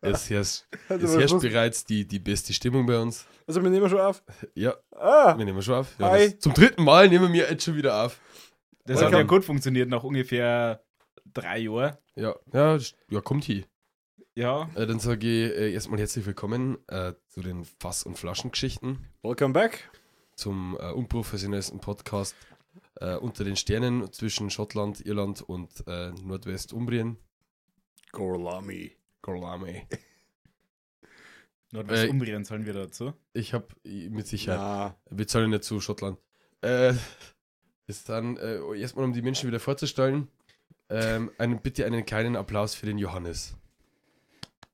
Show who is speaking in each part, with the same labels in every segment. Speaker 1: Es herrscht,
Speaker 2: Also,
Speaker 1: es
Speaker 2: was
Speaker 1: herrscht
Speaker 2: muss-
Speaker 1: bereits die, die beste Stimmung bei uns.
Speaker 2: Also, wir nehmen schon auf.
Speaker 1: Ja,
Speaker 2: Ah,
Speaker 1: wir nehmen schon auf. Ja,
Speaker 2: Hi.
Speaker 1: das, zum dritten Mal nehmen wir jetzt schon wieder auf.
Speaker 3: Das hat ja gut funktioniert nach ungefähr drei Jahren.
Speaker 1: ja, ja, st- ja, kommt hier.
Speaker 3: Ja,
Speaker 1: Äh, dann sage ich äh, erstmal herzlich willkommen äh, zu den Fass- und Flaschengeschichten,
Speaker 2: welcome back.
Speaker 1: zum äh, unprofessionellsten Podcast äh, unter den Sternen zwischen Schottland, Irland und äh, Nordwestumbrien.
Speaker 2: Gorlami.
Speaker 1: Golame.
Speaker 3: Nordwestumbrien sollen wir dazu.
Speaker 1: Äh, Ich habe mit Sicherheit.
Speaker 2: Ja.
Speaker 1: Wir zahlen nicht zu Schottland. Äh, ist dann äh, erstmal, um die Menschen wieder vorzustellen, ähm, einen, bitte einen kleinen Applaus für den Johannes.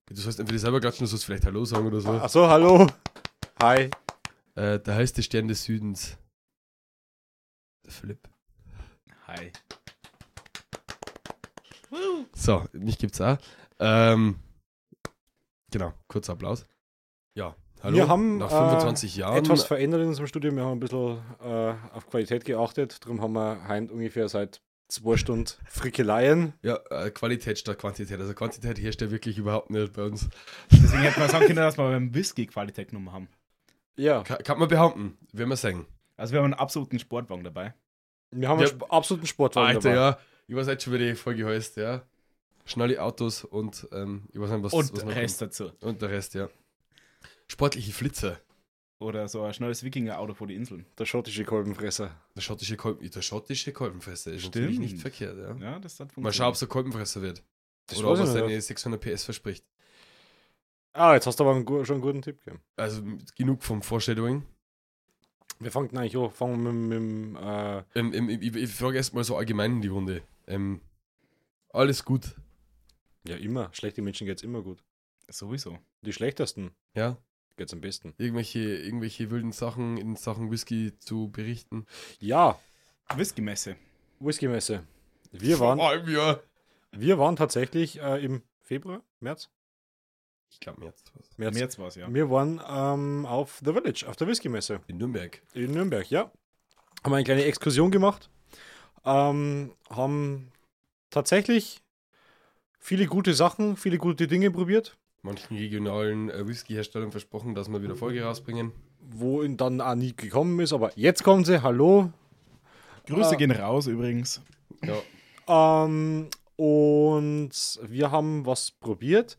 Speaker 1: Du sollst entweder selber klatschen, du sollst vielleicht Hallo sagen oder so.
Speaker 2: also, Ach so, hallo. Hi.
Speaker 1: Äh, der heiße Stern des Südens. Der Philipp.
Speaker 3: Hi.
Speaker 1: So, mich gibt's auch. Ähm, genau, kurzer Applaus. Ja, hallo.
Speaker 2: Wir haben,
Speaker 1: Nach
Speaker 2: äh,
Speaker 1: 25 Jahren.
Speaker 2: Etwas verändert in unserem Studium. Wir haben ein bisschen äh, auf Qualität geachtet. Darum haben wir heim ungefähr seit zwei Stunden Frickeleien.
Speaker 1: ja, äh, Qualität statt Quantität. Also Quantität herrscht ja wirklich überhaupt nicht bei uns.
Speaker 3: Deswegen hätte man sagen können, dass wir beim Whisky Qualität genommen haben.
Speaker 2: Ja.
Speaker 1: Kann, kann man behaupten, wenn man sagen.
Speaker 3: Also wir haben einen absoluten Sportwagen dabei.
Speaker 2: Wir haben
Speaker 1: Ja.
Speaker 2: einen sp- absoluten Sportwagen
Speaker 1: Alter,
Speaker 2: dabei.
Speaker 1: ja. Ich weiß jetzt schon, wie die Folge heißt, ja. Schnelle Autos und ähm, ich weiß nicht, was,
Speaker 3: Und
Speaker 1: was noch
Speaker 3: Rest dazu.
Speaker 1: kommt. Und der Rest, ja. Sportliche Flitzer.
Speaker 3: Oder so ein schnelles Wikinger-Auto vor die Inseln.
Speaker 2: Der schottische Kolbenfresser.
Speaker 1: Der schottische, Kolben, der schottische Kolbenfresser ist natürlich
Speaker 3: Stimmt.
Speaker 1: nicht verkehrt, ja.
Speaker 3: Ja, das hat funktioniert.
Speaker 1: Mal schauen, ob es ein Kolbenfresser wird.
Speaker 2: Das
Speaker 1: Oder ob
Speaker 2: weiß
Speaker 1: es
Speaker 2: ich nicht.
Speaker 1: seine 600 PS verspricht.
Speaker 2: Ah, jetzt hast du aber einen, gu- schon einen guten Tipp gegeben.
Speaker 1: Also genug vom Foreshadowing.
Speaker 2: Wir fangen eigentlich auch fangen wir mit, mit, mit äh,
Speaker 1: Ähm, ähm, ich, ich- ich frage erstmal so allgemein in die Runde. Ähm, alles gut,
Speaker 2: ja immer. Schlechte Menschen geht's immer gut.
Speaker 3: Sowieso.
Speaker 2: Die schlechtesten
Speaker 1: ja?
Speaker 2: geht's am besten.
Speaker 1: Irgendwelche, irgendwelche wilden Sachen in Sachen Whisky zu berichten.
Speaker 2: Ja,
Speaker 3: Whisky-Messe.
Speaker 2: Whisky-Messe. Wir waren,
Speaker 1: Vor allem, ja.
Speaker 2: wir waren tatsächlich äh, im Februar, März?
Speaker 1: Ich glaube, mir jetzt was.
Speaker 2: März.
Speaker 3: März war es, ja.
Speaker 2: Wir waren ähm, auf The Village, auf der Whisky-Messe.
Speaker 1: In Nürnberg.
Speaker 2: In Nürnberg, ja. Haben eine kleine Exkursion gemacht. Ähm, haben tatsächlich viele gute Sachen, viele gute Dinge probiert,
Speaker 1: manchen regionalen äh, Whisky-Herstellern versprochen, dass wir wieder Folge rausbringen.
Speaker 2: wo ihnen dann auch nie gekommen ist. Aber jetzt kommen sie, hallo.
Speaker 3: Grüße
Speaker 2: Ah.
Speaker 3: gehen raus übrigens.
Speaker 1: Ja.
Speaker 2: Ähm, und wir haben was probiert,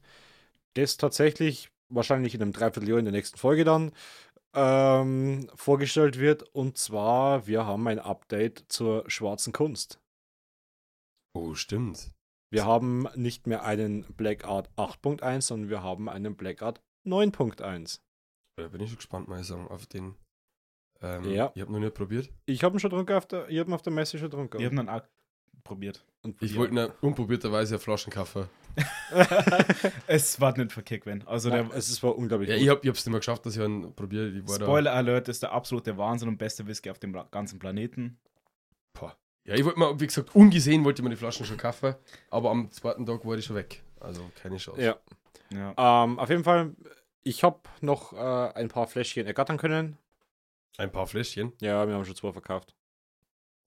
Speaker 2: das tatsächlich wahrscheinlich in einem Dreivierteljahr in der nächsten Folge dann ähm, vorgestellt wird. Und zwar, wir haben ein Update zur schwarzen Kunst.
Speaker 1: Oh, stimmt.
Speaker 2: Wir haben nicht mehr einen Black Art 8.1, sondern wir haben einen Black Art 9.1.
Speaker 1: Da bin ich schon gespannt, mal sagen, auf den. Ähm,
Speaker 2: Ja.
Speaker 1: Ich habe noch nicht probiert.
Speaker 2: Ich habe ihn schon drunter auf der, ich habe ihn auf der Messe schon drunter.
Speaker 3: Wir haben dann auch probiert.
Speaker 2: Und
Speaker 1: Ich
Speaker 2: ja.
Speaker 1: wollte ne, unprobierterweise einen Flaschenkaffee.
Speaker 3: es war nicht verkehrt, wenn. Also
Speaker 2: Nein,
Speaker 3: der
Speaker 2: es ist war unglaublich.
Speaker 1: Ja,
Speaker 2: gut.
Speaker 1: ich habe es nicht mehr geschafft, dass ich einen probiere. Ich war
Speaker 3: Spoiler Alert ist der absolute Wahnsinn und beste Whisky auf dem Pla- ganzen Planeten.
Speaker 1: Da, Boah. ja, ich wollte mal, wie gesagt, ungesehen wollte ich mir die Flaschen schon kaufen, aber am zweiten Tag war ich schon weg. Also keine Chance.
Speaker 2: Ja.
Speaker 3: Ja.
Speaker 2: ähm, auf jeden Fall, ich habe noch äh, ein paar Fläschchen ergattern können.
Speaker 1: Ein paar Fläschchen.
Speaker 2: Ja, wir haben schon zwei verkauft.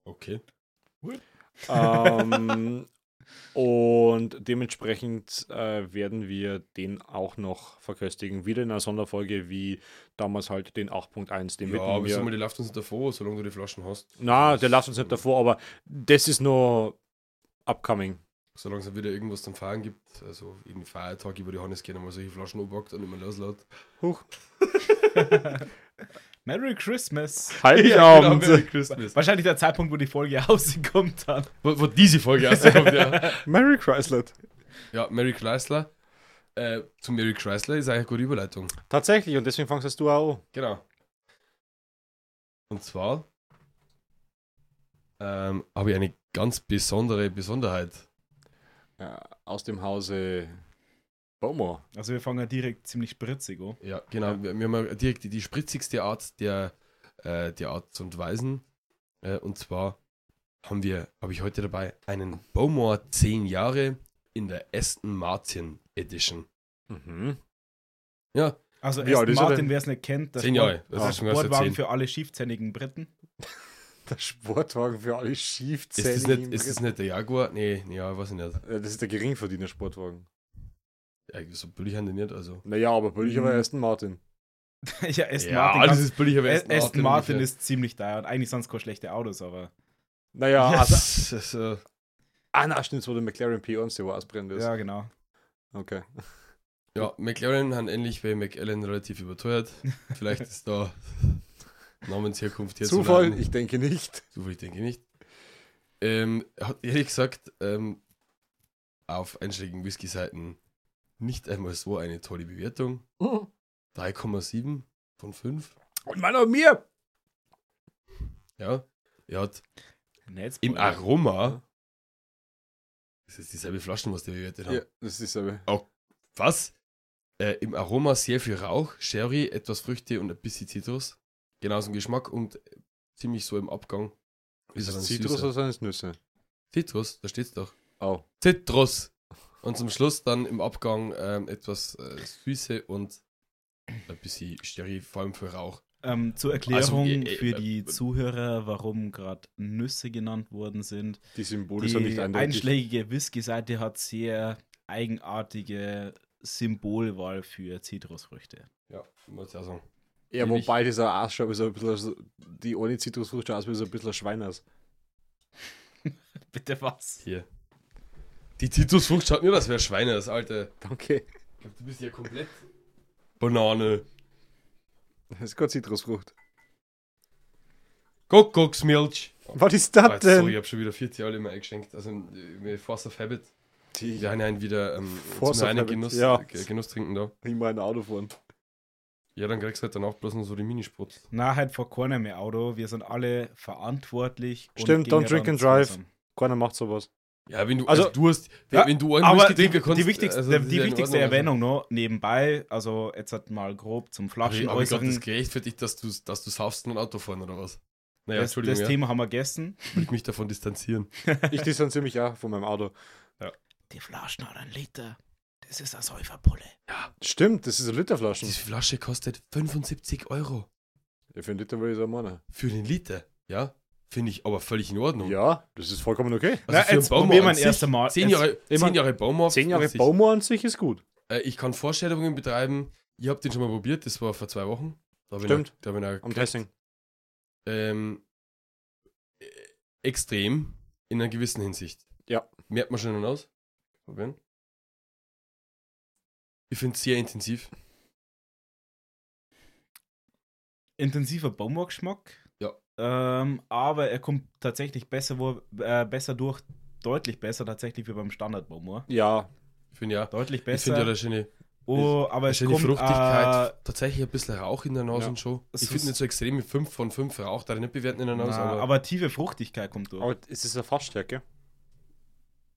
Speaker 1: Okay.
Speaker 2: ähm, und dementsprechend äh, werden wir den auch noch verköstigen. Wieder in einer Sonderfolge wie damals halt den 8.1. Den
Speaker 1: ja, aber sag
Speaker 2: widmen
Speaker 1: mal,
Speaker 2: wir.
Speaker 1: die läuft uns nicht davor, solange du die Flaschen hast.
Speaker 2: Na, der lasst uns nicht davor, aber das ist nur upcoming.
Speaker 1: Solange es wieder irgendwas zum Fahren gibt, also jeden Feiertag über die Hannes gehen, mal solche Flaschen umpackt und immer loslässt.
Speaker 2: Huch.
Speaker 3: Merry Christmas! genau,
Speaker 2: Heiligabend.
Speaker 1: genau, Merry Christmas.
Speaker 3: Wahrscheinlich der Zeitpunkt, wo die Folge rauskommt dann.
Speaker 1: Wo, wo diese Folge rauskommt, ja.
Speaker 2: Merry Chrysler.
Speaker 1: Ja, Mary Chrysler. Äh, zu Mary Chrysler ist eigentlich eine gute Überleitung.
Speaker 2: Tatsächlich, und deswegen fangst jetzt du auch an.
Speaker 1: Genau. Und zwar ähm, habe ich eine ganz besondere Besonderheit.
Speaker 2: Ja, äh, aus dem Hause Bomo.
Speaker 3: Also wir fangen direkt ziemlich spritzig an.
Speaker 1: Ja, genau.
Speaker 2: Ja.
Speaker 1: Wir, wir haben ja direkt die, die spritzigste Art der, äh, der Art und Weisen. Äh, und zwar haben wir, habe ich heute dabei, einen Beaumont 10 Jahre in der Aston Martin Edition.
Speaker 2: Mhm.
Speaker 1: Ja,
Speaker 3: Also
Speaker 2: Wie alt
Speaker 3: Aston
Speaker 2: ist er
Speaker 3: Martin,
Speaker 2: denn?
Speaker 3: wer es nicht kennt, der
Speaker 1: 10 Jahre. Das
Speaker 3: der
Speaker 1: ist schon ganz
Speaker 3: Sportwagen
Speaker 1: 10.
Speaker 3: für alle schiefzähnigen Briten.
Speaker 2: Der Sportwagen für alle
Speaker 1: Ist das,
Speaker 2: schiefzähligen. äh,
Speaker 1: nicht, ist das nicht der Jaguar? Nee, nee, ja, weiß ich nicht.
Speaker 2: das ist der geringverdiener Sportwagen.
Speaker 1: Ja, äh, so billig haben die nicht, also.
Speaker 2: Naja, aber billig aber
Speaker 3: Mhm.
Speaker 2: Aston Martin.
Speaker 3: ja, Aston
Speaker 1: ja,
Speaker 3: Martin,
Speaker 1: alles
Speaker 3: ganz-
Speaker 1: ist billig, aber
Speaker 3: Aston Martin,
Speaker 1: ungefähr.
Speaker 3: ist ziemlich da und eigentlich sonst keine schlechte Autos, aber.
Speaker 2: Naja,
Speaker 1: Ja,
Speaker 2: also,
Speaker 1: das ist, äh,
Speaker 2: ah, na, stimmt's, wo der McLaren P11 wo ausbrennt ist.
Speaker 3: Ja, genau.
Speaker 2: Okay.
Speaker 1: ja, McLaren haben ähnlich wie McAllen relativ überteuert. Vielleicht ist da Namensherkunft hier
Speaker 2: Zufall?
Speaker 1: zu leiten.
Speaker 2: Ich denke nicht.
Speaker 1: Zufall, ich denke nicht. Ähm, hat ehrlich gesagt ähm, auf einschlägigen Whisky-Seiten nicht einmal so eine tolle Bewertung. 3,7 von 5.
Speaker 2: Und meiner und mir!
Speaker 1: Ja, er hat
Speaker 3: Netz
Speaker 1: im Aroma. Das ist dieselbe Flaschen, was der bewertet hat.
Speaker 2: Ja, das ist aber.
Speaker 1: Was? Äh, Im Aroma sehr viel Rauch, Sherry, etwas Früchte und ein bisschen Zitrus. Genauso im Geschmack und ziemlich so im Abgang.
Speaker 2: Ist
Speaker 1: er dann
Speaker 2: es Zitrus
Speaker 1: süßer.
Speaker 2: oder sind es Nüsse?
Speaker 1: Zitrus, da steht's doch.
Speaker 2: Oh.
Speaker 1: Zitrus. Und zum Schluss dann im Abgang ähm, etwas äh, Süße und ein bisschen Sherry, vor allem für Rauch.
Speaker 3: Ähm, zur Erklärung
Speaker 1: Also, äh, äh,
Speaker 3: für
Speaker 1: äh,
Speaker 3: die Zuhörer, warum gerade Nüsse genannt worden sind.
Speaker 2: Die
Speaker 1: Oh,
Speaker 2: Symbole sind
Speaker 3: Die
Speaker 2: nicht eindeutig.
Speaker 3: einschlägige Whisky-Seite hat sehr eigenartige Symbolwahl für Zitrusfrüchte.
Speaker 1: Ja, muss ich auch sagen.
Speaker 2: Ja,
Speaker 1: Nämlich-
Speaker 2: wobei dieser Arsch schon so ein bisschen, so- die ohne Zitrusfrucht schon aus wie so ein bisschen Schweiners.
Speaker 3: Bitte was?
Speaker 1: Hier. Die Zitrusfrucht schaut mir, das wäre Schweine, das alte.
Speaker 2: Danke.
Speaker 1: Du bist ja komplett Banane.
Speaker 2: Das ist keine Zitrusfrucht.
Speaker 1: Kuckucksmilch.
Speaker 2: Was ist das
Speaker 1: Sorry, ich
Speaker 2: denn?
Speaker 1: habe schon wieder 40 alle immer eingeschenkt. Also äh, Force of Habit.
Speaker 2: Die,
Speaker 1: Wir haben ja einen wieder ähm,
Speaker 2: Force
Speaker 1: zum
Speaker 2: of
Speaker 1: einen
Speaker 2: Habit,
Speaker 1: Genuss, äh,
Speaker 2: ja.
Speaker 1: Ge- Genuss trinken da.
Speaker 2: ich meine Auto fahren.
Speaker 1: Ja, dann kriegst du halt danach bloß noch so die Minispritz.
Speaker 3: Na, halt vor keiner mehr Auto. Wir sind alle verantwortlich.
Speaker 2: Stimmt,
Speaker 3: gehen
Speaker 2: don't
Speaker 3: ja
Speaker 2: drink
Speaker 3: dann
Speaker 2: and drive.
Speaker 3: gemeinsam.
Speaker 2: Keiner macht sowas.
Speaker 1: Ja, wenn du
Speaker 2: Also-
Speaker 1: du hast,
Speaker 3: Ja,
Speaker 1: wenn du einen
Speaker 3: Aber
Speaker 1: Whisky
Speaker 3: die,
Speaker 1: trinken kannst,
Speaker 3: die wichtigste,
Speaker 1: also das ist
Speaker 3: die
Speaker 1: ja in
Speaker 3: wichtigste
Speaker 1: Ordnung.
Speaker 3: Erwähnung noch nebenbei, also jetzt halt mal grob zum
Speaker 1: Hab ich, hab ich grad das
Speaker 3: Flaschenäußeren.
Speaker 1: gerechtfertigt, dass du, dass du saufst und Auto fahren oder was? Naja,
Speaker 3: Das,
Speaker 1: Entschuldigung,
Speaker 3: das
Speaker 1: ja,
Speaker 3: Thema haben wir gegessen.
Speaker 1: will ich mich davon distanzieren.
Speaker 2: Ich distanziere mich auch von meinem Auto.
Speaker 3: Die Flaschen hat einen Liter. Das ist eine Säuferpulle.
Speaker 2: Stimmt, das ist eine Literflaschen.
Speaker 1: Diese Flasche kostet 75 Euro
Speaker 2: Ich finde Liter würde ich sagen, Mann.
Speaker 1: für den Liter, ja? Finde ich aber völlig in Ordnung.
Speaker 2: Ja, das ist vollkommen okay.
Speaker 1: Also
Speaker 3: Na,
Speaker 1: für einen
Speaker 3: jetzt
Speaker 1: Baumer
Speaker 3: probieren wir
Speaker 1: an
Speaker 3: ein erstes
Speaker 1: sich,
Speaker 3: Mal.
Speaker 1: Zehn
Speaker 3: Jetzt-
Speaker 1: Jahre,
Speaker 2: ich
Speaker 1: zehn
Speaker 2: mein,
Speaker 1: Jahre Baumor.
Speaker 2: Zehn Jahre
Speaker 1: 50.
Speaker 2: Baumor an sich ist gut.
Speaker 1: Äh, ich kann Vorstellungen betreiben. Ich habe den schon mal probiert, das war vor zwei Wochen. Da hab ich
Speaker 2: Stimmt.
Speaker 1: noch- Da hab ich noch
Speaker 2: Am Testing.
Speaker 1: ähm, äh, extrem in einer gewissen Hinsicht.
Speaker 2: Ja.
Speaker 1: Merkt man schon hinaus. Probieren. Ich finde es sehr intensiv.
Speaker 3: intensiver Baumwollgeschmack.
Speaker 1: Ja.
Speaker 3: Ähm, aber er kommt tatsächlich besser, wo, äh, besser durch, deutlich besser tatsächlich wie beim standard baumwoll
Speaker 2: Ja,
Speaker 1: Ich finde ja,
Speaker 3: Deutlich
Speaker 1: ich finde ja
Speaker 3: besser.
Speaker 1: da schöne,
Speaker 3: oh, aber
Speaker 1: da
Speaker 3: es
Speaker 1: schöne
Speaker 3: kommt,
Speaker 1: Fruchtigkeit.
Speaker 3: Äh,
Speaker 1: tatsächlich ein bisschen Rauch in der Nase
Speaker 2: Ja.
Speaker 1: und schon.
Speaker 3: Es
Speaker 1: Ich
Speaker 3: ist-
Speaker 1: finde nicht so extrem mit 5 von 5 Rauch, da nicht bewerten in der Nase.
Speaker 3: na,
Speaker 1: aber,
Speaker 3: aber tiefe Fruchtigkeit kommt durch.
Speaker 2: aber es ist eine Fassstärke.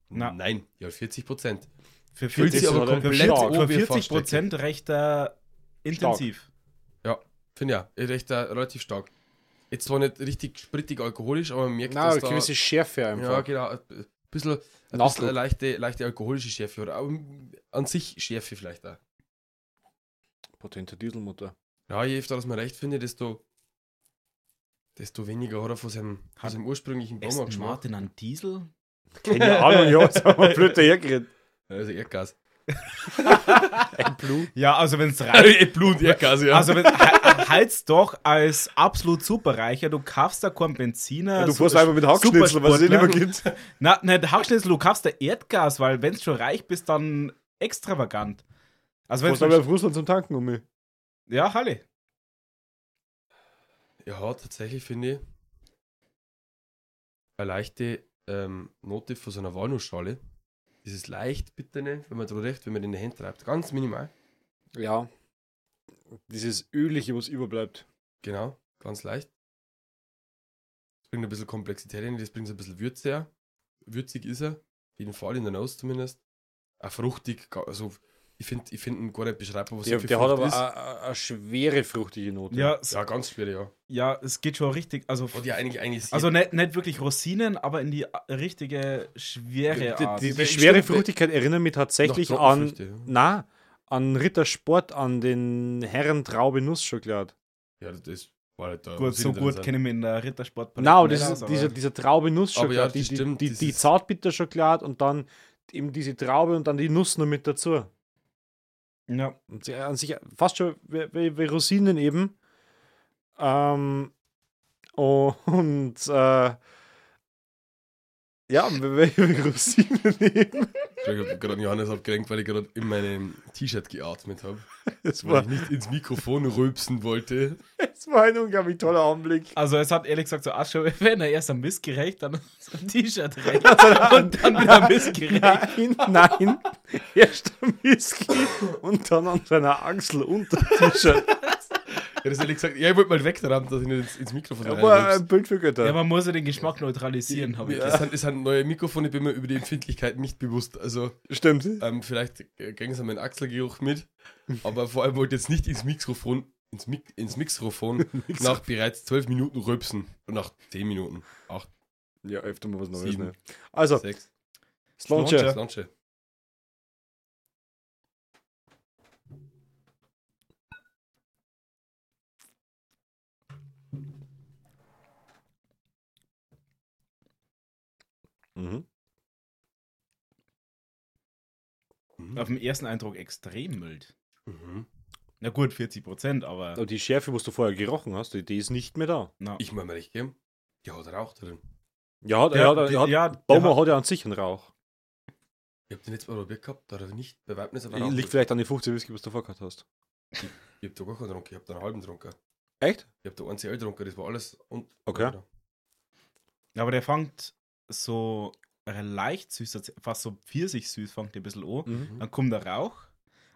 Speaker 3: na.
Speaker 1: nein, ja, 40 Prozent.
Speaker 3: Für
Speaker 1: Fühlt
Speaker 3: 40,
Speaker 1: sich aber
Speaker 2: Prozent-
Speaker 3: für
Speaker 1: komplett
Speaker 3: 40,
Speaker 2: Stark.
Speaker 1: oben
Speaker 3: für
Speaker 1: wie
Speaker 3: 40
Speaker 1: Fahrstrecke.
Speaker 3: Prozent rechter intensiv.
Speaker 1: Finde ja, recht, äh, relativ stark. Jetzt zwar nicht richtig sprittig alkoholisch, aber man merkt,
Speaker 2: Na,
Speaker 1: dass
Speaker 2: eine
Speaker 1: da...
Speaker 2: gewisse Schärfe
Speaker 1: Ja,
Speaker 2: einfach.
Speaker 1: genau. Ein bisschen, ein
Speaker 2: Nachdruck.
Speaker 1: bisschen eine leichte, leichte alkoholische Schärfe oder auch an sich Schärfe vielleicht auch.
Speaker 2: Potente Dieselmutter.
Speaker 1: Ja, je öfter das man recht findet, desto, desto weniger hat er von seinem, von
Speaker 3: Hat
Speaker 1: seinem ursprünglichen Baumar
Speaker 3: Aston
Speaker 1: geschmeckt.
Speaker 3: Martin an Diesel?
Speaker 2: Keine Ahnung, ja, jetzt haben wir blöd dahergeredet.
Speaker 1: Also Erdgas.
Speaker 2: Ein Blue.
Speaker 3: Ja, also wenn es reicht.
Speaker 1: Äh, Blut, Erdgas, ja.
Speaker 3: Also, wenn- ha- halt's doch als absolut superreicher. Du kaufst da keinen Benziner.
Speaker 2: du
Speaker 3: so-
Speaker 2: fährst einfach mit Hackschnitzel, was es eh nicht mehr gibt.
Speaker 3: Na, nein, Hackschnitzel, du kaufst da Erdgas, weil wenn du schon reich bist, dann extravagant. Also
Speaker 2: Du
Speaker 3: wenn
Speaker 2: musst aber auf Russland zum Tanken um mich.
Speaker 3: Ja, Halle.
Speaker 1: ja, tatsächlich finde ich eine leichte ähm, Note von so einer Walnussschale. Dieses leicht bitterne, wenn man drüber recht, wenn man den in die Hand treibt. Ganz minimal.
Speaker 2: Ja. Dieses Ölige, was überbleibt.
Speaker 1: Genau, ganz leicht. Das bringt ein bisschen Komplexität rein, das bringt ein bisschen Würze her. Würzig ist er, auf jeden Fall, in der Nase zumindest. Auch fruchtig, ga- also ich finde ich find ihn gar nicht beschreibbar, was
Speaker 2: Der,
Speaker 1: er für
Speaker 2: der hat
Speaker 1: Frucht
Speaker 2: aber
Speaker 1: ist.
Speaker 2: eine- eine schwere, fruchtige Note.
Speaker 3: Ja, s-
Speaker 1: Ja, ganz schwer, ja.
Speaker 3: ja, es geht schon richtig. Also,
Speaker 1: Hat ja eigentlich, eigentlich
Speaker 3: also nicht, nicht wirklich Rosinen, aber in die a- richtige schwere
Speaker 2: Die,
Speaker 3: Art.
Speaker 2: ah, die, die
Speaker 1: Stimmt,
Speaker 2: schwere
Speaker 1: wenn-
Speaker 2: Fruchtigkeit erinnert mich tatsächlich
Speaker 1: Nach
Speaker 2: an.
Speaker 1: Trockenfrüchte, ja.
Speaker 2: Na, an Rittersport, an den Herren Traube Nussschokolade.
Speaker 1: ja, das war halt da.
Speaker 3: gut,
Speaker 1: muss ich
Speaker 3: so
Speaker 1: nicht
Speaker 3: gut
Speaker 1: drin sein.
Speaker 3: kenne ich mich in der Rittersport.
Speaker 2: Na, und das
Speaker 3: nicht
Speaker 2: ist
Speaker 3: aus,
Speaker 2: diese,
Speaker 3: aber-
Speaker 2: diese Traube Nussschokolade,
Speaker 1: Aber ja,
Speaker 2: die,
Speaker 1: das stimmt,
Speaker 2: die, die,
Speaker 1: das
Speaker 2: die
Speaker 1: ist-
Speaker 2: Zartbitterschokolade und dann eben diese Traube und dann die Nuss noch mit dazu.
Speaker 3: Ja.
Speaker 2: Und sie- an sich fast schon wie, wie, wie Rosinen eben. Ähm, und äh, ja, wie, wie wie Rosinen eben.
Speaker 1: Ich habe gerade an Johannes abgelenkt, weil ich gerade in meinem T-Shirt geatmet habe.
Speaker 2: Es
Speaker 1: Weil
Speaker 2: war,
Speaker 1: ich nicht ins Mikrofon rülpsen wollte.
Speaker 2: es war ein unglaublich toller Anblick.
Speaker 3: Also es hat ehrlich gesagt so Asche, wenn er erst am Mist gerecht, dann am T-Shirt recht
Speaker 2: Und
Speaker 3: dann wieder am Mist gerecht.
Speaker 2: Nein, nein. Erst am Whisky und dann an seiner Achsel unter T-Shirt.
Speaker 1: Ja, das ehrlich gesagt, ja, ich wollte mal wegrammen, dass ich nicht ins, ins Mikrofon
Speaker 2: Ja, war
Speaker 1: reinrülpse.
Speaker 2: ein Bild für Götter.
Speaker 3: Ja, man muss ja den Geschmack neutralisieren, habe ich
Speaker 1: Es sind, es sind neue Mikrofone, ich bin mir über die Empfindlichkeit nicht bewusst. Also
Speaker 2: Stimmt.
Speaker 1: ähm, vielleicht ging es an meinen Achselgeruch mit, aber vor allem wollte ich jetzt nicht ins Mikrofon, ins, Mik ins Mikrofon nach bereits zwölf Minuten rülpsen. Und nach zehn Minuten, acht,
Speaker 2: Ja, öfter mal was Neues.
Speaker 1: Sieben.
Speaker 2: Ne? Also,
Speaker 1: sechs,
Speaker 2: das Launcher.
Speaker 1: das Launche.
Speaker 2: Mhm.
Speaker 3: Auf den ersten Eindruck extrem mild.
Speaker 1: Mhm.
Speaker 3: Na gut, 40 Prozent, aber
Speaker 2: Aber die Schärfe, was du vorher gerochen hast, die, die ist nicht mehr da.
Speaker 3: na.
Speaker 1: Ich meine, ich gebe, ja, hat Rauch drin.
Speaker 2: Ja,
Speaker 3: Der-
Speaker 2: der, ja, der,
Speaker 3: die-
Speaker 2: hat,
Speaker 3: ja, der
Speaker 2: Baumer
Speaker 3: hat-
Speaker 2: hat, ja an sich einen Rauch.
Speaker 1: Ich habe den jetzt mal probiert gehabt, oder nicht, bei Weitem ist aber Rauch
Speaker 2: Liegt
Speaker 1: drin.
Speaker 2: vielleicht an den 15 Whisky, was du vorher gehabt hast.
Speaker 1: Ich habe da gar keinen getrunken, ich habe da einen halben getrunken.
Speaker 2: Echt?
Speaker 1: Ich habe da einen CL getrunken, das war alles. Und
Speaker 2: Okay.
Speaker 3: aber der fängt so leicht süß, also fast so pfirsich-süß fängt der ein bisschen an.
Speaker 2: Mhm.
Speaker 3: Dann kommt der Rauch,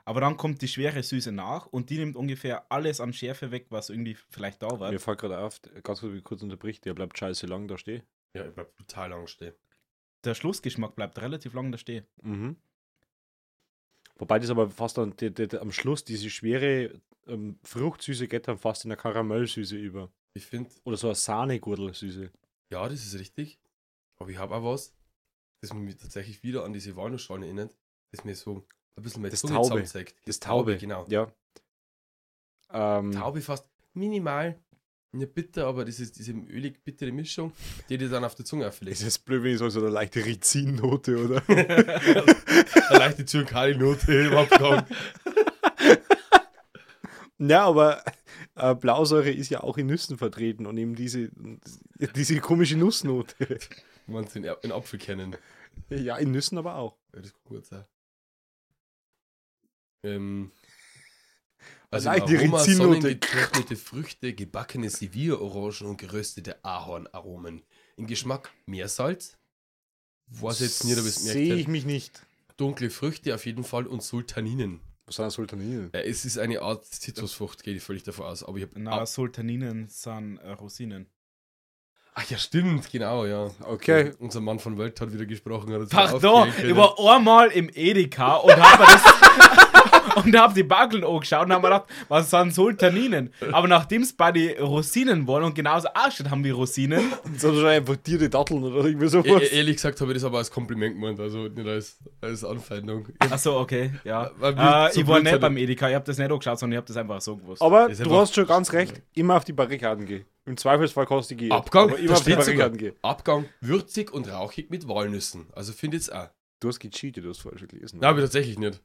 Speaker 3: aber dann kommt die schwere Süße nach und die nimmt ungefähr alles an Schärfe weg, was irgendwie vielleicht da war.
Speaker 2: Mir fällt gerade auf, ganz kurz, wie ich kurz unterbricht, der bleibt scheiße lang da stehen.
Speaker 1: Ja, ich bleib brutal lang stehen.
Speaker 3: Der Schlussgeschmack bleibt relativ lang da stehen.
Speaker 2: Mhm. Wobei das aber fast an, die, die, die, am Schluss diese schwere ähm, Fruchtsüße geht dann fast in eine Karamellsüße über.
Speaker 1: Ich finde,
Speaker 2: Oder so eine Sahnegurtelsüße.
Speaker 1: ja, das ist richtig. Aber ich habe auch was, das mich tatsächlich wieder an diese Walnussschalen erinnert, das mir so ein bisschen mehr
Speaker 2: Das
Speaker 1: Zunge
Speaker 2: Taube.
Speaker 1: zusammenzieht.
Speaker 2: Das Taube. Mhm.
Speaker 1: genau.
Speaker 2: Ja. Ähm,
Speaker 1: Taube fast minimal. Ja, bitter, aber das ist diese ölig-bittere Mischung, die dir dann auf der Zunge
Speaker 2: Es
Speaker 1: auffällt.
Speaker 2: ist blöd, wenn ich so so eine leichte Rizin-Note, oder?
Speaker 1: Eine leichte Zürkali-Note im Abgang.
Speaker 2: Ja, aber äh, Blausäure ist ja auch in Nüssen vertreten und eben diese, diese komische Nussnote.
Speaker 1: Man den in Apfel kennen.
Speaker 2: ja, in Nüssen aber auch.
Speaker 1: Ja, Äh, das kann gut sein. Ähm, also
Speaker 2: Allein Also die
Speaker 1: Aroma
Speaker 2: Rizinnote.
Speaker 1: sonnengetrocknete Früchte, gebackene Sevilla-Orangen und geröstete Ahornaromen. Im Geschmack mehr Salz. Was jetzt nicht, ob ich es
Speaker 2: Sehe ich
Speaker 1: merkt
Speaker 2: mich nicht.
Speaker 1: hab. Dunkle Früchte auf jeden Fall und Sultaninen.
Speaker 2: Was sind das Sultaninen?
Speaker 1: Äh, es ist eine Art Zitrusfrucht, gehe ich völlig davon aus. Aber ich habe.
Speaker 3: Na, Sultaninen sind äh, Rosinen.
Speaker 1: Ach ja, stimmt, genau, ja.
Speaker 2: Okay.
Speaker 1: Unser Mann von Welt hat wieder gesprochen. Hat uns
Speaker 3: Pardon,
Speaker 1: aufgeregt,
Speaker 3: ich war einmal im Edeka und hab mir das und hab die Bageln angeschaut und hab mir gedacht, was sind Sultaninen? Aber nachdem es bei den Rosinen waren und genauso ausschaut haben wie Rosinen,
Speaker 2: Sind das einfach dir die Datteln oder irgendwie
Speaker 1: E e-
Speaker 2: sowas?
Speaker 1: ehrlich gesagt habe ich das aber als Kompliment gemeint, also nicht als, als Anfeindung.
Speaker 3: achso, okay, ja.
Speaker 1: Weil wir
Speaker 3: Äh,
Speaker 1: so
Speaker 3: ich war
Speaker 1: blöd
Speaker 3: nicht
Speaker 1: sind.
Speaker 3: beim Edeka, ich hab das nicht angeschaut, sondern ich hab das einfach so gewusst.
Speaker 2: aber
Speaker 1: Ist
Speaker 2: du
Speaker 1: einfach-
Speaker 2: hast schon ganz recht, immer auf die Barrikaden gehen. Im Zweifelsfall kannst du gehen.
Speaker 1: Abgang,
Speaker 2: aber
Speaker 1: da
Speaker 2: immer auf die
Speaker 1: steht sogar.
Speaker 2: Barrikaden gehen.
Speaker 1: Abgang würzig und rauchig mit Walnüssen. Also finde ich auch.
Speaker 2: Du hast gecheatet, du hast falsch gelesen.
Speaker 1: Nein, aber tatsächlich nicht.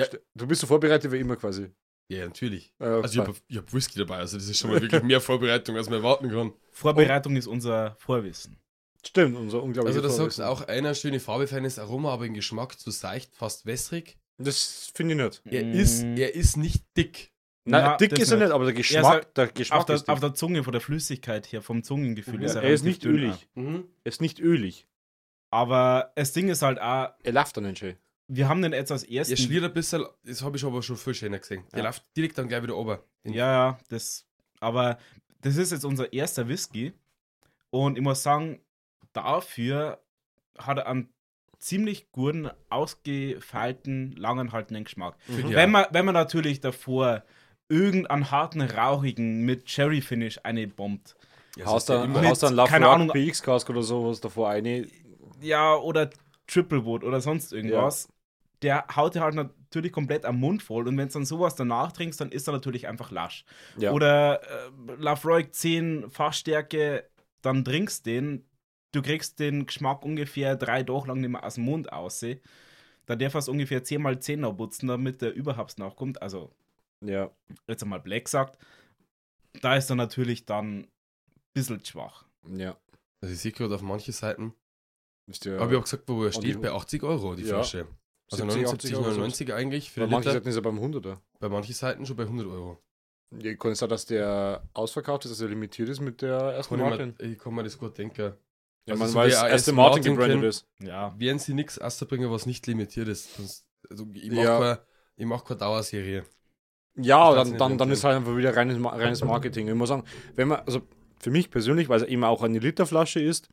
Speaker 1: ja.
Speaker 2: Du bist so vorbereitet wie immer quasi.
Speaker 1: Ja, natürlich.
Speaker 2: Äh,
Speaker 1: Also ich habe ich hab Whisky dabei, also das ist schon mal wirklich mehr Vorbereitung, als man erwarten kann.
Speaker 3: Vorbereitung ist unser Vorwissen.
Speaker 2: stimmt, unser unglaubliches
Speaker 1: Also da sagst du
Speaker 2: Vorwissen.
Speaker 1: auch einer schöne Farbe, feines Aroma, aber im Geschmack zu seicht, fast wässrig.
Speaker 2: Das finde ich nicht.
Speaker 1: Er ist,
Speaker 3: Mm.
Speaker 1: er ist nicht dick.
Speaker 2: Nein,
Speaker 3: Na,
Speaker 2: dick
Speaker 3: das
Speaker 2: ist er
Speaker 3: nicht.
Speaker 2: nicht, aber der
Speaker 3: ist
Speaker 2: Geschmack,
Speaker 3: halt-
Speaker 2: der
Speaker 3: auf
Speaker 2: Geschmack
Speaker 3: der,
Speaker 2: ist
Speaker 3: auf
Speaker 2: dick.
Speaker 3: der Zunge, von der Flüssigkeit her, vom Zungengefühl.
Speaker 1: Mhm.
Speaker 2: er,
Speaker 3: relativ
Speaker 2: ist nicht
Speaker 3: dünn
Speaker 2: ölig.
Speaker 3: auch.
Speaker 2: Er ist nicht ölig.
Speaker 3: Aber das Ding ist halt auch,
Speaker 2: Er läuft dann nicht schön.
Speaker 3: wir haben den jetzt als
Speaker 1: Er
Speaker 3: ersten.
Speaker 1: schliert ein bisschen, das habe ich aber schon viel schöner gesehen. Der
Speaker 3: Ja.
Speaker 1: läuft direkt dann gleich wieder ober.
Speaker 3: Ja, ja, das. Aber das ist jetzt unser erster Whisky. Und ich muss sagen, dafür hat er einen ziemlich guten, ausgefeilten, langanhaltenden Geschmack.
Speaker 1: Finde
Speaker 2: Mhm.
Speaker 1: ich
Speaker 3: Wenn,
Speaker 1: auch.
Speaker 3: man, wenn man natürlich davor irgendeinen harten, rauchigen mit Cherry-Finish eine bombt.
Speaker 1: Ja,
Speaker 2: Haust
Speaker 1: sonst ja
Speaker 2: dann,
Speaker 1: immer.
Speaker 2: haust dann Love
Speaker 3: keine
Speaker 2: Rock
Speaker 3: Ahnung.
Speaker 2: PX Cask oder sowas davor eine.
Speaker 3: Ja, oder Triple Wood oder sonst irgendwas. Der haut dir halt natürlich komplett am Mund voll. Und wenn du dann sowas danach trinkst, dann ist er natürlich einfach lasch.
Speaker 2: Ja.
Speaker 3: oder äh, Lafroig 10 Fachstärke, dann trinkst den. Du kriegst den Geschmack ungefähr drei Tage lang nicht mehr aus dem Mund aus. Da darf er es ungefähr 10 mal 10 noch putzen, damit der Überhaupt nachkommt. Also
Speaker 2: Ja.
Speaker 3: jetzt einmal Black sagt. Da ist er natürlich dann ein bisschen schwach.
Speaker 2: Ja.
Speaker 1: Also ich sehe gerade auf manche Seiten,
Speaker 2: Ist ja
Speaker 1: aber ich habe gesagt, wo er
Speaker 2: die-
Speaker 1: steht, bei 80 Euro die
Speaker 2: Ja.
Speaker 1: Flasche. Also
Speaker 2: 70,
Speaker 1: 79,
Speaker 2: 80 Euro
Speaker 1: 99 eigentlich für
Speaker 2: bei
Speaker 1: den
Speaker 2: manchen
Speaker 1: Liter.
Speaker 2: Seiten ist er beim 100er.
Speaker 1: Bei manchen Seiten schon bei 100 Euro.
Speaker 2: Ihr könnt sagen, dass der ausverkauft ist, dass er limitiert ist mit der ersten
Speaker 1: Kann ich, mir,
Speaker 2: Martin.
Speaker 1: ich kann mir das gut denken.
Speaker 2: Ja,
Speaker 1: also
Speaker 2: man
Speaker 1: so
Speaker 2: weiß,
Speaker 1: wie er
Speaker 2: erste
Speaker 1: Aston
Speaker 2: Martin
Speaker 1: Martin
Speaker 2: gebrandet
Speaker 1: kennt.
Speaker 2: ist.
Speaker 3: Ja,
Speaker 1: Werden sie nichts auszubringen, was nicht limitiert ist. Sonst, also ich mache
Speaker 2: Ja.
Speaker 1: keine, ich mach keine Dauerserie.
Speaker 2: Ja,
Speaker 1: Ich kann's
Speaker 2: dann,
Speaker 1: nicht
Speaker 2: dann, dann
Speaker 1: empfehlen.
Speaker 2: ist halt einfach wieder reines, Ma- reines Marketing. Ich muss sagen, wenn man, also für mich persönlich, weil es eben auch eine Literflasche ist,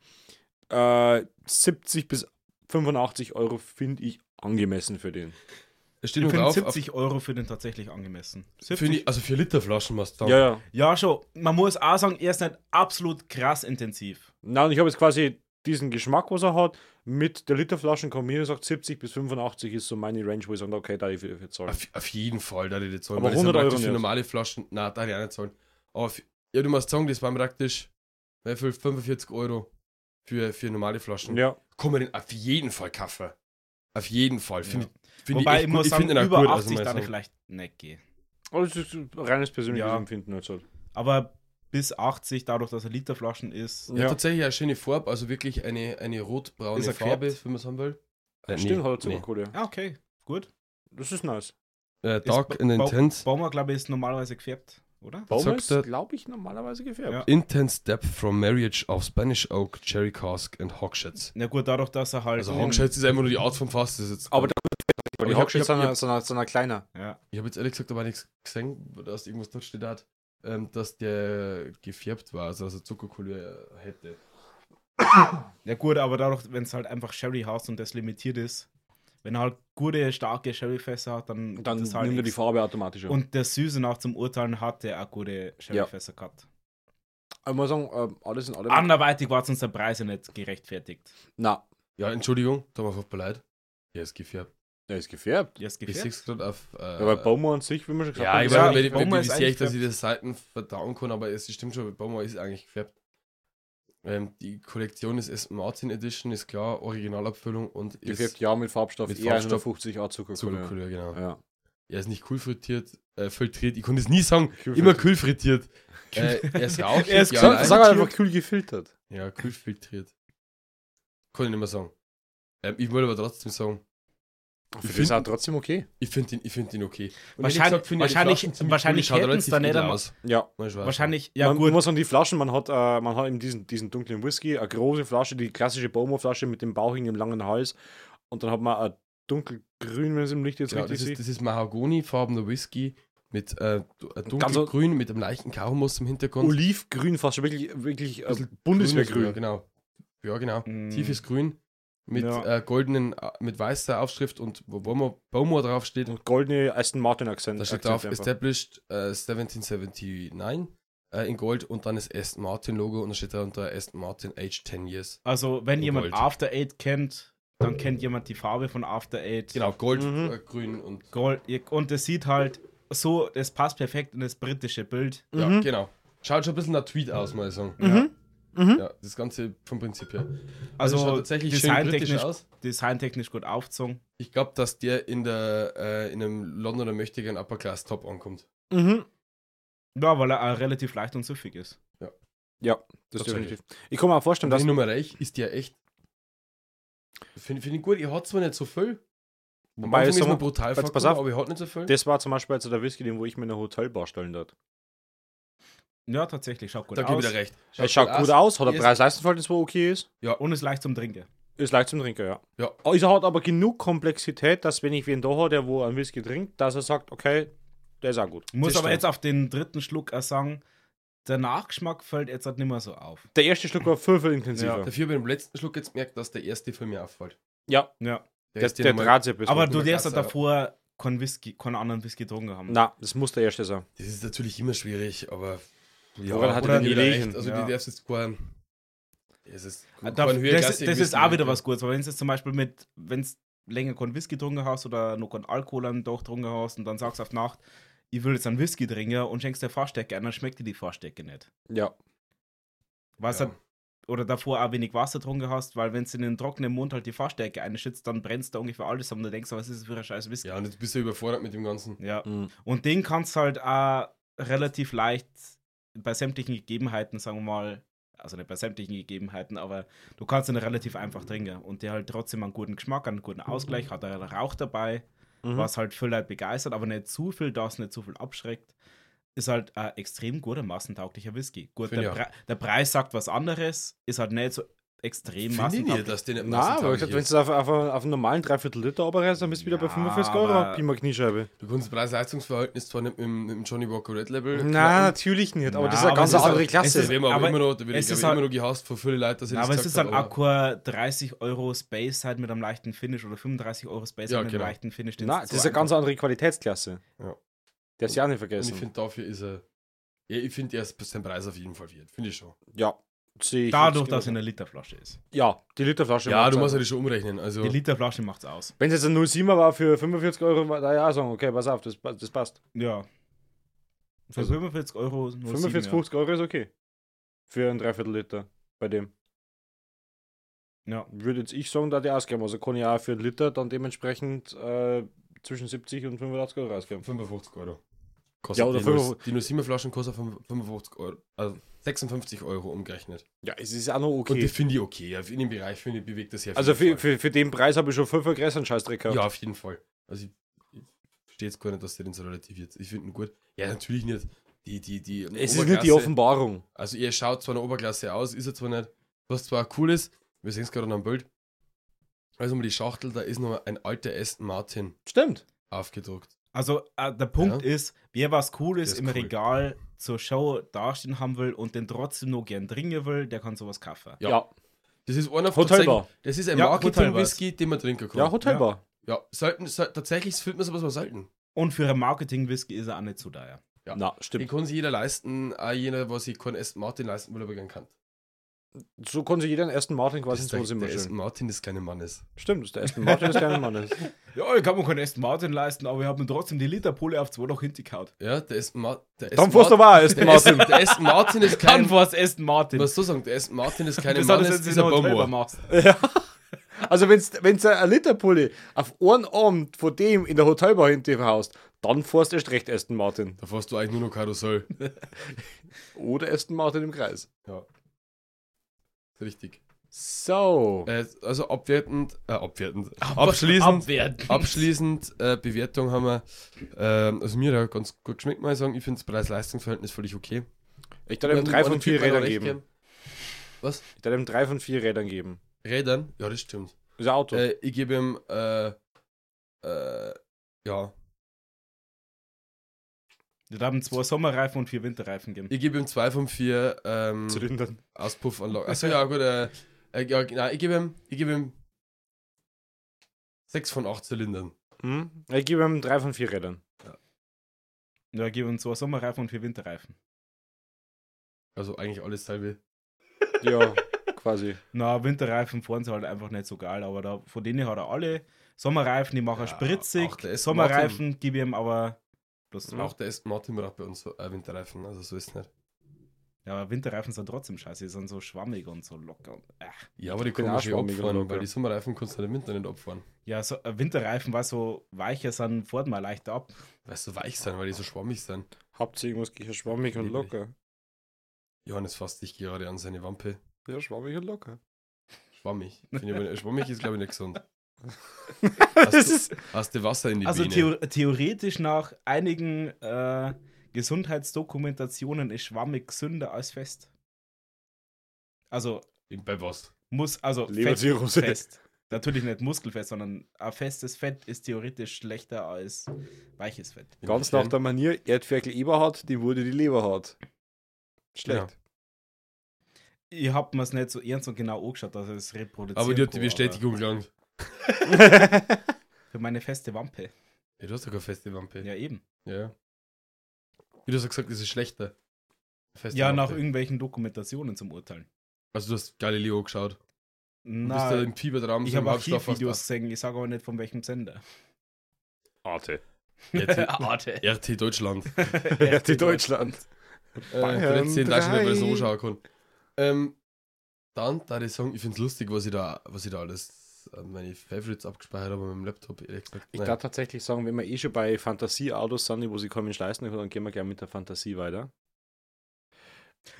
Speaker 2: äh, 70 bis 85 Euro finde ich angemessen für den.
Speaker 1: Es steht
Speaker 3: ich
Speaker 1: nur
Speaker 3: finde
Speaker 1: drauf, auf,
Speaker 3: 70 Euro für den tatsächlich angemessen.
Speaker 1: für die, also für Literflaschen machst du
Speaker 2: Ja,
Speaker 1: dann.
Speaker 2: ja.
Speaker 3: Ja, schon. Man muss auch sagen, er ist nicht absolut krass intensiv.
Speaker 2: Na, und ich habe jetzt quasi diesen Geschmack, was er hat, mit der Literflaschen kombiniert und sagt 70 bis 85 ist so meine Range, wo ich sage, okay, da darf ich dafür zahlen.
Speaker 1: Auf, auf jeden Fall, da die das zahlen.
Speaker 2: Aber
Speaker 1: weil das sind
Speaker 2: 100 Euro
Speaker 1: praktisch für
Speaker 2: nicht.
Speaker 1: normale Flaschen, nein, da die auch nicht zahlen. Aber für, ja, du musst sagen, das waren praktisch wie viel, 45 Euro für, für normale Flaschen.
Speaker 2: Ja,
Speaker 1: Kann man den auf jeden Fall kaufen. Auf jeden Fall. Finde
Speaker 3: Ja.
Speaker 1: ich, find
Speaker 3: Wobei
Speaker 1: ich,
Speaker 3: ich,
Speaker 1: echt gut.
Speaker 3: muss
Speaker 1: ich
Speaker 3: sagen,
Speaker 1: finde ihn auch
Speaker 3: über
Speaker 1: gut. also
Speaker 3: 80
Speaker 1: muss ich
Speaker 3: darf ich
Speaker 1: sagen.
Speaker 3: vielleicht nicht gehen.
Speaker 2: aber es ist reines persönliches
Speaker 3: Ja.
Speaker 2: Empfinden. Halt halt.
Speaker 3: Aber bis 80, dadurch, dass er Literflaschen ist,
Speaker 1: ja,
Speaker 2: Ja.
Speaker 1: tatsächlich eine schöne Farbe, also wirklich eine, eine
Speaker 3: Ist
Speaker 1: rotbraune
Speaker 3: er
Speaker 1: Farbe,
Speaker 3: gefärbt?
Speaker 1: wenn man es haben will. Äh, nee,
Speaker 2: Stimmt, hat er
Speaker 1: nee.
Speaker 2: Zuckerkohle. ja.
Speaker 3: Ah, okay, gut.
Speaker 2: Das ist nice.
Speaker 1: Äh, Dark
Speaker 3: Ist
Speaker 1: and
Speaker 3: Ba- Ba-
Speaker 1: Intense.
Speaker 3: Baumer, glaube ich, ist normalerweise gefärbt, oder?
Speaker 2: Baum
Speaker 1: sagt
Speaker 2: ist,
Speaker 1: er-
Speaker 2: glaube ich, normalerweise gefärbt.
Speaker 3: Ja.
Speaker 1: Intense Depth from Marriage of Spanish Oak, Cherry Cask and Hogsheads.
Speaker 3: Na gut, dadurch, dass er halt.
Speaker 1: Also
Speaker 3: in-
Speaker 1: Hogsheads ist einfach nur die Art vom Fass. Das ist jetzt,
Speaker 2: Aber
Speaker 1: Aber
Speaker 2: Aber
Speaker 1: ich
Speaker 2: die
Speaker 1: hab-
Speaker 2: Hochschule
Speaker 1: ich hab-
Speaker 2: ist so einer, so einer kleiner.
Speaker 3: Ja.
Speaker 1: Ich habe jetzt ehrlich gesagt aber nichts gesehen, dass irgendwas dort steht hat, ähm, dass der gefärbt war, also dass er Zuckerkohle hätte.
Speaker 3: ja, gut, aber dadurch, wenn es halt einfach Sherry hast und das limitiert ist, wenn er halt gute, starke Sherryfässer hat, dann,
Speaker 2: Dann
Speaker 3: gibt es halt
Speaker 2: nimmt er die
Speaker 3: extra-
Speaker 2: Farbe automatisch. Und
Speaker 3: Und der Süße nach zum Urteilen hat der auch gute Sherryfässer gehabt.
Speaker 2: ich muss sagen, ähm, alles in allem.
Speaker 3: Anderweitig war es uns der Preis ja nicht gerechtfertigt.
Speaker 2: Na,
Speaker 1: Ja, Entschuldigung, da haben wir beleidigt. Ja, ist gefärbt.
Speaker 2: der ist gefärbt.
Speaker 3: Ja, ist
Speaker 1: Ich
Speaker 3: gefährdet.
Speaker 1: sehe es gerade auf. Äh,
Speaker 2: Ja, weil Baumer an sich, wie man schon gesagt
Speaker 1: ja,
Speaker 2: hat,
Speaker 1: ich
Speaker 2: ist
Speaker 1: weiß
Speaker 3: Ja,
Speaker 1: nicht, wenn ich- wenn
Speaker 3: Bauma
Speaker 1: ich
Speaker 3: ist
Speaker 1: sehe, dass
Speaker 3: eigentlich
Speaker 1: ich die Seiten vertrauen kann, aber es stimmt schon, Bauma ist eigentlich gefärbt. Ähm, die Kollektion ist Aston Martin Edition, ist klar, Originalabfüllung und ist
Speaker 2: gefärbt, ja, mit Farbstoff.
Speaker 1: mit
Speaker 2: Mit
Speaker 1: Farbstoff.
Speaker 2: 150 A Zuckerkohle.
Speaker 1: Zuckerkohle, genau.
Speaker 2: ja. Ja.
Speaker 1: Er ist nicht cool frittiert, äh, filtriert, ich konnte es nie sagen,
Speaker 2: Kühl
Speaker 1: immer kühl frittiert. Äh, er ist rauchig,
Speaker 3: Er ist
Speaker 1: ja,
Speaker 2: Sag,
Speaker 1: nein.
Speaker 2: sag halt einfach kühl gefiltert.
Speaker 1: Ja, kühl filtriert. Kann ich nicht mehr sagen. Ähm, ich wollte aber trotzdem sagen,
Speaker 2: Für das
Speaker 1: find-
Speaker 2: ist auch trotzdem okay.
Speaker 1: ich finde ihn, ich find ihn okay. Und
Speaker 3: Wahrscheinlich-
Speaker 1: ehrlich finde ich die
Speaker 3: wahrscheinlich-
Speaker 1: Flaschen ziemlich
Speaker 3: wahrscheinlich
Speaker 1: cool, die schaut
Speaker 3: hätten's
Speaker 1: relativ
Speaker 3: da nicht
Speaker 1: edel
Speaker 3: einmal-
Speaker 1: aus.
Speaker 2: Ja.
Speaker 1: Nein, ich weiß
Speaker 3: Wahrscheinlich, ja
Speaker 2: man,
Speaker 3: gut.
Speaker 2: man muss an die Flaschen, man hat, äh, man hat eben diesen, diesen dunklen Whisky, eine große Flasche, die klassische Baumer-Flasche mit dem Bauch in dem langen Hals. Und dann hat man ein dunkelgrün, wenn es im Licht jetzt
Speaker 1: Ja,
Speaker 2: richtig
Speaker 1: das,
Speaker 2: sieht.
Speaker 1: ist, das ist mahagonifarbener Whisky mit äh, du- äh,
Speaker 2: Ganz so-
Speaker 1: dunkelgrün, mit einem leichten Kaumuster im Hintergrund.
Speaker 2: Olivgrün, fast schon wirklich, wirklich äh,
Speaker 1: Bisschen Ja,
Speaker 2: Bundeswehrgrün.
Speaker 1: genau. Ja, genau.
Speaker 3: Mm.
Speaker 1: Tiefes Grün mit
Speaker 3: Ja.
Speaker 1: äh, goldenen, äh, mit weißer Aufschrift und wo Bowmore, Bowmore draufsteht.
Speaker 2: Und goldene Aston Martin-Akzent.
Speaker 1: Da steht
Speaker 2: Akzente
Speaker 1: drauf,
Speaker 2: einfach.
Speaker 1: established äh, 1779 äh, in Gold und dann ist Aston Martin Logo und da steht darunter Aston Martin Age 10 Years.
Speaker 3: Also, wenn
Speaker 1: Und
Speaker 3: jemand
Speaker 1: Gold.
Speaker 3: After Eight kennt, dann kennt jemand die Farbe von After Eight.
Speaker 1: Genau, Gold,
Speaker 2: Mhm.
Speaker 1: äh, Grün und
Speaker 3: Gold. Und es sieht halt so, das passt perfekt in das britische Bild.
Speaker 1: ja,
Speaker 2: Mhm.
Speaker 1: genau. Schaut schon ein bisschen nach Tweet aus, mal sagen.
Speaker 2: Mhm. Mhm.
Speaker 1: Ja, das Ganze vom Prinzip her. Also,
Speaker 3: Also,
Speaker 1: schaut tatsächlich schön britisch
Speaker 3: designtechnisch,
Speaker 1: aus.
Speaker 3: designtechnisch gut aufgezogen.
Speaker 1: Ich glaube, dass der in der äh, in einem Londoner Möchtegern Upper Class Top ankommt.
Speaker 2: Mhm.
Speaker 3: Ja, weil er auch relativ leicht und süffig ist.
Speaker 2: Das ist
Speaker 1: Tatsächlich.
Speaker 2: definitiv. Ich kann mir auch vorstellen,
Speaker 1: Und das
Speaker 2: dass.
Speaker 1: Nummer reich ist ja echt. Finde find ich gut, ich hat zwar nicht so viel. Am
Speaker 2: Wobei,
Speaker 1: Anfang
Speaker 2: ich
Speaker 1: ist
Speaker 2: sag
Speaker 1: man
Speaker 2: mal,
Speaker 1: brutal
Speaker 2: pass- pass
Speaker 1: vorgekommen,
Speaker 2: auf.
Speaker 1: aber ich hat nicht so viel.
Speaker 2: das war zum Beispiel jetzt der Whisky, den wo ich mir in der Hotelbar stellen darf.
Speaker 3: Ja, tatsächlich, schaut gut
Speaker 1: da gebe ich
Speaker 3: aus.
Speaker 1: dir recht.
Speaker 2: Er schaut gut aus, hat ein
Speaker 1: Yes.
Speaker 2: Preis-Leistungs-Verhältnis, wo okay ist.
Speaker 3: Und ist leicht zum Trinken.
Speaker 2: Ist leicht zum Trinken, ja.
Speaker 1: Ja.
Speaker 2: Aber Er hat aber genug Komplexität, dass wenn ich wen da habe, der wo einen Whisky trinkt, dass er sagt, okay, der ist auch gut.
Speaker 3: Muss
Speaker 1: Das
Speaker 3: aber
Speaker 1: stimmt.
Speaker 3: jetzt auf den dritten Schluck auch sagen, der Nachgeschmack fällt jetzt halt nicht mehr so auf.
Speaker 2: Der erste Schluck war viel, viel intensiver.
Speaker 1: Dafür beim letzten Schluck jetzt merkt, dass der erste für mich auffällt.
Speaker 2: Ja,
Speaker 3: Ja.
Speaker 2: der,
Speaker 1: ist ja
Speaker 2: der,
Speaker 1: nochmal-
Speaker 2: trat sich ein bisschen.
Speaker 3: Aber du darfst ja
Speaker 1: Klasse, ja.
Speaker 3: davor keinen Whisky, keinen anderen Whisky getrunken haben.
Speaker 2: Na, das muss der erste sein.
Speaker 1: das ist natürlich immer schwierig, aber. Ja,
Speaker 2: Woran hat
Speaker 1: oder
Speaker 2: er denn
Speaker 1: jeder
Speaker 2: gelegen?
Speaker 1: echt. Also,
Speaker 3: Ja.
Speaker 1: die darfst jetzt kein. Es ist
Speaker 3: Da,
Speaker 1: kein
Speaker 3: Äh, das,
Speaker 1: höherklassiger
Speaker 3: das ist
Speaker 1: Whisky
Speaker 3: auch wieder
Speaker 1: trinken.
Speaker 3: was Gutes, weil wenn es jetzt zum Beispiel mit, wenn es länger keinen Whisky getrunken hast oder noch keinen Alkohol am Tag getrunken hast und dann sagst du auf die Nacht, ich will jetzt einen Whisky trinken und schenkst dir Fahrstärke ein, dann schmeckt dir die Fahrstärke nicht.
Speaker 2: Ja.
Speaker 3: Weil es
Speaker 1: Ja.
Speaker 3: halt oder davor auch wenig Wasser drunter hast, weil wenn du in den trockenen Mund halt die Fahrstärke einschützt, dann brennst da ungefähr alles und du denkst, was ist das für ein scheiß Whisky?
Speaker 1: Ja, und jetzt bist du überfordert mit dem Ganzen.
Speaker 3: Ja.
Speaker 2: Mhm.
Speaker 3: Und den kannst halt auch relativ leicht bei sämtlichen Gegebenheiten, sagen wir mal, also nicht bei sämtlichen Gegebenheiten, aber du kannst ihn relativ einfach trinken und der halt trotzdem einen guten Geschmack, einen guten Ausgleich, hat einen Rauch dabei,
Speaker 2: Mhm.
Speaker 3: was halt viel Leute begeistert, aber nicht zu viel, das nicht zu viel abschreckt. Ist halt ein extrem guter, massentauglicher Whisky. Gut,
Speaker 1: Finde
Speaker 3: der,
Speaker 1: ich
Speaker 3: Pre der Preis sagt was anderes, ist halt nicht so extrem
Speaker 1: Finde ich nicht,
Speaker 3: massentauglich.
Speaker 1: dass der nicht
Speaker 2: Na, aber wie
Speaker 1: massentauglich
Speaker 2: gesagt, wenn
Speaker 1: ist.
Speaker 2: du auf, auf, auf einen normalen Dreiviertel Liter runterreißt, dann bist du wieder bei
Speaker 3: Ja,
Speaker 2: 45 Euro
Speaker 3: aber-
Speaker 2: Pi mal Kniescheibe.
Speaker 1: Du kannst das Preis-Leistungsverhältnis zwar nicht mit, dem- mit dem Johnny Walker Red Label.
Speaker 2: Na,
Speaker 1: knacken.
Speaker 2: natürlich nicht, aber
Speaker 3: Na,
Speaker 2: das ist eine
Speaker 3: aber
Speaker 2: ganz
Speaker 3: es ist
Speaker 2: andere
Speaker 3: halt-
Speaker 1: Das
Speaker 2: Klasse.
Speaker 3: es ist-
Speaker 1: werden wir aber
Speaker 3: aber
Speaker 1: immer noch, da wird
Speaker 3: es
Speaker 1: ich, glaub
Speaker 3: ist
Speaker 1: ich,
Speaker 3: halt-
Speaker 1: immer noch gehasst von vielen Leuten, dass ich
Speaker 3: Na,
Speaker 1: das
Speaker 3: aber es ist
Speaker 1: gesagt
Speaker 3: halt dann
Speaker 1: hab, aber-
Speaker 3: Aqua 30 Euro Space halt mit einem leichten Finish oder 35 Euro Space
Speaker 1: Ja,
Speaker 3: mit
Speaker 1: genau.
Speaker 3: einem leichten Finish. den
Speaker 2: Na,
Speaker 3: du
Speaker 2: das
Speaker 3: so
Speaker 2: ist eine
Speaker 3: einfach-
Speaker 2: ganz andere Qualitätsklasse.
Speaker 1: Ja.
Speaker 2: Darfst du ja auch nicht
Speaker 1: Und ich
Speaker 2: vergessen.
Speaker 1: finde, dafür ist er. Ja, ich finde, er ist den Preis auf jeden Fall wert. Finde ich schon.
Speaker 2: Ja, sehe ich.
Speaker 3: Dadurch,
Speaker 2: jetzt
Speaker 3: dass es
Speaker 2: genauso.
Speaker 3: in der Literflasche ist.
Speaker 2: Ja, die Literflasche.
Speaker 1: Ja,
Speaker 2: macht's
Speaker 1: du musst
Speaker 2: einfach.
Speaker 1: ja das schon umrechnen. Also,
Speaker 3: Die Literflasche macht's aus.
Speaker 2: Wenn es jetzt ein 07er war für 45 Euro, war- da ja sagen, okay, pass auf, das, pa- das passt.
Speaker 3: Ja. Für
Speaker 2: Also,
Speaker 3: 45 Euro.
Speaker 2: 45,
Speaker 3: 50.
Speaker 2: 50 Euro ist okay. Für ein Dreiviertel Liter. Bei dem.
Speaker 3: Ja.
Speaker 2: Würde jetzt ich sagen, da die ausgeben. Also kann ich auch für einen Liter dann dementsprechend äh, zwischen 70 und 85 Euro ausgeben.
Speaker 1: 55 Euro.
Speaker 2: Ja, oder
Speaker 1: die
Speaker 2: 55
Speaker 1: Nuss- Die Nussima-Flaschen kosten fünf- 55 Euro. Also 56 Euro umgerechnet.
Speaker 2: Ja, es ist auch noch
Speaker 1: Und
Speaker 2: okay.
Speaker 1: die finde ich okay. Ja, in dem Bereich finde ich, bewegt das ja. auf
Speaker 2: Also für,
Speaker 1: jeden Fall.
Speaker 2: für, für den Preis habe ich schon fünf größeren Scheißdreck gehabt.
Speaker 1: Ja, auf jeden Fall. Also ich, ich verstehe jetzt gar nicht, dass der den so relativiert. Ich finde ihn gut. Ja, natürlich nicht. Die, die, die
Speaker 2: es ist nicht die
Speaker 1: Oberklasse-
Speaker 2: Offenbarung.
Speaker 1: Also ihr schaut zwar eine Oberklasse aus, ist er zwar nicht, was zwar cool ist, wir sehen es gerade am Bild. Also mal die Schachtel, da ist noch ein alter Aston Martin
Speaker 2: Stimmt.
Speaker 1: aufgedruckt.
Speaker 3: Also äh, der Punkt ist, wer was Cooles
Speaker 1: Der ist
Speaker 3: im
Speaker 1: cool.
Speaker 3: Regal zur Show dastehen haben will und den trotzdem noch gern trinken will, der kann sowas kaufen.
Speaker 1: Ja.
Speaker 2: Ja.
Speaker 1: Das ist einer von
Speaker 2: Hotelbar.
Speaker 1: Das ist ein
Speaker 3: Ja,
Speaker 1: Marketing-Whisky, den man trinken kann.
Speaker 2: Ja, Hotelbar.
Speaker 1: Ja, selten, sel tatsächlich fühlt man sowas mal selten.
Speaker 3: Und für einen Marketing-Whisky ist er auch nicht zu daher.
Speaker 1: Ja.
Speaker 2: Na,
Speaker 1: Den
Speaker 2: stimmt.
Speaker 1: kann sich jeder leisten, auch jener, was sich kein Aston Martin leisten will, aber gern kann.
Speaker 2: So konnte jeder einen ersten Martin quasi ins
Speaker 1: der, der
Speaker 2: Wohnzimmer
Speaker 1: Aston
Speaker 2: stellen.
Speaker 1: Martin des kleinen Mannes.
Speaker 2: Stimmt, das ist der erste Martin des kleinen Mannes.
Speaker 3: Ja, ich kann mir keinen Aston Martin leisten, aber ich habe mir trotzdem die Literpulle auf 2 noch hingehauen.
Speaker 1: Ja, der Aston Martin.
Speaker 2: Dann fährst du aber auch einen ersten
Speaker 1: Der Aston,
Speaker 2: Martin.
Speaker 1: der Aston Martin ist
Speaker 3: Dann
Speaker 1: kein.
Speaker 3: war es Aston Martin.
Speaker 1: Was du sagen, der Aston Martin ist keine
Speaker 3: Besonders,
Speaker 1: Mannes,
Speaker 3: wenn du
Speaker 1: ist ein
Speaker 3: in einem Hotel
Speaker 1: Bomber.
Speaker 3: machst.
Speaker 2: Ja. Also wenn's, wenn's ein Literpulli auf einen Abend von dem in der Hotelbar hinter dir haust, dann fährst du erst recht Aston Martin.
Speaker 1: Da fährst du eigentlich nur noch Karussell.
Speaker 2: Oder Aston Martin im Kreis.
Speaker 1: Ja. Ist richtig.
Speaker 2: So.
Speaker 1: Äh, also abwertend, äh, abwertend. Abschließend,
Speaker 3: Abwerten.
Speaker 1: abschließend äh, Bewertung haben wir. Ähm, also mir da ganz gut geschmeckt, muss ich sagen. Ich finde das Preis-Leistungs-Verhältnis völlig okay.
Speaker 2: Ich darf ihm drei von vier Rädern geben.
Speaker 1: Was?
Speaker 2: Ich darf ihm drei von vier Rädern geben.
Speaker 1: Rädern? Ja, das stimmt.
Speaker 2: Ist ein Auto.
Speaker 1: Äh, ich gebe ihm, äh, äh, ja,
Speaker 3: Wir haben zwei Sommerreifen und vier Winterreifen gegeben.
Speaker 1: ich gebe ihm zwei von vier ähm,
Speaker 2: Zylindern.
Speaker 1: Auspuffanlagen. Achso, ja, gut, äh, äh, ja, nein, ich gebe ihm, ich gebe ihm sechs von acht Zylindern.
Speaker 2: Hm? Ich gebe ihm drei von vier Rädern.
Speaker 3: Ja, geben uns zwei Sommerreifen und vier Winterreifen.
Speaker 1: Also eigentlich alles selbe.
Speaker 2: Ja, quasi.
Speaker 3: Na, Winterreifen fahren sie halt einfach nicht so geil, aber da, von denen hat er alle. Sommerreifen, die machen
Speaker 1: Ja,
Speaker 3: er spritzig.
Speaker 1: auch der ist
Speaker 3: Sommerreifen gebe ich ihm aber bloß zwei.
Speaker 1: Auch der Aston Martin braucht bei uns so, äh, Winterreifen, also so ist es nicht.
Speaker 3: Ja, aber Winterreifen sind trotzdem scheiße, die sind so schwammig und so locker. Und, äh. ach.
Speaker 1: Ja, aber die
Speaker 2: bin
Speaker 1: können
Speaker 2: auch
Speaker 1: schon
Speaker 2: schwammig
Speaker 1: abfahren,
Speaker 2: genug,
Speaker 1: weil
Speaker 2: ja.
Speaker 1: die Sommerreifen kannst du halt im Winter nicht abfahren.
Speaker 3: Ja, so, äh, Winterreifen, weil so weicher sind, fährt man leicht ab.
Speaker 1: Weil sie so weich sind, weil die so schwammig sind.
Speaker 2: Habt ihr irgendwas gegen schwammig und
Speaker 1: Lieblich.
Speaker 2: locker?
Speaker 1: Johannes fasst dich gerade an seine Wampe.
Speaker 2: Ja, schwammig und locker.
Speaker 1: Schwammig. Finde ich aber nicht- schwammig ist, glaube ich, nicht gesund.
Speaker 2: Das
Speaker 1: Hast du-
Speaker 2: ist,
Speaker 1: Hast du Wasser in die
Speaker 3: Also
Speaker 1: Beine?
Speaker 3: theo theoretisch nach einigen äh, Gesundheitsdokumentationen ist schwammig gesünder als fest. Also
Speaker 1: Bei was?
Speaker 3: muss, also fest,
Speaker 2: Leberzirrhose.
Speaker 3: fest. Natürlich nicht muskelfest, sondern ein festes Fett ist theoretisch schlechter als weiches Fett.
Speaker 2: Ganz nach der Manier, Erdferkel Eberhard, die wurde die Leberhard. Schlecht.
Speaker 1: Genau.
Speaker 3: Ich hab mir's nicht so ernst und genau angeschaut, dass es reproduziert
Speaker 1: Aber die hat die Bestätigung gelangt.
Speaker 3: Für meine feste Wampe.
Speaker 1: Ja, du hast doch keine feste Wampe.
Speaker 3: Ja, eben.
Speaker 1: Ja. ja. Wie du hast gesagt, das ist schlechter. Feste
Speaker 3: ja,
Speaker 1: Wampe.
Speaker 3: nach irgendwelchen Dokumentationen zum Urteilen.
Speaker 1: Also du hast Galileo geschaut. Du bist da
Speaker 3: Nein,
Speaker 1: im Fiebertraum.
Speaker 3: ich
Speaker 1: so im
Speaker 3: habe
Speaker 1: Halbschlaf fast
Speaker 3: Archivvideos gesehen, ich sage aber nicht von welchem Sender.
Speaker 2: Arte.
Speaker 1: RT,
Speaker 3: Arte.
Speaker 1: RT Deutschland.
Speaker 2: RT Deutschland.
Speaker 1: Äh, die letzten
Speaker 2: Bayern
Speaker 1: Taschen, weil ich so
Speaker 2: drei.
Speaker 1: anschauen kann. Ähm, dann da ich sagen, ich finde es lustig, was ich da, was ich da alles äh, meine Favorites abgespeichert habe mit dem Laptop, ehrlich gesagt.
Speaker 2: Ich
Speaker 1: Nein.
Speaker 2: darf tatsächlich sagen, wenn wir eh schon bei Fantasieautos sind, wo sie kaum nicht leisten können, dann gehen wir gerne mit der Fantasie weiter.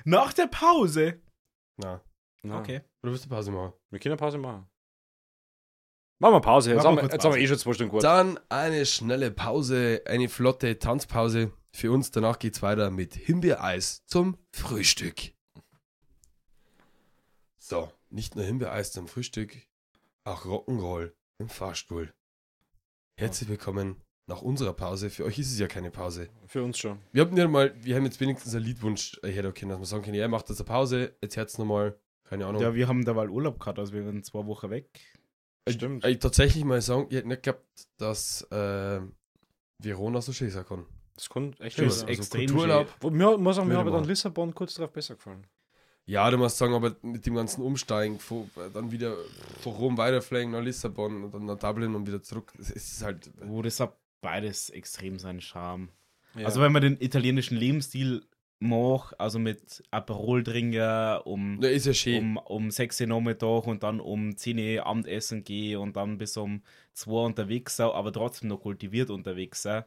Speaker 3: Nach der Pause.
Speaker 1: Nein.
Speaker 2: Na,
Speaker 3: Okay.
Speaker 1: Oder willst du Pause machen?
Speaker 2: Wir können eine Pause machen. Machen wir Pause. Jetzt,
Speaker 3: Machen
Speaker 2: haben,
Speaker 3: wir
Speaker 2: wir,
Speaker 3: kurz
Speaker 2: jetzt haben wir
Speaker 3: Pause.
Speaker 2: eh schon zwei Stunden kurz.
Speaker 1: Dann eine schnelle Pause, eine flotte Tanzpause für uns. Danach geht's weiter mit Himbeereis zum Frühstück. So, nicht nur Himbeereis zum Frühstück, auch Rock'n'Roll im Fahrstuhl. Herzlich willkommen nach unserer Pause. Für euch ist es ja keine Pause.
Speaker 2: Für uns schon.
Speaker 1: Wir haben ja mal, wir haben jetzt wenigstens einen Liedwunsch äh, her können, dass man sagen kann, ja, macht jetzt eine Pause, jetzt hört's nochmal, keine Ahnung.
Speaker 3: Ja, wir haben da mal Urlaub gehabt, also wir waren zwei Wochen weg.
Speaker 2: Stimmt.
Speaker 1: ich tatsächlich mal sagen, ich hätte nicht gehabt, dass äh, Verona so schön sein kann.
Speaker 2: Das kann echt
Speaker 1: Schön,
Speaker 2: schön
Speaker 3: Das
Speaker 1: also
Speaker 3: ist
Speaker 2: sein.
Speaker 3: extrem
Speaker 1: Kultururlaub.
Speaker 2: Wo- Mir muss sagen, mir
Speaker 1: Würde
Speaker 2: aber dann
Speaker 1: machen.
Speaker 2: Lissabon kurz drauf besser gefallen.
Speaker 1: Ja, du musst sagen, aber mit dem ganzen Umsteigen, von, dann wieder von Rom weiterfliegen nach Lissabon und dann nach Dublin und wieder zurück, es ist halt.
Speaker 3: Wo das hat beides extrem seinen Charme.
Speaker 2: Ja.
Speaker 3: Also wenn man den italienischen Lebensstil mag, also mit Aperol trinken, um,
Speaker 1: Na, ist ja schön.
Speaker 3: um, um 6 Uhr Nachmittag und dann um 10 Uhr Abendessen gehe und dann bis um 2 Uhr unterwegs sein, aber trotzdem noch kultiviert unterwegs sein.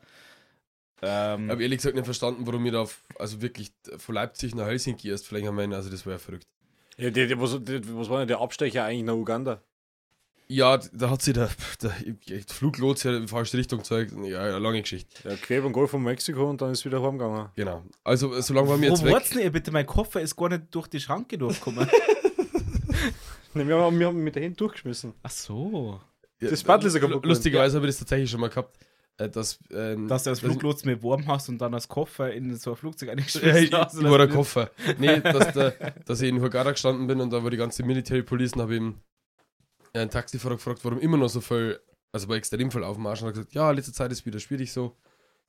Speaker 1: Ich
Speaker 3: Ähm,
Speaker 1: habe ehrlich gesagt nicht verstanden, warum ich da, auf- also wirklich von Leipzig nach Helsinki erst fliegen haben, wollen, also das war ja verrückt.
Speaker 2: Ja, die, die, was, die, was war denn der Abstecher eigentlich nach Uganda?
Speaker 1: Ja, da hat sie der, der Fluglots ja in die falsche Richtung gezeigt. Ja, eine lange Geschichte.
Speaker 2: Ja, quer über den Golf von Mexiko und dann ist wieder heimgegangen.
Speaker 1: Genau. Also, äh, solange waren wir
Speaker 3: wo
Speaker 1: jetzt
Speaker 3: wart's
Speaker 1: weg.
Speaker 3: denn ihr bitte? Mein Koffer ist gar nicht durch die Schranke durchgekommen.
Speaker 2: Ne, wir, haben, wir haben mit der Hand durchgeschmissen.
Speaker 3: Ach so.
Speaker 2: Das Button ist ja kaputt geworden.
Speaker 1: Lustigerweise habe ich das tatsächlich schon mal gehabt, äh, dass. Ähm,
Speaker 3: Dass du
Speaker 1: dass
Speaker 3: als
Speaker 1: ich-
Speaker 3: Fluglotsen mir warm hast und dann als Koffer in so ein Flugzeug
Speaker 1: Ja,
Speaker 3: eingeschmissen
Speaker 1: ich,
Speaker 3: hast.
Speaker 1: ich war der Koffer. Nee, dass, der, dass ich in Hurghada gestanden bin und da war die ganze Military Police und habe eben äh, einen Taxifahrer gefragt, warum immer noch so viel, also bei Extremfall auf dem Arsch und hat gesagt, ja, letzte Zeit ist wieder schwierig so.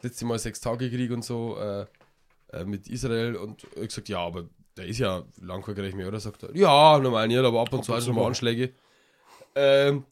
Speaker 1: Letztes Mal sechs Tage Krieg und so äh, äh, mit Israel und ich hab gesagt, ja, aber der ist ja lang kein Krieg mehr, oder? Sagt er, ja, normal nicht, aber ab und zu
Speaker 2: und
Speaker 1: hat
Speaker 2: zu
Speaker 1: schon mal
Speaker 2: mal.
Speaker 1: Anschläge. Ähm,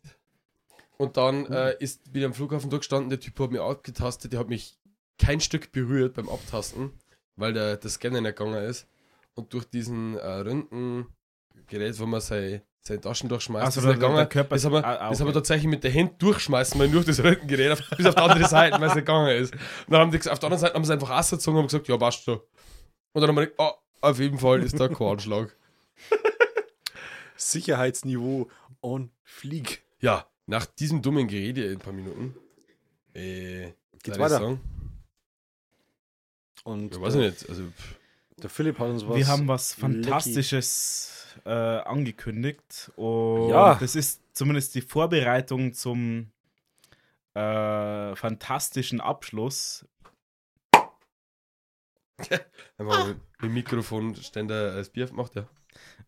Speaker 1: und dann äh, ist wieder am Flughafen durchgestanden, der Typ hat mich abgetastet, der hat mich kein Stück berührt beim Abtasten, weil der, der Scanner nicht gegangen ist. Und durch diesen äh, Röntgengerät, wo man sei, seine Taschen durchschmeißt,
Speaker 3: Also
Speaker 1: ist
Speaker 3: der-
Speaker 1: nicht gegangen.
Speaker 3: der Körper-
Speaker 1: das haben wir,
Speaker 3: Ah, ah,
Speaker 1: das haben wir
Speaker 3: okay.
Speaker 1: tatsächlich mit der Hand durchschmeißen, weil durch das Röntgengerät auf, bis auf die andere Seite, weil es nicht gegangen ist. Und dann haben die gesagt- auf der anderen Seite haben sie einfach ausgezogen und haben gesagt, ja, passt schon. Und dann haben wir gedacht, oh, auf jeden Fall ist da kein Anschlag.
Speaker 2: Sicherheitsniveau on fleek.
Speaker 1: Ja, nach diesem dummen Gerede in ein paar Minuten. Äh,
Speaker 2: Geht's
Speaker 1: soll ich
Speaker 2: weiter?
Speaker 1: sagen?
Speaker 2: Und
Speaker 1: Ja, weiß ich nicht. Also, pff,
Speaker 2: äh, der Philipp hat uns was.
Speaker 3: Wir haben was
Speaker 2: Lecky.
Speaker 3: Fantastisches äh, angekündigt. Und
Speaker 2: Ja.
Speaker 3: das ist zumindest die Vorbereitung zum äh, fantastischen Abschluss.
Speaker 2: Ah.
Speaker 1: einfach mit mit dem Mikrofonständer als Bier macht, ja.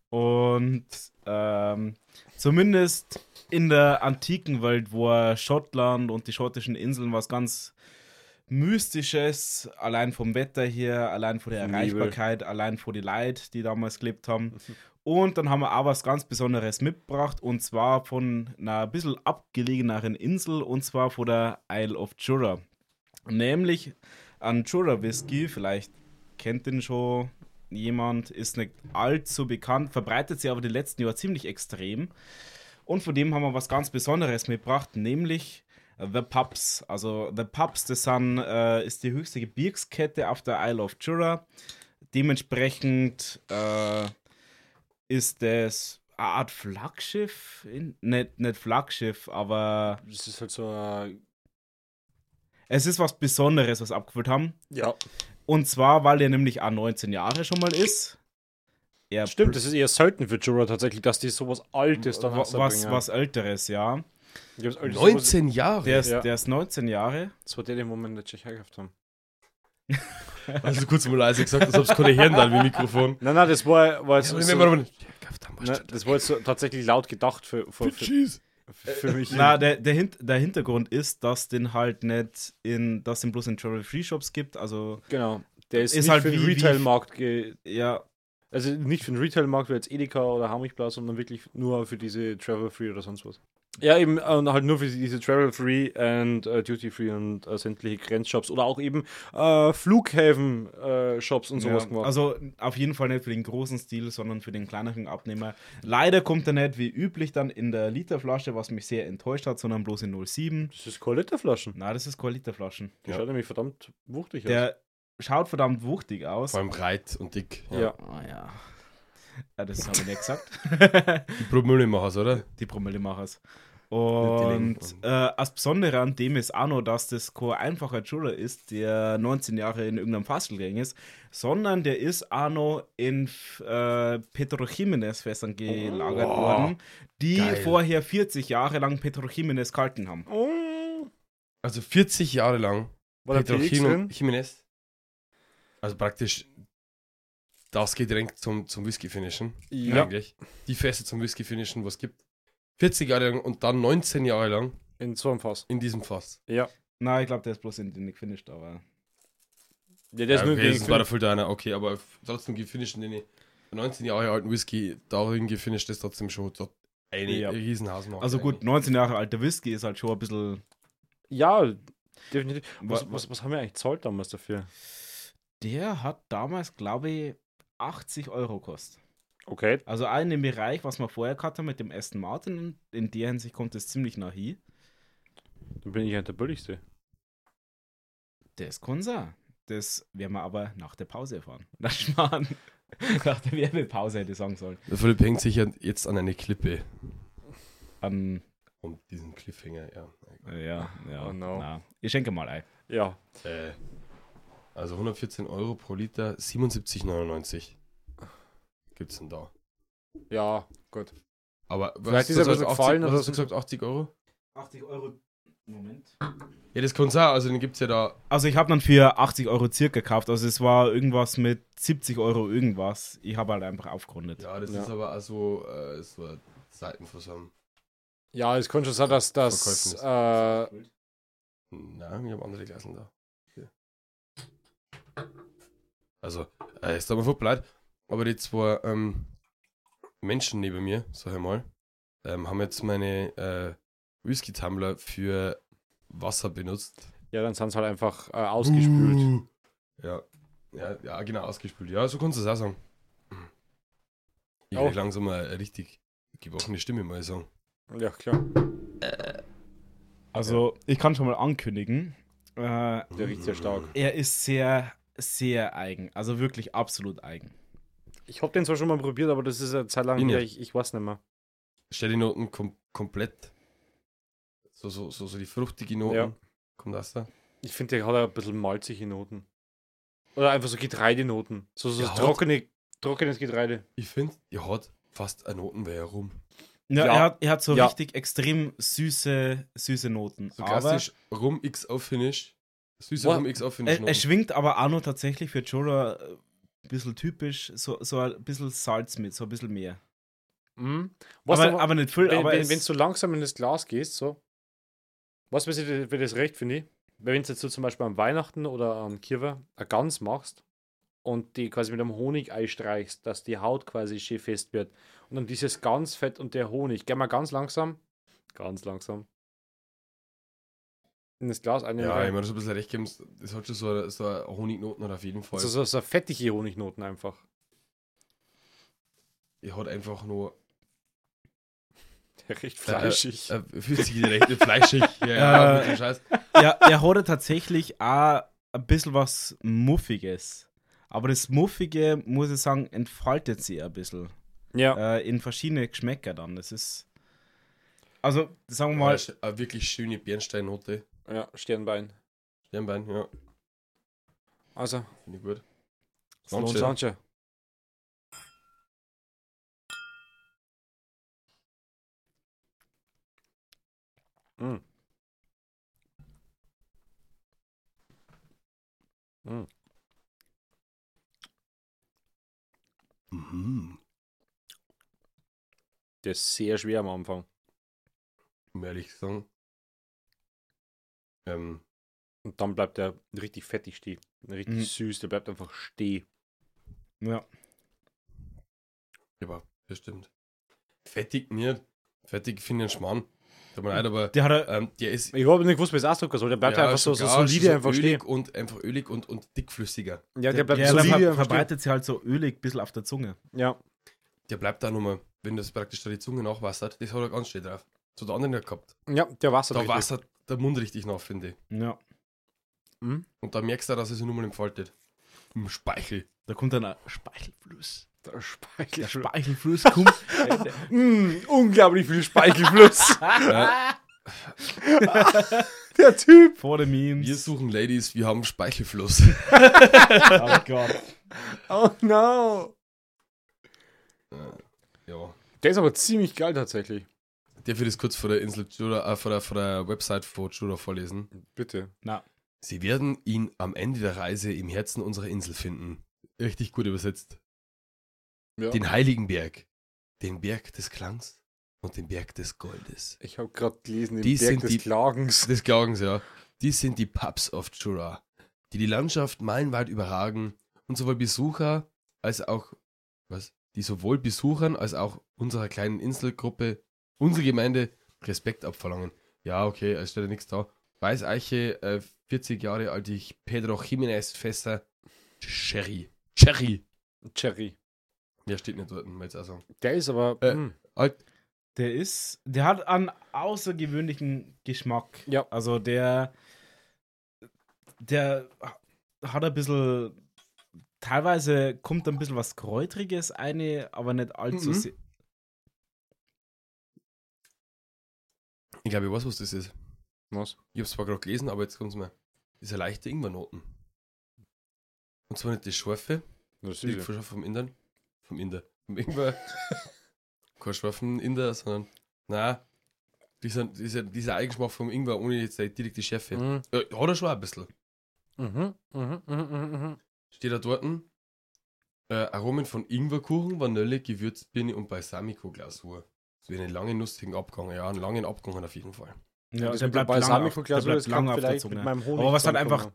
Speaker 3: Und ähm, zumindest in der antiken Welt war Schottland und die schottischen Inseln was ganz Mystisches, allein vom Wetter her, allein von der
Speaker 2: Vom
Speaker 3: Erreichbarkeit, allein von den Leid, die damals gelebt haben. Und dann haben wir auch was ganz Besonderes mitgebracht und zwar von einer bisschen abgelegeneren Insel und zwar von der Isle of Jura. Nämlich an Jura Whisky, vielleicht kennt den schon jemand, ist nicht allzu bekannt, verbreitet sich aber die letzten Jahre ziemlich extrem. Und von dem haben wir was ganz Besonderes mitgebracht, nämlich äh, The Pubs. Also The Pubs, das sind, äh, ist die höchste Gebirgskette auf der Isle of Jura. Dementsprechend äh, ist das eine Art Flaggschiff, in, nicht, nicht Flaggschiff, aber
Speaker 2: Das ist halt so ein.
Speaker 3: es ist was Besonderes, was wir abgeführt haben.
Speaker 2: Ja,
Speaker 3: Und zwar, weil der nämlich auch 19 Jahre schon mal ist. Er
Speaker 2: stimmt, das ist eher selten für Jura tatsächlich, dass die sowas Altes dann
Speaker 3: was, was, was Älteres, ja.
Speaker 2: Ich hab's Altes, sowas-
Speaker 1: 19 Jahre?
Speaker 3: Der ist,
Speaker 2: Ja.
Speaker 3: der ist 19 Jahre.
Speaker 2: Das war der, den wir in der Tschechei gehabt haben.
Speaker 1: Also kurz mal leise gesagt, als ob es keine Hirn da wie Mikrofon.
Speaker 2: Nein, nein, das war, war jetzt. Also so,
Speaker 1: Ja,
Speaker 2: ne, das war jetzt so tatsächlich laut gedacht für, für, für, für mich.
Speaker 3: Na, der, der, Hin der Hintergrund ist, dass den halt nicht in, dass den bloß in Travel Free Shops gibt. Also,
Speaker 2: genau. Der ist,
Speaker 3: Ist
Speaker 2: nicht
Speaker 3: halt
Speaker 2: für den
Speaker 3: wie- wie-
Speaker 2: Retail-Markt ge
Speaker 3: ja,
Speaker 2: Also nicht für den Retail-Markt wie jetzt Edeka oder Hammichblas, sondern wirklich nur für diese Travel Free oder sonst was. Ja, eben, und halt nur für diese Travel-Free und äh, Duty-Free und äh, sämtliche Grenzshops oder auch eben äh, Flughafen-Shops und sowas
Speaker 3: Ja,
Speaker 2: gemacht.
Speaker 3: Also auf jeden Fall nicht für den großen Stil, sondern für den kleineren Abnehmer. Leider kommt er nicht wie üblich dann in der Literflasche, was mich sehr enttäuscht hat, sondern bloß in 0,7.
Speaker 2: das ist Koalitterflaschen.
Speaker 3: Na, das ist keine Literflaschen.
Speaker 2: Die
Speaker 1: Ja.
Speaker 2: schaut nämlich verdammt wuchtig aus.
Speaker 3: Der schaut verdammt wuchtig aus.
Speaker 1: Vor allem breit und dick.
Speaker 2: Ja.
Speaker 3: Ah, ja. ja. Äh, Das habe ich nicht gesagt.
Speaker 1: Die Probleme machen, oder?
Speaker 3: die Promillemachers.
Speaker 1: legen
Speaker 3: Und äh, das Besondere an dem ist auch noch, dass das kein einfacher Schüler ist, der 19 Jahre in irgendeinem Fastelgang ist, sondern der ist auch noch in f- äh, Petrochimenes-Fässern gelagert
Speaker 1: Oh,
Speaker 3: worden, die
Speaker 1: geil.
Speaker 3: vorher 40 Jahre lang Petrochimenes gehalten haben.
Speaker 2: Oh,
Speaker 1: Also 40 Jahre lang
Speaker 2: war der PX drin?
Speaker 1: Jimenez. Also praktisch das Getränk zum, zum Whisky-Finishen.
Speaker 2: Ja,
Speaker 1: Eigentlich. Die Feste zum Whisky-Finishen, was gibt. 40 Jahre lang und dann 19 Jahre lang
Speaker 2: in so einem Fass.
Speaker 1: in diesem Fass.
Speaker 2: Ja.
Speaker 3: Na, ich glaube, der ist bloß in den nicht finished, aber.
Speaker 2: ja der ist
Speaker 1: ja,
Speaker 2: nur
Speaker 1: okay,
Speaker 2: gegen
Speaker 1: das war der Filter einer, okay, aber f- trotzdem gefinishen den ich- 19 Jahre alten Whisky, darin gefinisht ist trotzdem schon dort eine
Speaker 2: Ja.
Speaker 1: ja. Riesenhausmarke.
Speaker 3: Also gut, 19 Jahre alter Whisky ist halt schon ein bisschen.
Speaker 2: Ja, definitiv. Was,
Speaker 3: Wa-
Speaker 2: was, was haben wir eigentlich zahlt damals dafür?
Speaker 3: Der hat damals, glaube ich, 80 Euro gekostet.
Speaker 2: Okay.
Speaker 3: Also auch in dem Bereich, was wir vorher gehabt haben mit dem Aston Martin, in der Hinsicht kommt es ziemlich nach hier.
Speaker 2: Dann bin ich ja der billigste.
Speaker 3: Das kann sein. Das werden wir aber nach der Pause erfahren. Na Schmarrn. Nach der Werbepause hätte ich sagen sollen.
Speaker 1: Der Philipp hängt sich ja jetzt an eine Klippe.
Speaker 3: Ähm,
Speaker 1: Und diesen Cliffhanger, ja.
Speaker 3: ja, ja.
Speaker 2: Oh no.
Speaker 3: na. Ich schenke mal ein.
Speaker 2: Ja.
Speaker 1: Äh, also 114 Euro pro Liter, 77,99. Gibt's denn da?
Speaker 2: Ja, gut.
Speaker 1: Aber
Speaker 2: Vielleicht ist er ein bisschen gefallen
Speaker 1: was
Speaker 2: oder
Speaker 1: hast du
Speaker 2: so.
Speaker 1: gesagt, 80 Euro?
Speaker 3: 80 Euro. Moment.
Speaker 1: Ja, das kann sein, also den gibt's ja da.
Speaker 3: Also ich habe dann für 80 Euro circa gekauft. Also es war irgendwas mit 70 Euro irgendwas. Ich habe halt einfach aufgerundet.
Speaker 1: Ja, das
Speaker 2: Ja.
Speaker 1: ist aber auch so, äh, so ein Seitenversammlung.
Speaker 2: Ja, es kann schon sein, dass das.
Speaker 1: Verkäufen
Speaker 2: Äh,
Speaker 1: Nein, ich habe andere Glasen da. Hier. Also, äh, ist aber voll blöd. Aber die zwei ähm, Menschen neben mir, sag ich mal, ähm, haben jetzt meine äh, Whisky-Tumbler für Wasser benutzt.
Speaker 2: ja, dann sind es halt einfach äh, ausgespült.
Speaker 1: Uh. Ja. ja, ja, genau, ausgespült. Ja, so kannst du es auch sagen. Ich
Speaker 2: Auch.
Speaker 1: krieg langsam eine richtig gebrochene Stimme, mal sagen.
Speaker 2: Ja, klar.
Speaker 3: Also ich kann schon mal ankündigen. Äh,
Speaker 2: Der riecht sehr stark.
Speaker 3: Er ist sehr, sehr eigen. Also wirklich absolut eigen.
Speaker 2: Ich habe den zwar schon mal probiert, aber das ist eine Zeit lang
Speaker 1: Ich
Speaker 2: her.
Speaker 1: nicht.
Speaker 2: Ich, ich weiß nicht mehr.
Speaker 1: Stell die Noten kom komplett. So, so, so, so die fruchtige Noten.
Speaker 2: Ja.
Speaker 1: Kommt das da?
Speaker 2: Ich finde, der hat ein bisschen malzige Noten. Oder einfach so Getreidenoten. So, so
Speaker 1: Ja, hat-
Speaker 2: trockene, trockenes Getreide.
Speaker 1: Ich finde, ihr hat fast eine Notenwehr herum.
Speaker 2: Ja.
Speaker 3: Ja, Er, hat, er hat so
Speaker 2: Ja.
Speaker 3: richtig extrem süße, süße Noten.
Speaker 1: So
Speaker 3: aber
Speaker 1: klassisch rum x auf Finish. Süßer
Speaker 2: Boah,
Speaker 1: rum x auf Finish.
Speaker 3: er, er
Speaker 1: Noten.
Speaker 3: schwingt aber auch noch tatsächlich für Jora äh, ein bisschen typisch, so, so ein bisschen Salz mit, so ein bisschen mehr.
Speaker 2: Mhm. Was
Speaker 3: Aber,
Speaker 2: aber,
Speaker 3: aber nicht viel,
Speaker 2: wenn,
Speaker 3: aber
Speaker 2: wenn,
Speaker 3: es-
Speaker 2: wenn du so langsam in das Glas gehst, so. Was weiß ich, wie das recht finde ich? Weil Wenn du jetzt so zum Beispiel am Weihnachten oder am Kirwa eine Gans machst und die quasi mit einem Honigei streichst, dass die Haut quasi schön fest wird. Und dann dieses Gansfett und der Honig. Geh mal ganz langsam. Ganz langsam. In das Glas einnehmen.
Speaker 1: ja, ich meine, das ein bisschen recht geben, das hat schon so eine, so eine Honignoten oder auf jeden Fall.
Speaker 2: so, so, so fettige Honignoten einfach.
Speaker 1: Ihr hat einfach nur
Speaker 2: Der riecht
Speaker 1: fleischig. äh, flüssige rechte fleischig. Ja,
Speaker 3: Äh,
Speaker 1: ja, mit dem Scheiß.
Speaker 3: ja, er hatte tatsächlich auch ein bisschen was Muffiges. Aber das Muffige, muss ich sagen, entfaltet sie ein bisschen.
Speaker 2: ja.
Speaker 3: Äh, in verschiedene Geschmäcker dann. Das ist. Also, sagen wir
Speaker 1: Mal
Speaker 3: mal,
Speaker 1: eine wirklich schöne Bernsteinnote.
Speaker 2: ja, Sternbein.
Speaker 1: Sternbein, ja,
Speaker 2: Also,
Speaker 1: finde ich gut.
Speaker 2: Sanche.
Speaker 1: Sanche.
Speaker 2: Sanche. Mm.
Speaker 1: Mhm.
Speaker 2: Der ist sehr schwer am Anfang.
Speaker 1: Um ehrlich zu sagen. Ähm,
Speaker 2: Und dann bleibt der richtig fettig stehen. Richtig
Speaker 3: Mhm.
Speaker 2: süß, der bleibt einfach stehen.
Speaker 3: ja,
Speaker 1: Ja, aber bestimmt. Fettig nicht. Fettig ne? finde ich einen Schmarrn. Tut mir leid, aber
Speaker 3: Der hat er,
Speaker 1: ähm, der ist
Speaker 2: Ich habe nicht gewusst, wie es ausdrücken soll. Der bleibt einfach
Speaker 1: ist
Speaker 2: so, so
Speaker 1: gar- ist
Speaker 2: solide einfach
Speaker 1: ölig
Speaker 2: stehen.
Speaker 1: und einfach ölig und, und dickflüssiger.
Speaker 2: Ja, der bleibt
Speaker 3: der
Speaker 2: solide
Speaker 3: ver
Speaker 2: einfach stehen.
Speaker 3: verbreitet sie halt so ölig ein bisschen auf der Zunge.
Speaker 2: Ja.
Speaker 1: Der bleibt da nochmal, wenn das praktisch da die Zunge nachwassert. Das hat er ganz schön drauf. Zu der anderen nicht gehabt.
Speaker 2: ja, der wassert.
Speaker 1: Da
Speaker 2: richtig.
Speaker 1: wassert der Mund richtig nach, finde ich.
Speaker 3: Ja.
Speaker 2: Mhm.
Speaker 1: Und da merkst du, dass es sich nur mal entfaltet. Im Speichel.
Speaker 3: Da kommt dann ein Speichelfluss.
Speaker 2: Der Speichel.
Speaker 3: Der Speichelfluss kommt. äh,
Speaker 2: Mm, unglaublich viel Speichelfluss.
Speaker 1: Äh,
Speaker 2: der Typ.
Speaker 3: Vor dem Memes.
Speaker 1: wir suchen Ladies, wir haben Speichelfluss.
Speaker 3: Oh Gott.
Speaker 2: Oh no.
Speaker 1: ja.
Speaker 2: Der ist aber ziemlich geil tatsächlich.
Speaker 1: Darf ich das kurz vor der Insel Judah, äh, vor, der, vor der Website von Judah vorlesen?
Speaker 2: Bitte.
Speaker 1: Sie werden ihn am Ende der Reise im Herzen unserer Insel finden. Richtig gut übersetzt.
Speaker 2: Ja.
Speaker 1: Den heiligen Berg, den Berg des Klangs und den Berg des Goldes.
Speaker 2: Ich habe gerade gelesen, den
Speaker 1: Die
Speaker 2: Berg
Speaker 1: sind
Speaker 2: des
Speaker 1: die-
Speaker 2: Klagens.
Speaker 1: Des Glaubens, ja. Dies sind die Pubs of Jura, die die Landschaft meilenweit überragen und sowohl Besucher als auch, was, die sowohl Besuchern als auch unserer kleinen Inselgruppe, unsere Gemeinde, Respekt abverlangen. Ja, okay, es steht ja nichts da. Weißeiche, äh, 40 Jahre alt, ich Pedro Jiménez Fässer, Cherry. Cherry.
Speaker 2: Cherry.
Speaker 1: Mehr steht nicht dort, muss ich jetzt auch sagen.
Speaker 2: Der ist aber.
Speaker 1: Äh.
Speaker 2: mm.
Speaker 1: Alt,
Speaker 3: Der ist, der hat einen außergewöhnlichen Geschmack.
Speaker 2: Ja.
Speaker 3: Also der, der hat ein bisschen, teilweise kommt ein bisschen was Kräutriges eine, aber nicht allzu
Speaker 1: Mhm.
Speaker 3: sehr.
Speaker 1: ich glaube, ich weiß, was das ist.
Speaker 2: Was?
Speaker 1: Ich habe zwar gerade gelesen, aber jetzt kommt es mir. Ist eine leichte Ingwernoten. Und zwar nicht die Schärfe,
Speaker 2: Na,
Speaker 1: die
Speaker 2: süße.
Speaker 1: Schärfe vom Indern. Vom Inder. Vom Ingwer. Kein scharfen Inder, sondern. Na, dieser, dieser, dieser Eigenschmack vom Ingwer ohne jetzt direkt die Schärfe.
Speaker 2: Mhm.
Speaker 1: Äh, hat er schon ein bisschen.
Speaker 2: Mhm. Mhm. Mhm. Mhm.
Speaker 1: Steht da dort. Äh, Aromen von Ingwerkuchen, Vanille, Gewürzbirne und Balsamico-Glasur. So einen langen, nussigen Abgang. Ja, einen langen Abgang hat auf jeden Fall.
Speaker 3: Ja,
Speaker 2: Das
Speaker 3: der
Speaker 2: mit der
Speaker 3: bleibt lange auf, der
Speaker 2: Balsamico-Glasur, das
Speaker 3: bleibt
Speaker 2: kann
Speaker 3: lange auf der
Speaker 2: vielleicht mit
Speaker 3: Zunge.
Speaker 2: meinem Honig.
Speaker 3: Aber was halt einfach-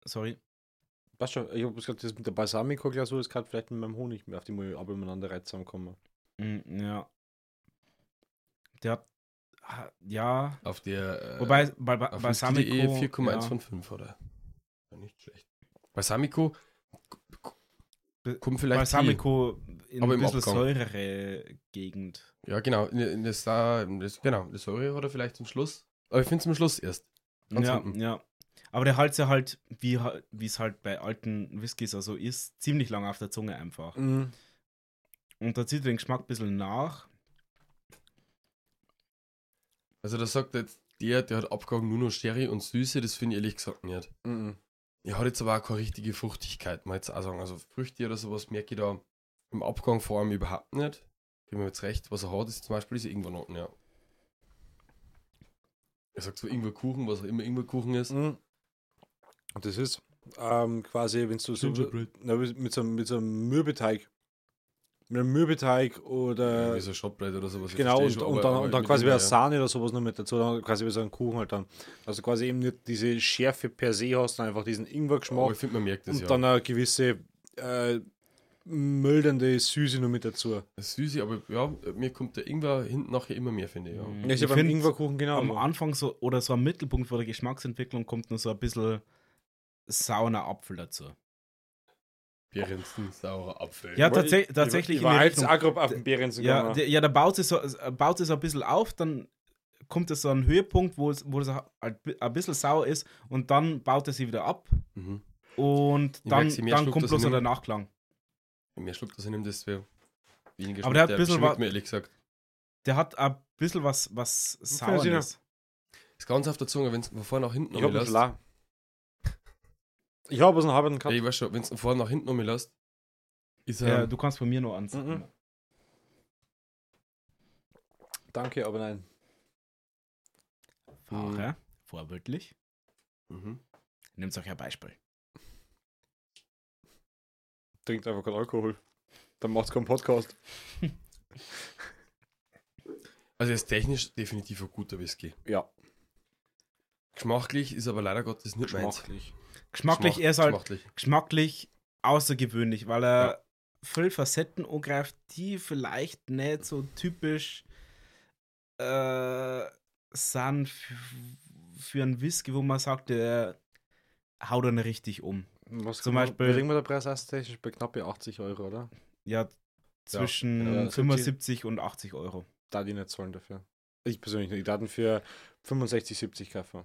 Speaker 2: zusammenkommen.
Speaker 3: Sorry.
Speaker 2: Passt schon, ich habe gesagt, das mit der Balsamico-Glasur, das kann vielleicht mit meinem Honig mehr auf die Mühe ab miteinander rein zusammenkommen.
Speaker 3: Mm, Ja. Der hat, ha- ja.
Speaker 1: Auf der. Äh,
Speaker 3: Wobei, bei, bei,
Speaker 1: Auf eh
Speaker 3: bei Samico.
Speaker 1: Balsamico. 4,1
Speaker 3: ja,
Speaker 1: von 5, oder? War Nicht schlecht. Balsamico k- k- kommt vielleicht.
Speaker 3: Balsamico in
Speaker 1: aber im
Speaker 3: ein bisschen
Speaker 1: Abgang.
Speaker 3: säurere Gegend.
Speaker 1: Viel. Ja, genau. In, in das, da, in das, genau. Das Säure hat er vielleicht zum Schluss. Aber ich finde es am Schluss erst. Ganz
Speaker 3: ja,
Speaker 1: hinten.
Speaker 3: ja. Aber der halt ja halt, wie ha- wie es halt bei alten Whiskys also ist, ziemlich lang auf der Zunge einfach.
Speaker 2: Mhm.
Speaker 3: Und da zieht den Geschmack ein bisschen nach.
Speaker 1: Also, das sagt jetzt der, der hat abgegangen, nur noch Sherry und Süße. Das finde ich ehrlich gesagt nicht.
Speaker 2: Mhm.
Speaker 1: Er hat jetzt aber auch keine richtige Fruchtigkeit, mal jetzt auch sagen. Also, Früchte oder sowas merke ich da im Abgang vor allem überhaupt nicht. Geben mir jetzt recht. Was er hat, ist zum Beispiel diese Ingwernoten, ja. Er sagt so Ingwerkuchen, was auch immer Ingwerkuchen ist.
Speaker 2: Mhm. Und das ist ähm, quasi, wenn du so
Speaker 3: äh,
Speaker 2: na, mit so, einem- mit so einem Mürbeteig, mit einem Mürbeteig oder
Speaker 1: Irgendwie so Shopbrett oder sowas. ich
Speaker 2: genau
Speaker 1: verstehe
Speaker 2: und,
Speaker 1: schon,
Speaker 2: und
Speaker 1: aber-
Speaker 2: dann,
Speaker 1: aber
Speaker 2: und dann
Speaker 1: mit
Speaker 2: quasi
Speaker 1: Ingwer,
Speaker 2: wieder Sahne oder sowas noch mit dazu, dann quasi wieder so einen Kuchen halt dann. Also quasi eben nicht diese Schärfe per se hast, sondern einfach diesen
Speaker 1: ja. Aber
Speaker 2: Ingwer-Geschmack
Speaker 1: ich finde, man merkt das
Speaker 2: und
Speaker 1: ja.
Speaker 2: dann eine gewisse äh, mildernde Süße noch mit dazu.
Speaker 1: Das Süße, aber ja, mir kommt der Ingwer hinten nachher immer mehr, finde ich. Ja.
Speaker 3: Mhm.
Speaker 2: Ja, ich
Speaker 3: Ich
Speaker 2: habe beim
Speaker 3: find,
Speaker 2: Ingwerkuchen genau.
Speaker 3: Am
Speaker 2: so.
Speaker 3: Anfang so oder so am Mittelpunkt von der Geschmacksentwicklung kommt nur so ein bisschen saurer Apfel dazu.
Speaker 1: Beerensten, saurer Apfel.
Speaker 3: Ja,
Speaker 2: Aber ich-
Speaker 3: tatsächlich tatsächlich
Speaker 2: Ich
Speaker 3: in die
Speaker 2: war jetzt
Speaker 3: Richtung.
Speaker 2: auch grob auf den Beerenzen
Speaker 3: Ja,
Speaker 2: gegangen.
Speaker 3: der, ja, da baut es so, äh, baut es ein bisschen auf, dann kommt es so ein Höhepunkt, wo es, wo es halt bi- ein bisschen sauer ist und dann baut es sie wieder ab
Speaker 1: Mhm.
Speaker 3: und
Speaker 1: Ich
Speaker 3: dann,
Speaker 1: merk's, je mehr
Speaker 3: dann
Speaker 1: Schluck
Speaker 3: kommt
Speaker 1: das
Speaker 3: bloß so
Speaker 1: nimmt.
Speaker 3: der Nachklang.
Speaker 1: Je Mehr schluckt das in ihm, desto weniger
Speaker 3: Aber der hat
Speaker 1: schmeckt
Speaker 3: ein bisschen
Speaker 1: Schmeckt
Speaker 3: wa-
Speaker 1: mir ehrlich gesagt.
Speaker 3: Der hat ein bisschen was, was
Speaker 2: Fair enough.
Speaker 3: Saures.
Speaker 1: Das Ganze auf der Zunge, wenn es von vorne nach hinten
Speaker 2: Ich habe
Speaker 1: umlässt.
Speaker 2: einen Schlag. Ich habe es noch halben
Speaker 1: Ja,
Speaker 2: gehabt.
Speaker 1: ich weiß schon, wenn es von vorne nach hinten umlässt, ist er.
Speaker 3: Ja, du kannst von mir noch ans.
Speaker 2: Mhm. Danke, aber nein.
Speaker 3: Fahrer, vorbildlich,
Speaker 1: mhm.
Speaker 3: nehmt euch ein Beispiel.
Speaker 2: Trinkt einfach keinen Alkohol. Dann macht's keinen Podcast.
Speaker 1: Also, er ist technisch definitiv ein guter Whisky.
Speaker 2: Ja.
Speaker 1: Geschmacklich ist aber leider Gottes nicht meins.
Speaker 2: Geschmacklich.
Speaker 3: Geschmacklich,
Speaker 1: Geschmack-
Speaker 3: er ist halt
Speaker 1: geschmacklich.
Speaker 3: geschmacklich außergewöhnlich, weil er viel Facetten angreift, die vielleicht nicht so typisch äh, sind f- für einen Whisky, wo man sagt, der haut dann richtig um.
Speaker 2: Was
Speaker 3: Zum
Speaker 2: genau-
Speaker 3: Beispiel-
Speaker 2: Wie liegen wir der Preis technisch bei knappe 80 Euro, oder?
Speaker 3: Ja, zwischen
Speaker 2: genau, das
Speaker 3: 75 und 80 Euro.
Speaker 2: Da die nicht zahlen dafür. Ich persönlich nicht. Die Daten für 65, 70 KV.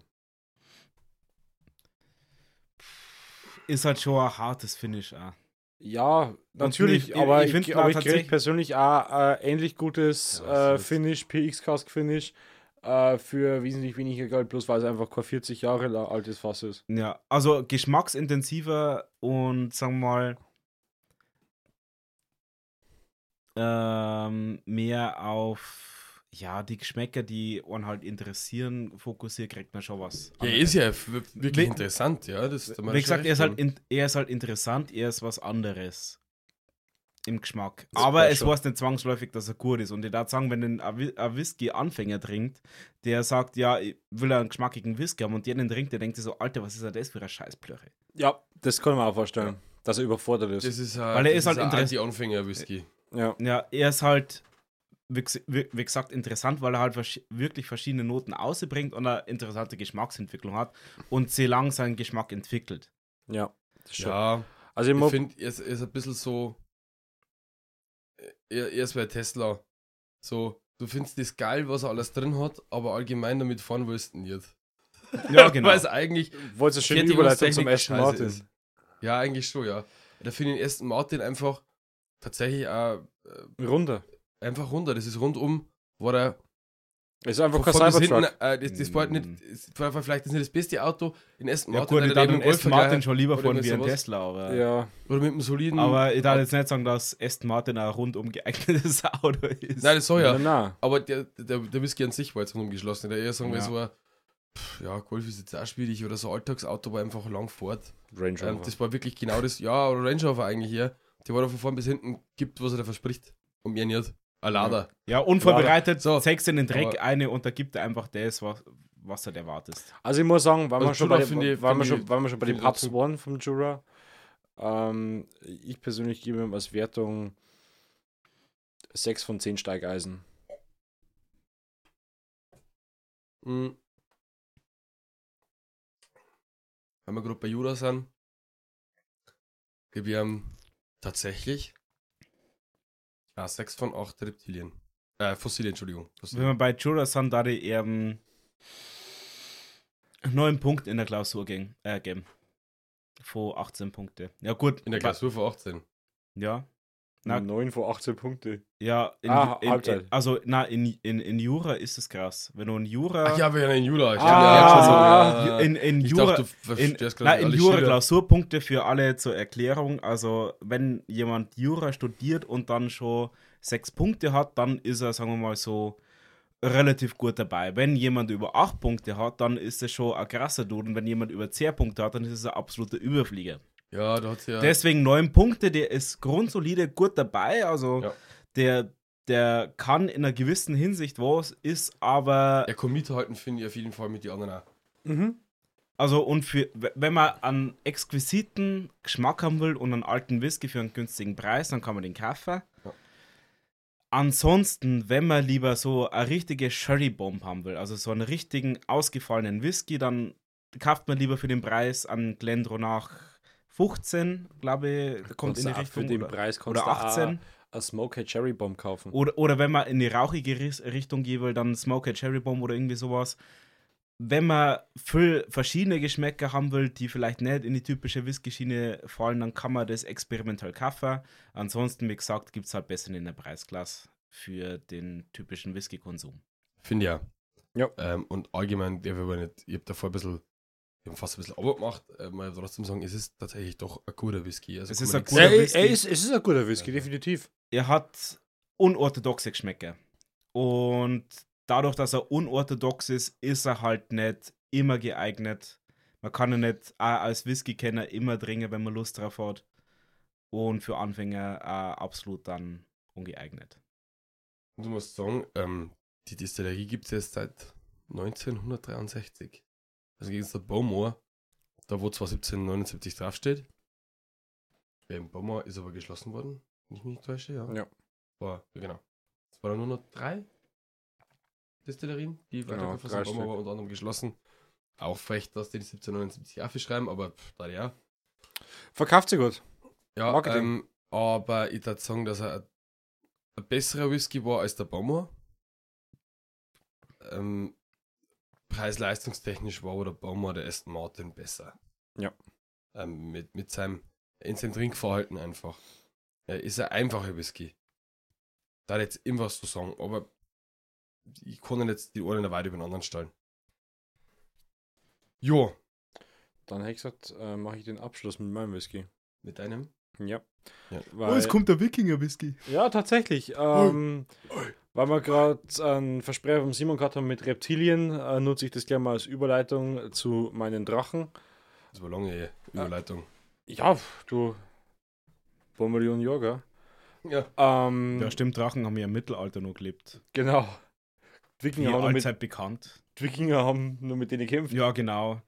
Speaker 3: Ist halt schon ein hartes Finish auch.
Speaker 2: Ja, natürlich,
Speaker 3: ich-
Speaker 2: aber
Speaker 3: ich
Speaker 2: ich,
Speaker 3: find
Speaker 2: ich,
Speaker 3: mal
Speaker 2: aber ich krieg
Speaker 3: tatsächlich-
Speaker 2: persönlich auch ein ähnlich gutes
Speaker 1: Ja, was
Speaker 2: äh,
Speaker 1: soll's.
Speaker 2: Finish, PX-Cask-Finish äh, für wesentlich weniger Geld, bloß weil es einfach kein 40 Jahre la- altes Fass ist.
Speaker 3: Ja, also geschmacksintensiver und sagen wir mal ähm, mehr auf ja, die Geschmäcker, die einen halt interessieren, fokussiert, kriegt man schon was.
Speaker 1: Ja,
Speaker 3: anderes.
Speaker 1: ist ja f- wirklich
Speaker 3: Wie-
Speaker 1: interessant, ja. Das da mal
Speaker 3: Wie gesagt,
Speaker 1: schon
Speaker 3: er ist,
Speaker 1: recht
Speaker 3: halt in, er ist halt interessant, er ist was anderes im Geschmack.
Speaker 1: Das
Speaker 3: Aber
Speaker 1: passt
Speaker 3: es
Speaker 1: schon.
Speaker 3: heißt nicht zwangsläufig, dass er gut ist. Und ich würde sagen, wenn ein Whi- ein Whisky-Anfänger trinkt, der sagt, ja, ich will einen geschmackigen Whisky haben und der den trinkt, der denkt sich so, Alter, was ist denn das für eine Scheißplöre?
Speaker 2: Ja, das kann man auch vorstellen, dass er überfordert ist.
Speaker 1: Das ist ein,
Speaker 3: Weil er
Speaker 1: das
Speaker 3: ist halt
Speaker 1: ein
Speaker 3: interess-
Speaker 1: Anti-Anfänger-Whisky.
Speaker 2: ja.
Speaker 3: Ja, er ist halt, wie, gse- wie, wie gesagt, interessant, weil er halt versch- wirklich verschiedene Noten ausbringt und eine interessante Geschmacksentwicklung hat und sehr lang seinen Geschmack entwickelt.
Speaker 2: ja, das stimmt.
Speaker 1: Ja,
Speaker 2: Also ich,
Speaker 1: ich
Speaker 2: mag-
Speaker 1: finde, er, ist- er ist ein bisschen so. Er, er ist bei Tesla. So, du findest das geil, was er alles drin hat, aber allgemein damit fahren willst du nicht.
Speaker 3: Ja, genau.
Speaker 1: Weil es eigentlich
Speaker 2: wollte es schön
Speaker 1: Fertigungstechnik
Speaker 2: überleiten zum Aston
Speaker 1: scheiße
Speaker 2: Martin.
Speaker 1: ist. Ja, eigentlich schon, ja. Da finde ich den ersten Martin einfach tatsächlich auch, äh,
Speaker 2: Runde.
Speaker 1: einfach runter. Das ist rundum, war der
Speaker 2: Ist einfach
Speaker 1: von
Speaker 2: kein
Speaker 1: vorn bis
Speaker 2: Cybertruck.
Speaker 1: hinten, äh, das, das war halt nicht, es war vielleicht das nicht das beste Auto. Den ersten
Speaker 3: Hm. Ja,
Speaker 1: Martin
Speaker 3: gut, ich
Speaker 1: hätte
Speaker 3: darf
Speaker 1: ich mit
Speaker 3: den
Speaker 1: dem Golf
Speaker 3: Aston Martin
Speaker 1: vergleichen.
Speaker 3: schon lieber
Speaker 1: Oder
Speaker 3: fahren
Speaker 1: mit
Speaker 3: wie ein
Speaker 1: sowas.
Speaker 3: Tesla, aber,
Speaker 2: Ja,
Speaker 1: Oder mit einem soliden.
Speaker 3: aber ich darf jetzt nicht sagen, dass Aston Martin ein rundum geeignetes Auto ist.
Speaker 1: Nein, das soll Oh ja.
Speaker 2: Na, na.
Speaker 1: Aber der, der, der Whisky an sich war jetzt unumgeschlossen. Der eher sagen wir
Speaker 3: Ja.
Speaker 1: so, ein, pff, ja, Golf ist jetzt auch schwierig oder so Alltagsauto war einfach lang fort.
Speaker 2: Range
Speaker 1: Ähm,
Speaker 2: Rover.
Speaker 1: das war wirklich genau das, ja, oder Range Rover eigentlich hier. Der war da von vorn bis hinten, gibt, was er da verspricht. Und mehr nicht. Ein Lader.
Speaker 3: ja, unvorbereitet,
Speaker 1: So.
Speaker 3: so. zeigst in den Dreck
Speaker 1: Aber-
Speaker 3: eine und da gibt er einfach das, was, was du halt erwartest.
Speaker 2: Also ich muss sagen, weil
Speaker 1: Also
Speaker 2: wir schon
Speaker 1: Jura
Speaker 2: bei den,
Speaker 1: finde ich-
Speaker 2: weil wir
Speaker 1: finde
Speaker 2: schon,
Speaker 1: ich-
Speaker 2: weil wir schon bei den
Speaker 1: finde ich
Speaker 2: Pubs waren vom Jura, ähm, ich persönlich gebe ihm als Wertung 6 von 10 Steigeisen.
Speaker 1: Mhm. Wenn wir gerade bei Jura sind, gebe ich ihm tatsächlich ah, 6 von 8 Reptilien. Äh, Fossilien, Entschuldigung.
Speaker 3: Wenn
Speaker 1: Fossilien.
Speaker 3: wir bei Jura sind, da die eben neun Punkte in der Klausur gehen, äh, geben. Von 18 Punkte. Ja, gut.
Speaker 1: In der Klausur vor 18.
Speaker 3: Ja. Na-
Speaker 2: 9 von 18 Punkte.
Speaker 3: Ja, in,
Speaker 2: Ah,
Speaker 3: in,
Speaker 2: Halbzeit.
Speaker 3: in, also na, in, in, in Jura ist es krass. Wenn du in Jura. also
Speaker 1: Ach ja, wir haben in Jura. Ich
Speaker 2: Ah,
Speaker 1: hab ja, ja,
Speaker 3: in, in
Speaker 1: ich
Speaker 3: Jura.
Speaker 1: dachte, du
Speaker 3: in,
Speaker 1: verstehst gerade
Speaker 3: nein, in
Speaker 1: alle
Speaker 3: Jura
Speaker 1: Schüler.
Speaker 3: Klausurpunkte für alle zur Erklärung. Also, wenn jemand Jura studiert und dann schon sechs Punkte hat, dann ist er, sagen wir mal so, relativ gut dabei. Wenn jemand über acht Punkte hat, dann ist er schon ein krasser Dude. Und wenn jemand über zehn Punkte hat, dann ist es ein absoluter Überflieger.
Speaker 1: Ja, da hat's ja.
Speaker 3: Deswegen neun Punkte, der ist grundsolide gut dabei. Also,
Speaker 1: Ja.
Speaker 3: der, der kann in einer gewissen Hinsicht was, ist aber.
Speaker 1: der Komite halten finde ich auf jeden Fall mit den anderen auch.
Speaker 2: Mhm.
Speaker 3: Also und für w- wenn man einen exquisiten Geschmack haben will und einen alten Whisky für einen günstigen Preis, dann kann man den kaufen.
Speaker 1: Ja.
Speaker 3: Ansonsten, wenn man lieber so eine richtige Sherry Bomb haben will, also so einen richtigen ausgefallenen Whisky, dann kauft man lieber für den Preis an Glendronach 15, glaube ich, kommt in die Richtung
Speaker 2: Für den
Speaker 3: oder,
Speaker 2: Preis kannst
Speaker 3: oder 18.
Speaker 2: du eine Smoker Cherry Bomb kaufen.
Speaker 3: Oder, oder wenn man in die rauchige Ris- Richtung gehen will, dann Smoker Cherry Bomb oder irgendwie sowas. Wenn man viel verschiedene Geschmäcker haben will, die vielleicht nicht in die typische Whisky-Schiene fallen, dann kann man das experimentell kaufen. Ansonsten, wie gesagt, gibt es halt besser in der Preisklasse für den typischen Whisky-Konsum.
Speaker 1: Finde ja.
Speaker 2: Ja.
Speaker 1: Ähm, und allgemein, der will aber nicht, ich habe davor ein bisschen, ich habe fast ein bisschen Arbeit gemacht, äh, mal trotzdem sagen, es ist tatsächlich doch ein guter Whisky. Also
Speaker 3: Es
Speaker 1: kann
Speaker 3: ist
Speaker 1: man
Speaker 3: ein
Speaker 1: nichts
Speaker 3: guter
Speaker 1: sagen.
Speaker 2: Ey,
Speaker 3: Whisky.
Speaker 2: ey, es, es ist ein guter Whisky, definitiv.
Speaker 3: er hat unorthodoxe Geschmäcker. Und dadurch, dass er unorthodox ist, ist er halt nicht immer geeignet. Man kann ihn nicht auch als Whisky-Kenner immer trinken, wenn man Lust drauf hat. Und für Anfänger auch absolut dann ungeeignet.
Speaker 1: Du musst sagen, ähm, die Distillerie gibt es jetzt seit 1963. Also gegen der Bowmore, da wo zwar 1779 draufsteht. Ähm, Bowmore ist aber geschlossen worden, wenn ich mich nicht täusche, ja. genau.
Speaker 2: Ja.
Speaker 1: War, ja genau. 203? Destillerien, die
Speaker 2: Genau,
Speaker 1: Wörterköpfe
Speaker 2: drei
Speaker 1: sind Bomber,
Speaker 2: Stück.
Speaker 1: aber unter anderem geschlossen. Auch frech, dass die die 1779 aufschreiben, aber pff, da ja.
Speaker 2: Verkauft sie gut.
Speaker 1: Ja,
Speaker 2: Marketing.
Speaker 1: ähm, aber ich würde sagen, dass er ein besserer Whisky war als der Bomber. Ähm, Preis-leistungstechnisch war aber der Bomber der Aston Martin besser.
Speaker 2: Ja.
Speaker 1: Ähm, mit, mit seinem, in seinem Trinkverhalten einfach. Er ist ein einfacher Whisky. Da hat jetzt immer was zu sagen, aber ich konnte jetzt die Ohren nicht weit über den anderen stellen. Jo,
Speaker 2: Dann hätte ich gesagt, äh, mache ich den Abschluss mit meinem Whisky.
Speaker 1: mit einem.
Speaker 2: Ja. Oh,
Speaker 1: Ja.
Speaker 2: Weil,
Speaker 3: Oh, kommt der Wikinger-Whisky.
Speaker 2: ja, tatsächlich. Ähm,
Speaker 1: Ui.
Speaker 2: weil wir gerade einen Versprecher vom Simon gehabt haben mit Reptilien, äh, nutze ich das gerne mal als Überleitung zu meinen Drachen.
Speaker 1: Das war lange Überleitung.
Speaker 2: Ja, du. Bomberlion Yoga.
Speaker 1: Ja. Mhm.
Speaker 2: Ähm,
Speaker 3: Ja, stimmt, Drachen haben ja im Mittelalter noch gelebt.
Speaker 2: Genau. Die
Speaker 3: Die
Speaker 2: Wikinger, haben nur mit,
Speaker 3: allzeit bekannt.
Speaker 2: die Wikinger haben nur mit denen gekämpft.
Speaker 3: Ja, genau.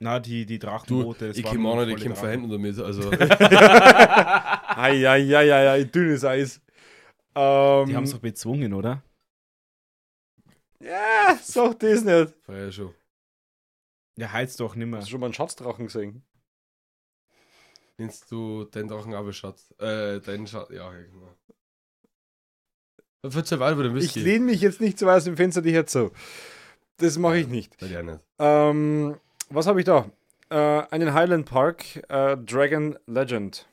Speaker 3: Na, die, die Drachenboote. das
Speaker 1: Ich
Speaker 3: waren
Speaker 1: käme auch
Speaker 3: nur
Speaker 1: nicht, ich
Speaker 3: volle
Speaker 1: käme
Speaker 3: Drachen.
Speaker 1: verhindern damit. Also,
Speaker 2: Eieieiei, dünnes Eis. Ähm,
Speaker 3: Die haben es doch bezwungen, oder?
Speaker 2: Ja, sag das nicht.
Speaker 1: freier schon.
Speaker 3: Ja, heiz doch nimmer.
Speaker 2: Hast du schon mal einen Schatzdrachen gesehen?
Speaker 1: Nimmst du den Drachen aber Schatz? Äh, deinen Schatz. Ja, ja, genau. Dann wird's ja weiter über den
Speaker 2: Ich
Speaker 1: Whisky.
Speaker 2: lehne mich jetzt nicht zu weit aus dem Fenster, die jetzt so. Das mache ich nicht.
Speaker 1: Weil ja nicht.
Speaker 2: Ähm, was habe ich da? Äh, einen Highland Park äh, Dragon Legend.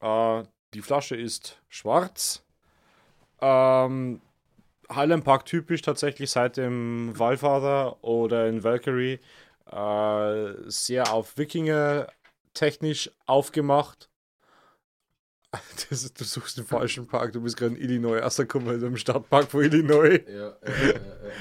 Speaker 2: Äh, die Flasche ist schwarz. Ähm, Highland Park typisch tatsächlich seit dem Wallfather oder in Valkyrie. Äh, sehr auf Wikinger technisch aufgemacht. Das, ist- du suchst den falschen Park, du bist gerade in Illinois. Erster komm mal im Stadtpark von Illinois.
Speaker 1: Ja, äh, äh, äh,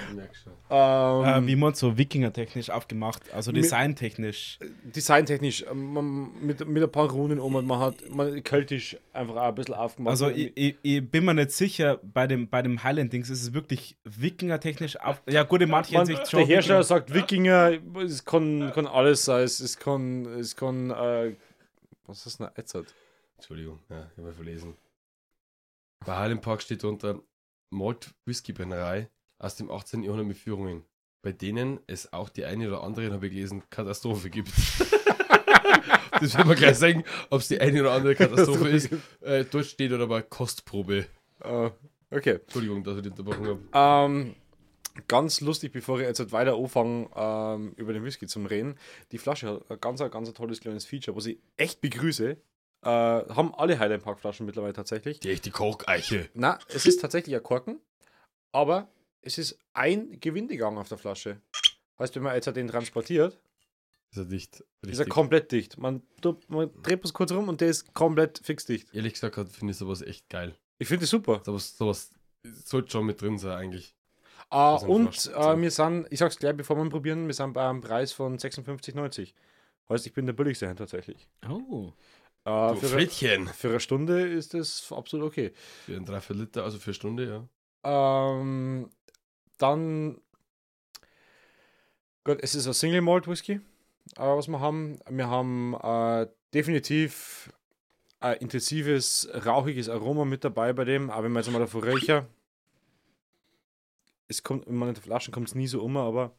Speaker 1: ich merk schon.
Speaker 2: Ähm,
Speaker 3: Äh, wie man so wikingertechnisch aufgemacht, also
Speaker 2: Mir-
Speaker 3: designtechnisch.
Speaker 2: designtechnisch ähm, man- mit, mit ein paar Runen um und man hat man keltisch einfach auch ein bisschen aufgemacht.
Speaker 3: Also ich, ich, ich bin mir nicht sicher, bei dem, bei dem Highland-Dings ist es wirklich wikingertechnisch auf. Ja gut, in mancher
Speaker 2: man,
Speaker 3: Hinsicht schon.
Speaker 2: der Hersteller
Speaker 3: Wikinger-
Speaker 2: sagt Wikinger, es kann, kann alles sein, es, es kann, es kann, äh, was ist denn ein Eizert?
Speaker 1: Entschuldigung, ja, ich habe verlesen. Bei Highland Park steht unter Malt Whisky Brennerei aus dem 18. Jahrhundert mit Führungen, bei denen es auch die eine oder andere, habe ich gelesen, Katastrophe gibt. das werden wir gleich sagen, ob es die eine oder andere Katastrophe ist. Äh, dort steht oder aber Kostprobe.
Speaker 2: Äh, okay.
Speaker 1: Entschuldigung, dass ich die unterbrochen habe.
Speaker 2: Ähm, ganz lustig, bevor ich jetzt halt weiter anfange, ähm, über den Whisky zum Reden. Die Flasche hat ein ganz, ein ganz tolles kleines Feature, was ich echt begrüße. Äh, haben alle Highland Park Flaschen mittlerweile tatsächlich.
Speaker 1: Die echte Korkeiche.
Speaker 2: Na, es ist tatsächlich ein Korken, aber es ist ein Gewindegang auf der Flasche. Heißt, wenn man jetzt halt den transportiert,
Speaker 1: Ist halt er dicht.
Speaker 2: ist er komplett dicht. Man, tut- man dreht es kurz rum und der ist komplett fix dicht.
Speaker 1: Ehrlich gesagt hat- finde ich sowas echt geil.
Speaker 2: Ich finde es super.
Speaker 1: Sowas, sowas sollte schon mit drin sein eigentlich.
Speaker 2: Ah,
Speaker 1: ist ein
Speaker 2: und
Speaker 1: Flaschen-
Speaker 2: äh, wir sind, ich sag's gleich, bevor wir ihn probieren, wir sind bei einem Preis von 56,90. Heißt, ich bin der billigste Hand tatsächlich.
Speaker 3: Oh.
Speaker 2: Äh,
Speaker 1: Du
Speaker 2: für, eine,
Speaker 1: Frettchen.
Speaker 2: für eine Stunde ist das absolut okay.
Speaker 1: Für ein Dreiviertel Liter, also für eine Stunde, ja.
Speaker 2: Ähm, dann, gut, es ist ein Single Malt Whisky, äh, was wir haben. Wir haben äh, definitiv ein intensives, rauchiges Aroma mit dabei bei dem, aber wenn man jetzt mal davor riechen, es kommt, wenn man in der Flaschen kommt es nie so um, aber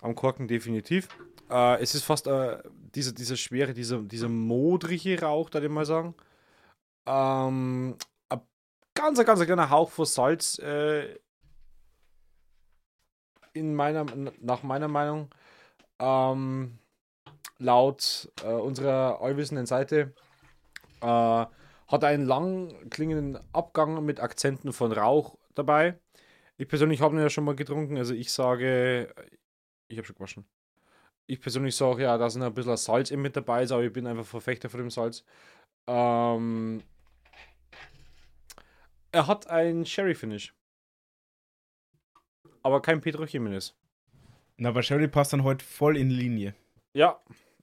Speaker 2: am Korken definitiv. Äh, es ist fast äh, dieser, dieser schwere, dieser, dieser modrige Rauch, da ich mal sagen. Ähm, ganz, ein ganz kleiner Hauch von Salz äh, in meiner, nach meiner Meinung. Ähm, laut äh, unserer allwissenden Seite äh, hat einen lang klingenden Abgang mit Akzenten von Rauch dabei. Ich persönlich habe ihn ja schon mal getrunken, also ich sage, ich habe schon gewaschen. Ich persönlich sage ja, da sind ein bisschen Salz eben mit dabei, ist, aber ich bin einfach Verfechter von dem Salz. Ähm, er hat ein Sherry-Finish. Aber kein Pedro Jimenez.
Speaker 3: Na, aber Sherry passt dann heute voll in Linie.
Speaker 2: Ja,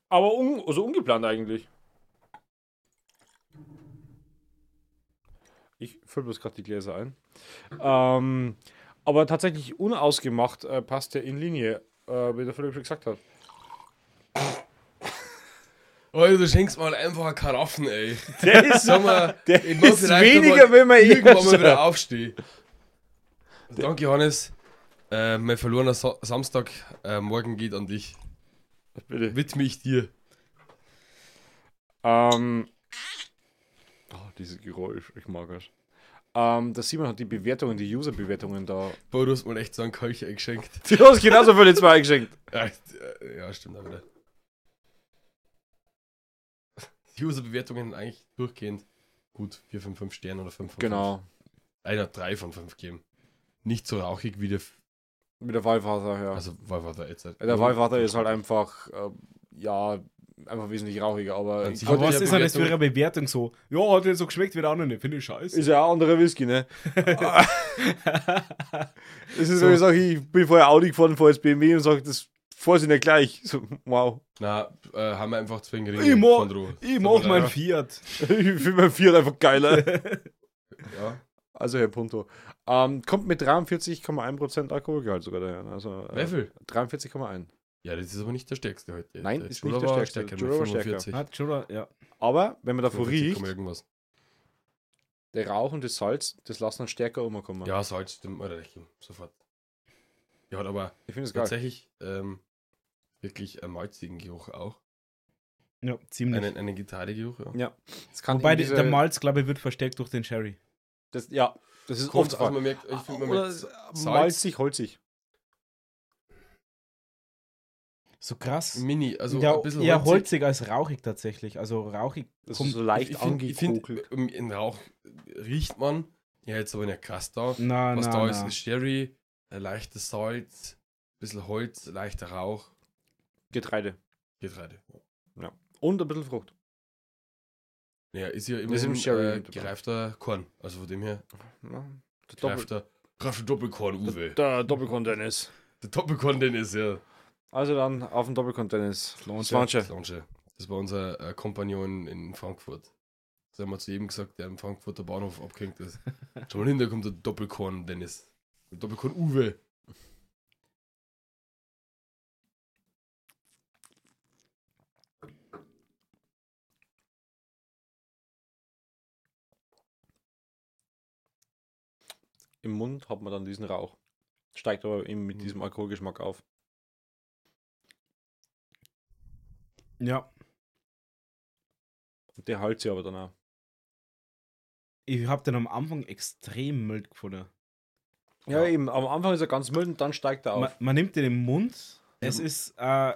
Speaker 2: aber un also ungeplant eigentlich. Ich fülle bloß gerade die Gläser ein. Ähm, aber tatsächlich unausgemacht äh, passt er in Linie, äh, wie der Philipp schon gesagt hat.
Speaker 1: Alter, du schenkst mal einfach eine Karaffen, ey.
Speaker 2: Der ist,
Speaker 1: Sag mal,
Speaker 2: der
Speaker 1: ich muss
Speaker 2: ist
Speaker 1: vielleicht noch
Speaker 2: weniger,
Speaker 1: mal
Speaker 2: wenn man eh
Speaker 1: irgendwann mal
Speaker 2: schon-
Speaker 1: wieder aufstehe. Danke, Johannes. Äh, mein verlorener Sa Samstag äh, morgen geht an dich.
Speaker 2: Bitte.
Speaker 1: Widme ich dir.
Speaker 2: Ähm, oh, dieses Geräusch, ich mag es. Ähm, der Simon hat die Bewertungen, die User-Bewertungen da.
Speaker 1: Boah, du hast mal echt so einen Kolch eingeschenkt.
Speaker 2: Die hast genauso viele zwei eingeschenkt.
Speaker 1: Ja, äh, ja, stimmt auch wieder. Die User-Bewertungen eigentlich durchgehend gut. 4 von 5 Sternen oder 5 von 5.
Speaker 2: Genau.
Speaker 1: Einer hat 3 von 5 gegeben. Nicht so rauchig wie der. F
Speaker 2: Mit der Wallvater, ja.
Speaker 1: Also, war, war der jetzt halt.
Speaker 2: der Wallvater ist halt einfach, ähm, ja, einfach wesentlich rauchiger, aber
Speaker 1: An sich-
Speaker 3: Aber
Speaker 1: Konnte
Speaker 3: was
Speaker 1: ich
Speaker 3: ist
Speaker 1: ja
Speaker 3: denn das für
Speaker 1: Bewertung-
Speaker 3: eine Bewertung so? Ja, hat dir so geschmeckt, wird auch noch nicht. Finde ich scheiße.
Speaker 2: ist ja ein anderer Whisky, ne? Es ist so. ich sage, ich bin vorher Audi gefahren, vorher jetzt BMW und sage, das vorher sind ja gleich. So, wow.
Speaker 1: Na, äh, haben wir einfach zu wenig
Speaker 3: Ich
Speaker 1: Ringe
Speaker 3: mag,
Speaker 1: von Ruhe.
Speaker 3: ich mag
Speaker 1: Ja.
Speaker 3: mein Fiat.
Speaker 2: Ich finde mein Fiat einfach geiler.
Speaker 1: Ja.
Speaker 2: Also Herr Punto. Ähm, kommt mit 43,1% Alkoholgehalt sogar daher. Also,
Speaker 1: Wie
Speaker 2: äh,
Speaker 1: viel?
Speaker 2: 43,1.
Speaker 1: Ja, das ist aber nicht der stärkste heute.
Speaker 2: Nein,
Speaker 1: der
Speaker 2: ist
Speaker 1: Jura
Speaker 2: nicht der
Speaker 1: war
Speaker 2: stärkste.
Speaker 1: Stärker
Speaker 2: Jura war
Speaker 1: mit
Speaker 2: stärker.
Speaker 1: 45.
Speaker 3: Hat schon, mal- ja.
Speaker 2: Aber wenn man davor
Speaker 1: 45,
Speaker 2: riecht,
Speaker 1: Komma irgendwas.
Speaker 2: der Rauch und das Salz, das lassen dann stärker umkommen.
Speaker 1: Ja, Salz stimmt mir recht. Sofort. Ja, hat aber
Speaker 2: Ich finde es geil.
Speaker 1: tatsächlich ähm, wirklich einen malzigen Geruch auch.
Speaker 3: ja, ziemlich.
Speaker 1: Einen, einen Gitarregeruch, ja.
Speaker 2: Das kann
Speaker 3: Wobei
Speaker 2: eben
Speaker 3: der-
Speaker 2: diese-
Speaker 3: der Malz, glaube ich, wird verstärkt durch den Sherry.
Speaker 2: das, ja, das ist
Speaker 1: Kommt,
Speaker 2: oft
Speaker 1: also man merkt, ich finde, man
Speaker 2: Oder
Speaker 1: merkt Salz,
Speaker 2: malzig, holzig.
Speaker 3: So krass.
Speaker 1: Mini, also
Speaker 3: ja,
Speaker 1: ein bisschen
Speaker 3: eher holzig als rauchig tatsächlich. Also rauchig.
Speaker 2: Das
Speaker 3: kommt-
Speaker 2: ist so leicht
Speaker 1: ich find- ich find,
Speaker 2: angekokelt.
Speaker 1: ähm, In Rauch riecht man, ja, jetzt aber nicht krass da.
Speaker 3: Na,
Speaker 1: Was
Speaker 3: na,
Speaker 1: da
Speaker 3: na.
Speaker 1: ist, ist Sherry, äh, leichtes Salz, bisschen Holz, leichter Rauch,
Speaker 2: Getreide.
Speaker 1: Getreide.
Speaker 2: Und ein bisschen Frucht.
Speaker 1: Naja, ist ja
Speaker 2: ist im
Speaker 1: immerhin
Speaker 2: Sherry
Speaker 1: äh,
Speaker 2: mit dabei.
Speaker 1: gereifter Korn. Also von dem her,
Speaker 2: Ja. Der Doppel-
Speaker 1: gereifter, gereifter Doppelkorn, Uwe.
Speaker 2: Der Doppelkorn Dennis.
Speaker 1: Der Doppelkorn, den ist ja.
Speaker 2: Also dann auf den Doppelkorn Dennis.
Speaker 3: Slanche.
Speaker 2: Slanche.
Speaker 1: Lange. Das war unser äh, Kompagnon in Frankfurt. Das haben wir zu jedem gesagt, der am Frankfurter Bahnhof abgehängt ist. Schau mal hin, da kommt der Doppelkorn, Dennis. Der Doppelkorn Uwe.
Speaker 2: Im Mund hat man dann diesen Rauch. Steigt aber eben mit
Speaker 1: Mhm.
Speaker 2: diesem Alkoholgeschmack auf.
Speaker 3: Ja.
Speaker 2: Und der hält sie aber danach.
Speaker 3: Ich habe den am Anfang extrem mild gefunden.
Speaker 2: Ja, eben. Am Anfang ist er ganz mild und dann steigt er auf.
Speaker 3: Man, man nimmt den im Mund. Es ist äh,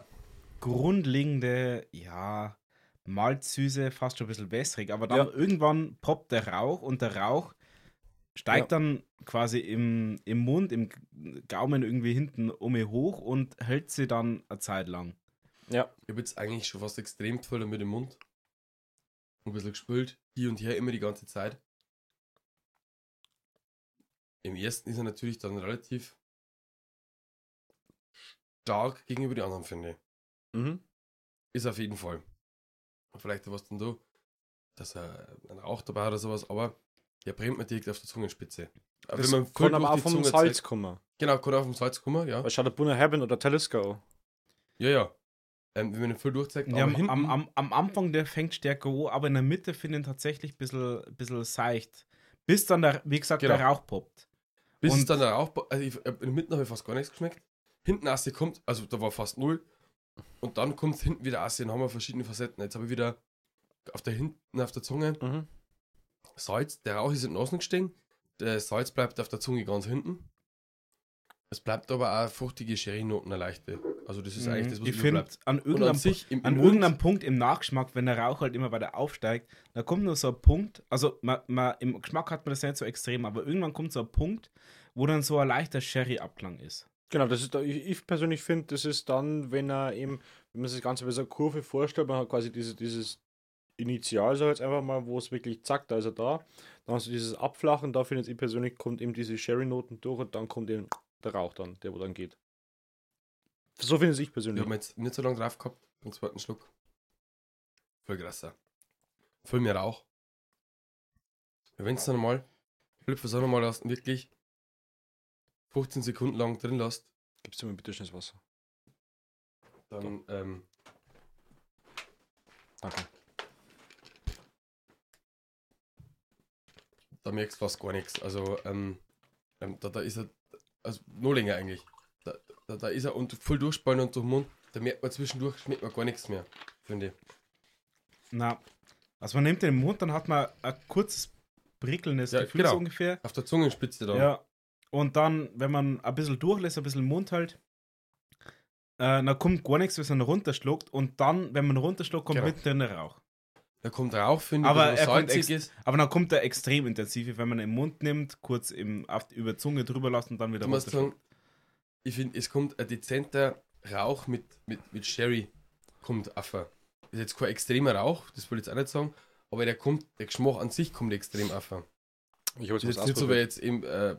Speaker 3: grundlegende, ja, Malzsüße, fast schon ein bisschen wässrig. Aber dann
Speaker 2: Ja.
Speaker 3: irgendwann poppt der Rauch und der Rauch steigt dann quasi im, im Mund, im Gaumen irgendwie hinten um mich hoch und hält sie dann eine Zeit lang.
Speaker 2: ja.
Speaker 1: Ich habe jetzt eigentlich schon fast extrem voll damit im Mund. Ein bisschen gespült, hier und her, immer die ganze Zeit. Im ersten ist er natürlich dann relativ stark gegenüber den anderen, finde ich.
Speaker 2: Mhm.
Speaker 1: Ist auf jeden Fall. Vielleicht was denn du, dass er einen Rauch dabei hat oder sowas, aber der brennt mir direkt auf der Zungenspitze. Aber
Speaker 2: Das
Speaker 1: wenn man voll
Speaker 2: kann aber
Speaker 1: durch
Speaker 2: auch
Speaker 1: die
Speaker 2: vom
Speaker 1: Zunge
Speaker 2: Salz
Speaker 1: zeigt-
Speaker 2: kommen.
Speaker 1: Genau, kann auf dem Salz kommen, ja.
Speaker 2: Was schaut der Bunner Heaven oder Telesco?
Speaker 1: Ja, ja. Ähm, wenn man den voll durchzeigt,
Speaker 2: Genau,
Speaker 3: Ja, am, am, am, am Anfang der fängt stärker an, aber in der Mitte finde ich ihn tatsächlich ein bisschen, bisschen seicht. Bis dann, der, wie gesagt, der
Speaker 1: Genau.
Speaker 3: Rauch poppt.
Speaker 1: bis
Speaker 3: und-
Speaker 1: es dann der Rauch, also ich, äh, mitten habe ich fast gar nichts geschmeckt. Hinten Assi kommt, also da war fast null. Und dann kommt hinten wieder Assi und haben wir verschiedene Facetten. Jetzt habe ich wieder auf der hinten auf der Zunge
Speaker 2: Mhm.
Speaker 1: Salz, der Rauch ist in Außen gestiegen, der Salz bleibt auf der Zunge ganz hinten. Es bleibt aber auch fruchtige Sherry-Noten, eine leichte. Also das ist eigentlich das, was
Speaker 3: Mhm. ich
Speaker 1: übrig
Speaker 3: finde,
Speaker 1: bleibt.
Speaker 3: an
Speaker 1: Und an
Speaker 3: irgendeinem
Speaker 1: sich, im,
Speaker 3: An
Speaker 1: im
Speaker 3: irgendeinem Punkt im Nachgeschmack, wenn der Rauch halt immer weiter aufsteigt, da kommt nur so ein Punkt, also man, man, im Geschmack hat man das nicht so extrem, aber irgendwann kommt so ein Punkt, wo dann so ein leichter Sherry-Abklang ist.
Speaker 2: Genau, das ist, da- ich, ich persönlich finde, das ist dann, wenn er eben, wenn man sich das Ganze bei so einer Kurve vorstellt, man hat quasi diese, dieses Initial, so jetzt einfach mal, wo es wirklich zack, da ist er da. Dann hast du dieses Abflachen, da finde ich persönlich, kommt eben diese Sherry-Noten durch und dann kommt eben der Rauch dann, der wo dann geht. So finde ich
Speaker 1: Wir
Speaker 2: persönlich.
Speaker 1: haben jetzt nicht so lange drauf gehabt, den zweiten Schluck. Voll krasser. Voll mehr Rauch. Wenn es dann mal, Flip, was auch nochmal lassen, wirklich 15 Sekunden lang drin lässt,
Speaker 2: Gibst du mir bitte schnell das Wasser?
Speaker 1: dann ähm,
Speaker 2: Danke.
Speaker 1: da merkst du fast gar nichts. Also, ähm, ähm, da, da ist er also Nolinger eigentlich. Da, da, da ist er und voll durchspannen und durch den Mund. Da merkt man zwischendurch, schmeckt man gar nichts mehr, finde ich.
Speaker 3: Na, also man nimmt den im Mund, dann hat man ein kurzes prickelndes
Speaker 1: Ja,
Speaker 3: Gefühl
Speaker 1: genau.
Speaker 3: so ungefähr.
Speaker 1: Auf der Zungenspitze da.
Speaker 3: Ja. Und dann, wenn man ein bisschen durchlässt, ein bisschen im Mund halt, äh, dann kommt gar nichts, was man runterschluckt. Und dann, wenn man runterschluckt, kommt
Speaker 1: Genau.
Speaker 3: mittendrin der Rauch.
Speaker 1: Da kommt Rauch, finde ich,
Speaker 3: Aber
Speaker 1: dass er
Speaker 3: er kommt
Speaker 1: salzig
Speaker 3: ex-
Speaker 1: ist.
Speaker 3: Aber dann kommt der extrem intensive, wenn man ihn im Mund nimmt, kurz im, auf, über die Zunge drüber lassen und dann wieder
Speaker 1: Du musst
Speaker 3: runterschluckt.
Speaker 1: sagen, ich finde, es kommt ein dezenter Rauch mit, mit, mit Sherry. Kommt auf. Ist jetzt kein extremer Rauch, das will ich jetzt auch nicht sagen, aber der kommt, der Geschmack an sich kommt extrem auf.
Speaker 2: Ich habe
Speaker 1: Das ist jetzt nicht so wie jetzt eben äh,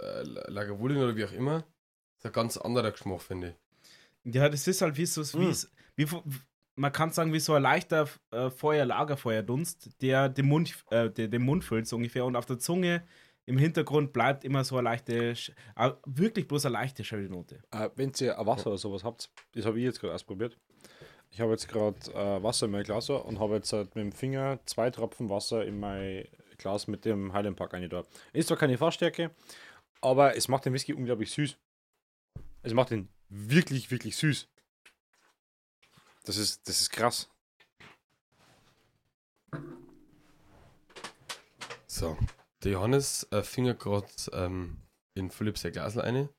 Speaker 1: äh, Lagavulin oder wie auch immer. Das ist ein ganz anderer Geschmack, finde ich.
Speaker 3: Ja, das ist halt wie so, wie,
Speaker 1: Ah.
Speaker 2: Mm.
Speaker 3: es- wie fu- man kann sagen, wie so ein leichter äh, Feuer, Lagerfeuerdunst, der den Mund, äh, der den Mund füllt so ungefähr und auf der Zunge im Hintergrund bleibt immer so eine leichte, Sch- ah, wirklich bloß eine leichte Sherry-Note.
Speaker 2: Äh, wenn ihr ein Wasser oder sowas habt, das habe ich jetzt gerade ausprobiert. Ich habe jetzt gerade äh, Wasser in mein Glas und habe jetzt halt mit dem Finger zwei Tropfen Wasser in mein Glas mit dem Highland Park rein da. Ist zwar keine Fassstärke, aber es macht den Whisky unglaublich süß. Es macht ihn wirklich, wirklich süß. Das ist, das ist krass.
Speaker 1: So, der Johannes äh, fingert gerade ähm, in Philipp sein Glasl eine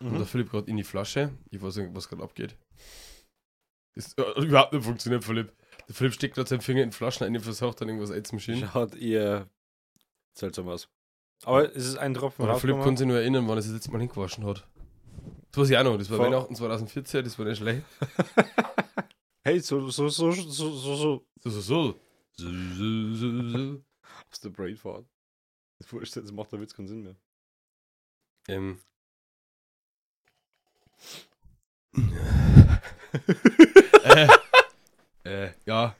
Speaker 2: Mhm.
Speaker 1: und der Philipp gerade in die Flasche. Ich weiß nicht, was gerade abgeht. Ist äh, überhaupt nicht funktioniert, Philipp. Der Philipp steckt gerade seinen Finger in Flaschen ein und versucht dann irgendwas einzumaschinen.
Speaker 2: Schaut ihr seltsam aus. Aber es ist ein Tropfen
Speaker 1: Aber der Philipp
Speaker 2: rausgekommen.
Speaker 1: konnte sich nur erinnern, wann er sich das letzte Mal hingewaschen hat. Das weiß ich auch noch, das war
Speaker 2: Vor-
Speaker 1: Weihnachten 2014, das war nicht schlecht.
Speaker 2: Hey, so, so, so, so, so, so.
Speaker 1: So, so, so. So, so, so, so.
Speaker 2: Aus der Brain fahrt. Das wurscht, jetzt macht der Witz keinen Sinn mehr.
Speaker 1: Ähm. äh, äh, ja,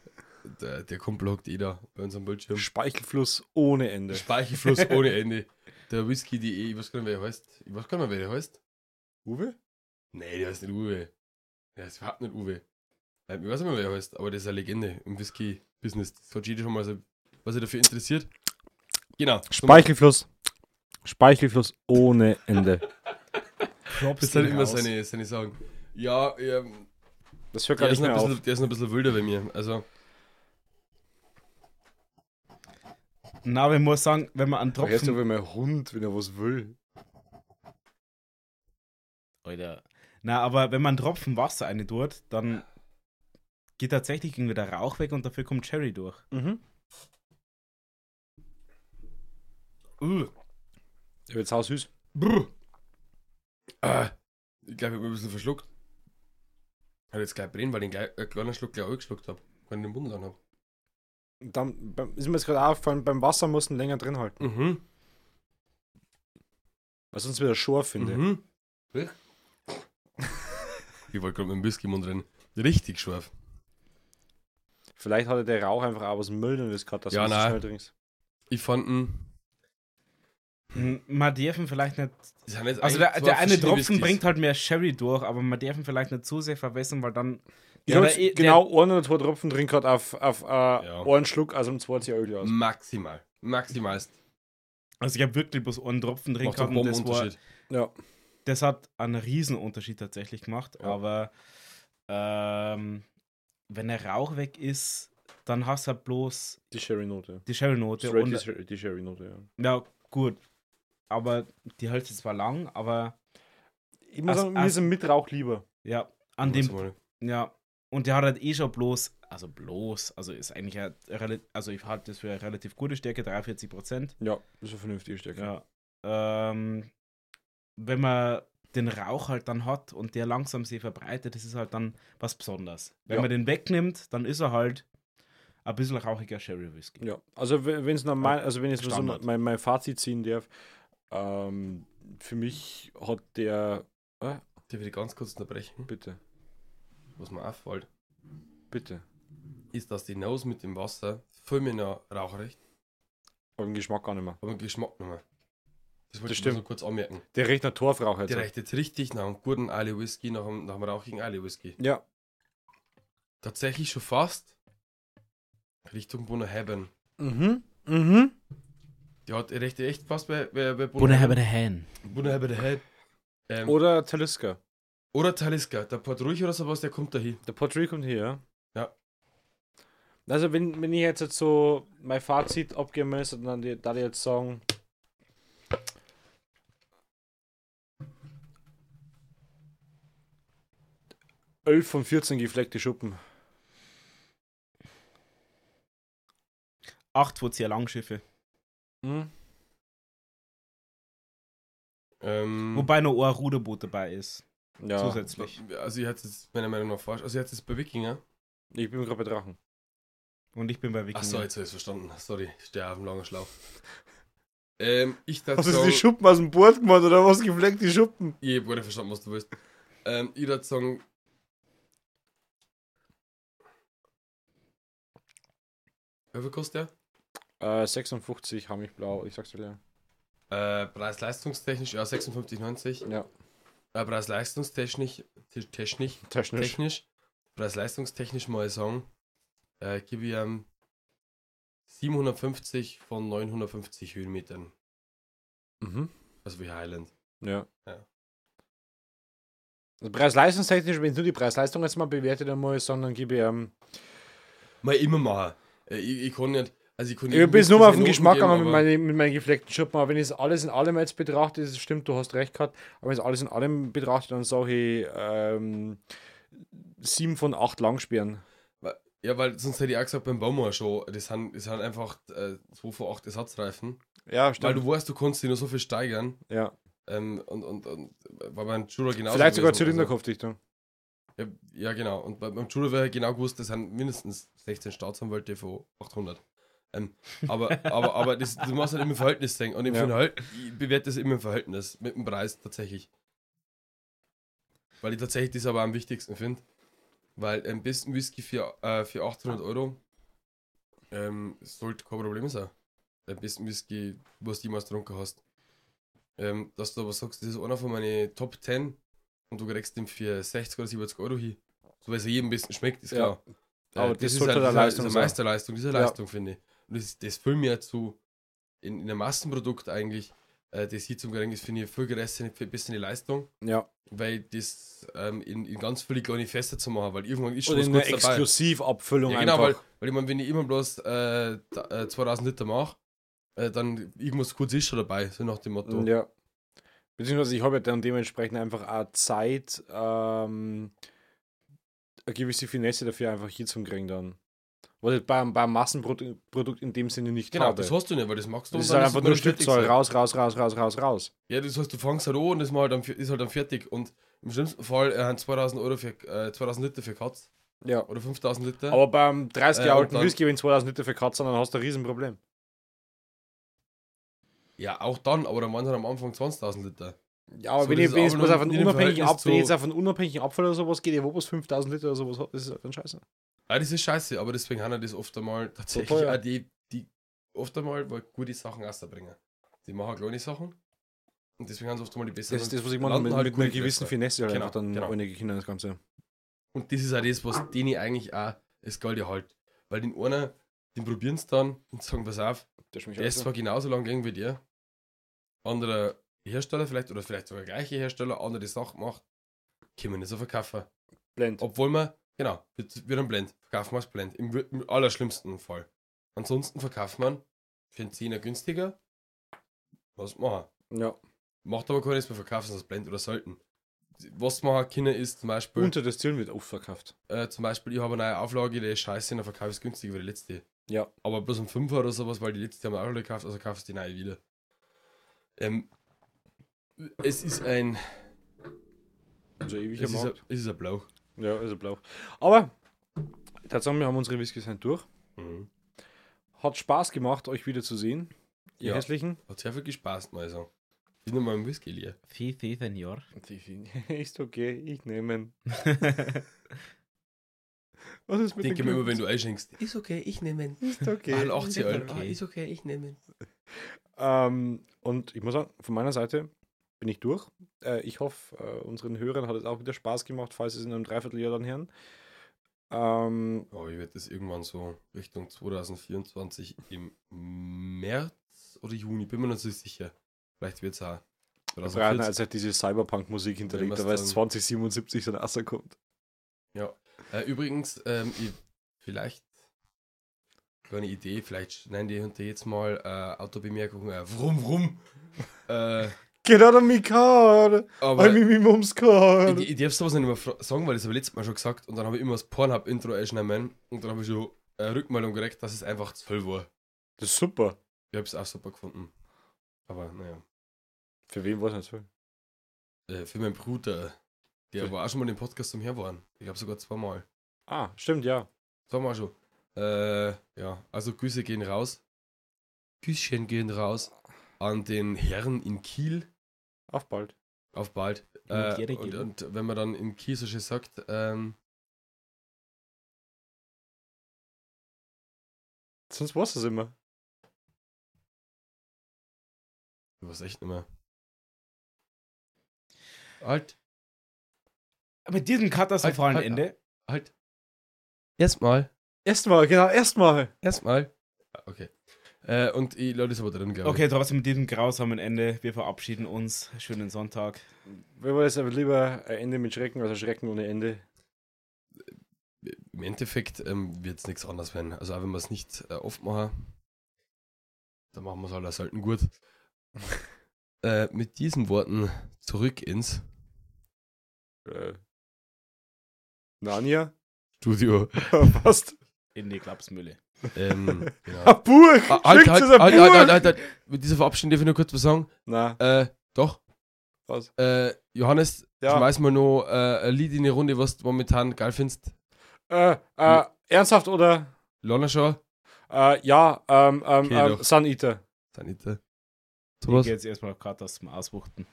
Speaker 1: der, der Kumpel hockt eh da bei unserem Bildschirm.
Speaker 2: Speichelfluss ohne Ende.
Speaker 1: Speichelfluss ohne Ende. Der Whisky.de, ich weiß gar nicht, wer der heißt. Ich weiß gar nicht, mehr, wer der heißt.
Speaker 2: Uwe?
Speaker 1: Nee, der heißt nicht Uwe. Der heißt überhaupt nicht Uwe. Ähm, Ich weiß nicht mehr, wer er heißt, aber der ist eine Legende im Whisky-Business. Das hat jeder schon mal so, was er dafür interessiert. Genau. so
Speaker 2: Speichelfluss. Speichelfluss ohne Ende.
Speaker 3: Props
Speaker 1: Das sind
Speaker 3: gehen
Speaker 1: halt immer
Speaker 3: raus.
Speaker 1: seine, seine Sagen. Ja, ähm,
Speaker 2: Das hört
Speaker 1: der,
Speaker 2: gerade
Speaker 1: ist
Speaker 2: nicht
Speaker 1: noch
Speaker 2: mehr
Speaker 1: ein
Speaker 2: auf.
Speaker 1: bisschen, der ist noch ein bisschen wilder bei mir. Also,
Speaker 3: Na, aber ich muss sagen, wenn man einen
Speaker 2: Hörst
Speaker 3: Tropfen...
Speaker 2: wie mein Hund, wenn er was will.
Speaker 3: Alter. Na, aber wenn man einen Tropfen Wasser eine tut, dann geht tatsächlich irgendwie der Rauch weg und dafür kommt Sherry durch.
Speaker 2: Mhm.
Speaker 1: uh,
Speaker 2: Der wird sau süß.
Speaker 1: brr.
Speaker 2: Äh.
Speaker 1: Ah, ich glaube, ich habe ein bisschen verschluckt. Hat jetzt gleich brennen, weil ich einen kleinen Schluck gleich geschluckt habe. Weil ich den Mund lang habe.
Speaker 2: Dann beim- ist mir jetzt gerade aufgefallen, beim Wasser muss man länger drin halten.
Speaker 1: Mhm.
Speaker 2: Weil sonst wieder Schor finde.
Speaker 1: Mhm. Ich wollte gerade mit dem Whisky im Mund rennen. Richtig scharf.
Speaker 2: Vielleicht hatte der Rauch einfach auch aus dem Müll und ist gerade, dass
Speaker 1: Ja,
Speaker 2: du so
Speaker 1: nein.
Speaker 2: schnell trinkst.
Speaker 1: Ich fand ihn.
Speaker 3: M- Man dürfen vielleicht nicht
Speaker 1: das sind jetzt eigentlich
Speaker 3: Also der,
Speaker 1: zwei
Speaker 3: der eine
Speaker 1: verschiedene
Speaker 3: Tropfen
Speaker 1: Whiskys.
Speaker 3: bringt halt mehr Sherry durch, aber man darf ihn vielleicht nicht zu sehr verwässern, weil dann.
Speaker 2: Ich
Speaker 3: Ja,
Speaker 2: habe
Speaker 3: aber eh-
Speaker 2: jetzt genau einen oder zwei Tropfen drin gerade auf, auf äh,
Speaker 1: Ja. Mhm.
Speaker 2: einen Schluck, also um 20 Euro aus.
Speaker 1: Maximal. Maximalst.
Speaker 3: Der, also ich habe wirklich bloß einen Tropfen drin
Speaker 1: Macht einen
Speaker 3: gehabt und das, war,
Speaker 1: Bombenunterschied.
Speaker 2: Ja.
Speaker 3: das hat einen riesen Unterschied tatsächlich gemacht.
Speaker 2: Ja.
Speaker 3: Aber ähm, wenn der Rauch weg ist, dann hast du halt bloß
Speaker 2: Die Sherry-Note.
Speaker 3: die Sherry-Note.
Speaker 2: Straight die
Speaker 3: und-
Speaker 2: Sher- Die Sherry-Note, ja.
Speaker 3: Ja, gut. Aber die hält sich zwar lang, aber
Speaker 2: Ich muss
Speaker 3: As-
Speaker 2: sagen, mir
Speaker 3: as-
Speaker 2: sind mit Rauch lieber.
Speaker 3: ja, an
Speaker 1: Warte
Speaker 3: dem
Speaker 1: mal.
Speaker 3: Ja, und der hat halt eh schon bloß, also bloß, also ist eigentlich, ein, rela- also ich halte das für eine relativ gute Stärke, 43 Prozent.
Speaker 2: Ja, das ist eine vernünftige Stärke.
Speaker 3: Ja. Ähm, wenn man den Rauch halt dann hat und der langsam sich verbreitet, das ist halt dann was Besonderes. Wenn
Speaker 2: Ja.
Speaker 3: man den wegnimmt, dann ist er halt ein bisschen rauchiger Sherry Whisky.
Speaker 2: Ja, also wenn es nach mein, also wenn ich jetzt so
Speaker 3: Standard.
Speaker 2: mein, mein Fazit ziehen darf, ähm, für mich hat der äh,
Speaker 1: Darf ich dich ganz kurz unterbrechen?
Speaker 2: bitte,
Speaker 1: Was mir auffällt,
Speaker 2: bitte,
Speaker 1: ist, dass die Nose mit dem Wasser voll mir noch rauchrecht,
Speaker 2: aber den Geschmack gar nicht mehr.
Speaker 1: aber den Geschmack nicht mehr. Das wollte
Speaker 2: Das
Speaker 1: ich nur
Speaker 2: stimmt.
Speaker 1: so kurz anmerken.
Speaker 2: Der riecht nach Torfrauch jetzt.
Speaker 1: Der reicht jetzt richtig nach einem guten Ali Whisky, nach einem, nach einem rauchigen Ali Whisky.
Speaker 2: Ja,
Speaker 1: Tatsächlich schon fast Richtung Bonner Heaven.
Speaker 2: mhm, mhm.
Speaker 1: Die hat recht, echt fast bei, bei, bei
Speaker 3: a hand.
Speaker 1: Bonner Heaven. Ähm, oder,
Speaker 2: Oder Talisker.
Speaker 1: Taliska, der Port Ruhig oder sowas, der kommt da hin.
Speaker 2: Der Potri kommt hier,
Speaker 1: Ja.
Speaker 2: Also, wenn, wenn ich jetzt, jetzt so mein Fazit abgeben müsste, dann die- darf ich jetzt sagen. Elf von 14 gefleckte Schuppen.
Speaker 3: 8 von 10 Langschiffe.
Speaker 2: Hm?
Speaker 1: Ähm,
Speaker 3: Wobei noch ein Ruderboot dabei ist.
Speaker 2: Ja.
Speaker 3: Zusätzlich.
Speaker 1: Also ich hatte es meiner Meinung nach falsch. Also ich hatte es bei Wikinger.
Speaker 2: Ich bin gerade bei Drachen.
Speaker 3: Und ich bin bei Wikinger.
Speaker 1: Achso, jetzt habe ich es verstanden. Sorry, ich stehe auf dem langen Schlauch. Ähm, ich dachte
Speaker 2: Hast du die Schuppen aus dem Board gemacht oder was gefleckt die Schuppen?
Speaker 1: Ich hab gar nicht verstanden, was du willst. Ähm, ich würde sagen. Wie viel kostet
Speaker 2: Äh, 56 habe ich blau, ich sag's dir gleich.
Speaker 1: der? Äh, Preis-Leistungstechnisch, ja, 56,90.
Speaker 2: Ja,
Speaker 1: Äh, Preis-Leistungstechnisch, tisch- technisch,
Speaker 2: technisch.
Speaker 1: technisch, Preis-Leistungstechnisch mal sagen, äh, gebe ich ähm, 750 von 950 Höhenmetern.
Speaker 2: Mhm.
Speaker 1: Also wie Highland.
Speaker 2: Ja.
Speaker 1: Ja.
Speaker 2: Also Preis-Leistungstechnisch, wenn du die Preis-Leistung jetzt mal bewertet einmal, sondern gebe ich ähm,
Speaker 1: Mal immer machen. Äh, ich, ich kann nicht. Also ich kann
Speaker 2: Ich
Speaker 1: nicht-
Speaker 2: bin jetzt nur mal auf den
Speaker 1: Noten
Speaker 2: Geschmack
Speaker 1: geben,
Speaker 2: gegangen mit,
Speaker 1: aber-
Speaker 2: meinen- mit meinen gefleckten Schuppen, aber wenn ich es alles in allem jetzt betrachte, ist es stimmt, du hast recht gehabt, aber wenn ich es alles in allem betrachte, dann sage ich ähm, sieben von acht Langsperren.
Speaker 1: Ja, weil sonst hätte ich auch gesagt, beim Baumar schon, das sind, das sind einfach äh, 2 vor 8 Ersatzreifen.
Speaker 2: Ja,
Speaker 1: Weil du weißt, du kannst die nur so viel steigern.
Speaker 2: ja.
Speaker 1: Ähm, und, und, und war beim Judo genau
Speaker 2: Vielleicht sogar Zylinderkopfdichtung.
Speaker 1: Also, ja, ja, genau. Und bei- beim Judo wäre genau gewusst, das sind mindestens 16 Staatsanwälte von 800. Ähm, aber aber, aber das, du musst halt immer im Verhältnis denken. Und im
Speaker 2: Ja.
Speaker 1: Verhältnis, ich bewerte das immer im Verhältnis, mit dem Preis tatsächlich. Weil ich tatsächlich das aber am wichtigsten finde. Weil ein bisschen Whisky für, äh, für 800 Euro ähm, sollte kein Problem sein. Ein bisschen Whisky, was du jemals getrunken hast. Ähm, dass du aber sagst, das ist einer von meinen Top 10 und du kriegst den für 60 oder 70 Euro hin. So weil es jedem ein bisschen schmeckt, ist
Speaker 2: Ja.
Speaker 1: klar.
Speaker 2: Aber das
Speaker 1: ist
Speaker 2: sollte
Speaker 1: halt-
Speaker 2: eine
Speaker 1: ist halt-
Speaker 2: Leistung
Speaker 1: ist
Speaker 2: sein.
Speaker 1: eine Meisterleistung, diese
Speaker 2: Ja.
Speaker 1: Leistung, finde ich. Und das, das viel mehr zu in, in einem Massenprodukt eigentlich, äh, das hier zum Gering ist, finde ich, viel geressene, viel bessere Leistung,
Speaker 2: Ja.
Speaker 1: weil das ähm, in, in ganz viele kleine Feste zu machen, weil irgendwann ist schon
Speaker 2: Oder
Speaker 1: was
Speaker 2: in einer
Speaker 1: Gutes dabei.
Speaker 2: Exklusivabfüllung
Speaker 1: Ja,
Speaker 2: einfach.
Speaker 1: genau, weil, weil ich meine, wenn ich immer bloß äh, da- äh, 2000 Liter mache, äh, dann irgendwas Gutes ist schon dabei, so nach dem Motto.
Speaker 2: Ja. Beziehungsweise ich habe ja dann dementsprechend einfach auch Zeit, ähm, eine gewisse Finesse dafür einfach hier zum Kriegen dann. Was ich beim, beim Massenprodukt in dem Sinne nicht
Speaker 1: Genau,
Speaker 2: habe.
Speaker 1: das hast du nicht, weil das magst du
Speaker 2: das
Speaker 1: und
Speaker 2: ist
Speaker 1: dann
Speaker 2: halt
Speaker 1: es
Speaker 2: einfach
Speaker 1: nur
Speaker 2: nur
Speaker 1: fertig
Speaker 2: Stückzahl.
Speaker 1: sein.
Speaker 2: Raus, raus, raus, raus, raus, raus.
Speaker 1: Ja, das heißt, du fangst halt an und das mal dann, ist halt dann fertig. Und im schlimmsten Fall äh, haben 2000 Euro für äh, 2000 Liter für Katz
Speaker 2: Ja.
Speaker 1: oder 5000 Liter.
Speaker 2: Aber beim 30
Speaker 1: Äh,
Speaker 2: Jahre
Speaker 1: und
Speaker 2: alten
Speaker 1: dann-
Speaker 2: Whisky, wenn 2000 Liter für Katzen, dann hast du ein Riesenproblem.
Speaker 1: ja, auch dann, aber dann waren es halt am Anfang 20.000 Liter.
Speaker 2: Ja, aber
Speaker 1: So,
Speaker 2: wenn
Speaker 1: das ist
Speaker 2: ich, wenn
Speaker 1: auch
Speaker 2: ich
Speaker 1: in
Speaker 2: bloß auf
Speaker 1: einem-
Speaker 2: einen
Speaker 1: in einem
Speaker 2: unabhängigen
Speaker 1: Verhältnis
Speaker 2: Abfall, wenn
Speaker 1: zu-
Speaker 2: ich jetzt auf einen unabhängigen Abfall oder sowas geht, der wo bloß 5000 Liter oder sowas hat, das ist dann scheiße.
Speaker 1: Ah, das ist scheiße, aber deswegen haben ja das oft einmal tatsächlich
Speaker 2: So teuer.
Speaker 1: auch die, die oft einmal weil gute Sachen rausbringen. Die machen kleine Sachen und deswegen haben sie oft einmal die besseren.
Speaker 2: Das ist das, was ich meine,
Speaker 1: landen
Speaker 2: mit,
Speaker 1: halt
Speaker 2: mit
Speaker 1: gute
Speaker 2: einer gewissen
Speaker 1: Fässer.
Speaker 2: Finesse halt
Speaker 1: Genau,
Speaker 2: einfach dann
Speaker 1: genau.
Speaker 2: ohne Kinder das Ganze.
Speaker 1: Und das ist auch das, was denen eigentlich auch das Gold halt. Weil den einer, den probieren sie dann und sagen, pass auf,
Speaker 2: Das schmeckt
Speaker 1: Der ist zwar genauso lang gegangen wie dir, anderer Hersteller vielleicht, oder vielleicht sogar gleiche Hersteller, andere Sachen macht, können wir nicht so verkaufen.
Speaker 2: blend.
Speaker 1: Obwohl man, genau, wird, wird ein Blend, verkaufen wir als Blend, im, wir- im allerschlimmsten Fall. Ansonsten verkauft man für einen Zehner günstiger, was machen.
Speaker 2: Ja.
Speaker 1: Macht aber keines mehr verkaufen, als Blend oder sollten. Was machen Kinder ist zum Beispiel,
Speaker 2: Unter das Ziel wird aufverkauft.
Speaker 1: äh, zum Beispiel, ich habe eine neue Auflage, die ist scheiße, dann verkaufe ich es günstiger wie die letzte.
Speaker 2: Ja.
Speaker 1: Aber bloß um 5 oder sowas, weil die letzte haben wir auch alle gekauft, also kaufst du die neue wieder. Ähm, es ist ein.
Speaker 2: Also ewiger
Speaker 1: Es ist, halt- ein
Speaker 2: Markt.
Speaker 1: es ist ein Blau.
Speaker 2: Ja, also blau. Aber, tatsächlich, wir haben unsere Whiskys halt durch.
Speaker 1: Mhm.
Speaker 2: Hat Spaß gemacht, euch wieder zu sehen. Ihr
Speaker 1: Ja.
Speaker 2: hässlichen.
Speaker 1: Hat sehr viel gespaßt, mal so. Ich nehme mal einen Whisky hier.
Speaker 3: Viel, viel, Senior.
Speaker 2: Ist okay, ich nehme.
Speaker 3: Äh,
Speaker 2: Was ist mit
Speaker 1: Denke
Speaker 2: dem
Speaker 1: mir immer, wenn
Speaker 2: Glück?
Speaker 1: du einschenkst.
Speaker 4: Ist okay, ich nehme ihn.
Speaker 2: Ist okay.
Speaker 1: Alle 80 Euro.
Speaker 4: Ah, ist okay, ich nehme ihn.
Speaker 2: Ähm, und ich muss sagen, von meiner Seite bin ich durch. Äh, ich hoffe, äh, unseren Hörern hat es auch wieder Spaß gemacht, falls es in einem Dreivierteljahr dann hören. Ähm,
Speaker 1: Aber Oh, ich werde das irgendwann so Richtung 2024 im März oder Juni, bin mir noch nicht so sicher. Vielleicht wird es auch Oder so
Speaker 2: Brian,
Speaker 1: 14.
Speaker 2: als er diese Cyberpunk-Musik hinterlegt,
Speaker 1: wir's
Speaker 2: da weiß
Speaker 1: dann-
Speaker 2: 2077 so ein Asser kommt.
Speaker 1: Äh, übrigens, ähm, ich, vielleicht gar eine Idee, vielleicht schneiden die hinter jetzt mal äh, Autobemerkung, äh, wrum, wrum. äh,
Speaker 2: Get out of me car!
Speaker 1: aber
Speaker 2: I'm in my mom's car!
Speaker 1: ich, ich darf sowas nicht mehr fra- sagen, weil das habe ich letztes Mal schon gesagt und dann habe ich immer das Pornhub-Intro einschneiden und dann habe ich schon äh, Rückmeldung gekriegt, dass es einfach 12 war.
Speaker 2: Das ist super.
Speaker 1: Ich habe es auch super gefunden. Aber naja,
Speaker 2: Für wen war es natürlich?
Speaker 1: äh, für meinen Bruder, der war auch schon mal im Podcast zum Herwarn. Ich glaube sogar zweimal.
Speaker 2: Ah, stimmt, ja.
Speaker 1: Zweimal schon. Äh, ja, also Grüße gehen raus. Küsschen gehen raus an den Herren in Kiel.
Speaker 2: Auf bald.
Speaker 1: Auf bald.
Speaker 3: Und
Speaker 1: Äh,
Speaker 3: Jere
Speaker 1: und,
Speaker 3: geben.
Speaker 1: und wenn man dann in Kiel so schön sagt, ähm,
Speaker 2: Sonst war es das immer.
Speaker 1: ich weiß echt nicht mehr. Halt,
Speaker 3: Mit diesem katastrophalen
Speaker 1: Halt, halt,
Speaker 3: Ende.
Speaker 1: halt. Erstmal,
Speaker 2: Erstmal, genau, erstmal.
Speaker 1: erstmal. Ah, Okay. Äh, und ich lasse das aber drin, glaube ich.
Speaker 3: Okay, trotzdem mit diesem grausamen Ende. Wir verabschieden uns. Schönen Sonntag.
Speaker 2: Wenn wir jetzt aber lieber ein Ende mit Schrecken, also Schrecken ohne Ende.
Speaker 1: Im Endeffekt ähm, wird es nichts anderes werden. Also auch wenn wir es nicht äh, oft machen, dann machen wir es halt auch selten gut. äh, mit diesen Worten zurück ins
Speaker 2: Äh. Narnia?
Speaker 1: Studio.
Speaker 2: Passt.
Speaker 3: In die Klapsmühle.
Speaker 1: Ähm, genau.
Speaker 2: Burg!
Speaker 1: Ah, halt,
Speaker 2: Schickt's
Speaker 1: halt,
Speaker 2: uns
Speaker 1: halt,
Speaker 2: eine
Speaker 1: halt,
Speaker 2: Burg!
Speaker 1: halt, halt, halt. Mit dieser Verabschiedung darf ich nur kurz was sagen.
Speaker 2: Na,
Speaker 1: Äh, doch.
Speaker 2: was?
Speaker 1: Äh, Johannes,
Speaker 2: Ja.
Speaker 1: schmeiß mal noch äh, ein Lied in die Runde, was du momentan geil findest.
Speaker 2: Äh, äh, ernsthaft oder?
Speaker 1: Lonnerschau.
Speaker 2: Äh, ja, ähm, ähm,
Speaker 1: Okay,
Speaker 2: ähm
Speaker 1: doch.
Speaker 2: Sun Eater.
Speaker 1: Sanita.
Speaker 3: Ich
Speaker 1: Thomas.
Speaker 3: gehe jetzt erstmal auf Katas zum Auswuchten.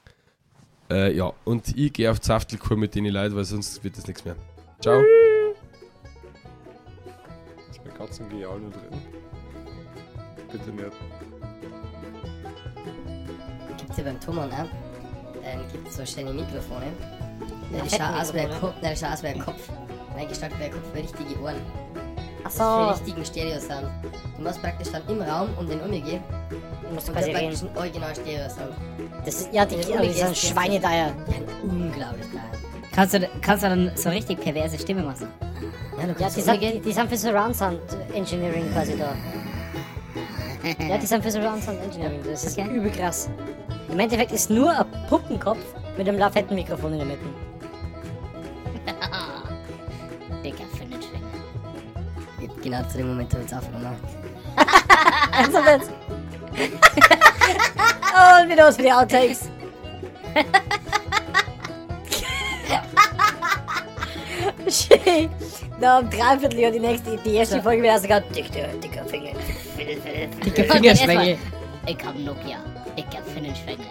Speaker 1: Äh, ja, und ich gehe auf Zaftelkur mit den Leuten, weil sonst wird das nichts mehr. Ciao.
Speaker 2: Ist bei Katzen genial nur drin. Bitte nicht.
Speaker 5: Gibt's hier beim Thomann auch, ähm, gibt's so schöne Mikrofone. Nicht ich schau aus wie ein Kopf, nicht ich schau aus wie ein Kopf. Nein, gestaltet wie ein Kopf für richtige Ohren.
Speaker 6: Ach
Speaker 5: Das ist für
Speaker 6: so,
Speaker 5: richtigen Stereo-Sound. Du machst praktisch dann im Raum um den Umgehen
Speaker 6: du musst
Speaker 5: und
Speaker 6: quasi
Speaker 5: der praktisch
Speaker 6: reden.
Speaker 5: ein original Stereo-Sound.
Speaker 6: Das ist, ja, die,
Speaker 5: Ja,
Speaker 6: ja, die
Speaker 5: die
Speaker 6: sind
Speaker 5: ist-
Speaker 6: Schweinedeier.
Speaker 5: Ja, unglaublich geil.
Speaker 7: Kannst du, kannst du dann so richtig perverse Stimme machen?
Speaker 5: Ja, du
Speaker 6: Ja,
Speaker 5: kannst
Speaker 6: die sind, die, die sind für Surround Sound Engineering quasi da. Ja, die sind für Surround Sound Engineering. Das ist ja übel krass. Im Endeffekt ist nur ein Puppenkopf mit einem lafetten Mikrofon in der Mitte.
Speaker 7: Dicker Findelschwinger.
Speaker 5: so- genau zu dem Moment, wo es aufgenommen
Speaker 6: Also jetzt. Und wieder aus mit den Outtakes. Schön. Na, um dreiviertel Uhr die nächste, die erste Folge wäre sogar dicker, dicker Finger.
Speaker 7: Dicker
Speaker 6: Fingerschwänge.
Speaker 7: Ich hab Nokia. Dicker Findelschwinger.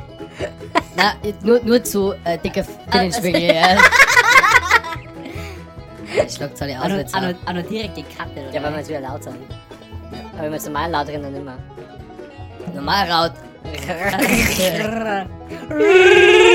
Speaker 5: Na, nur, nur zu äh, dicke
Speaker 6: Ah, also
Speaker 5: Fingerschwinge, ja. Ich schlag zwar die
Speaker 7: Anno,
Speaker 5: Auswärts.
Speaker 7: anno, anno direkt die Karte, oder?
Speaker 6: Also äh, Ja, weil wir jetzt wieder laut sind. Aber wenn wir zu meinen laut reden, dann immer.
Speaker 5: Normal raut.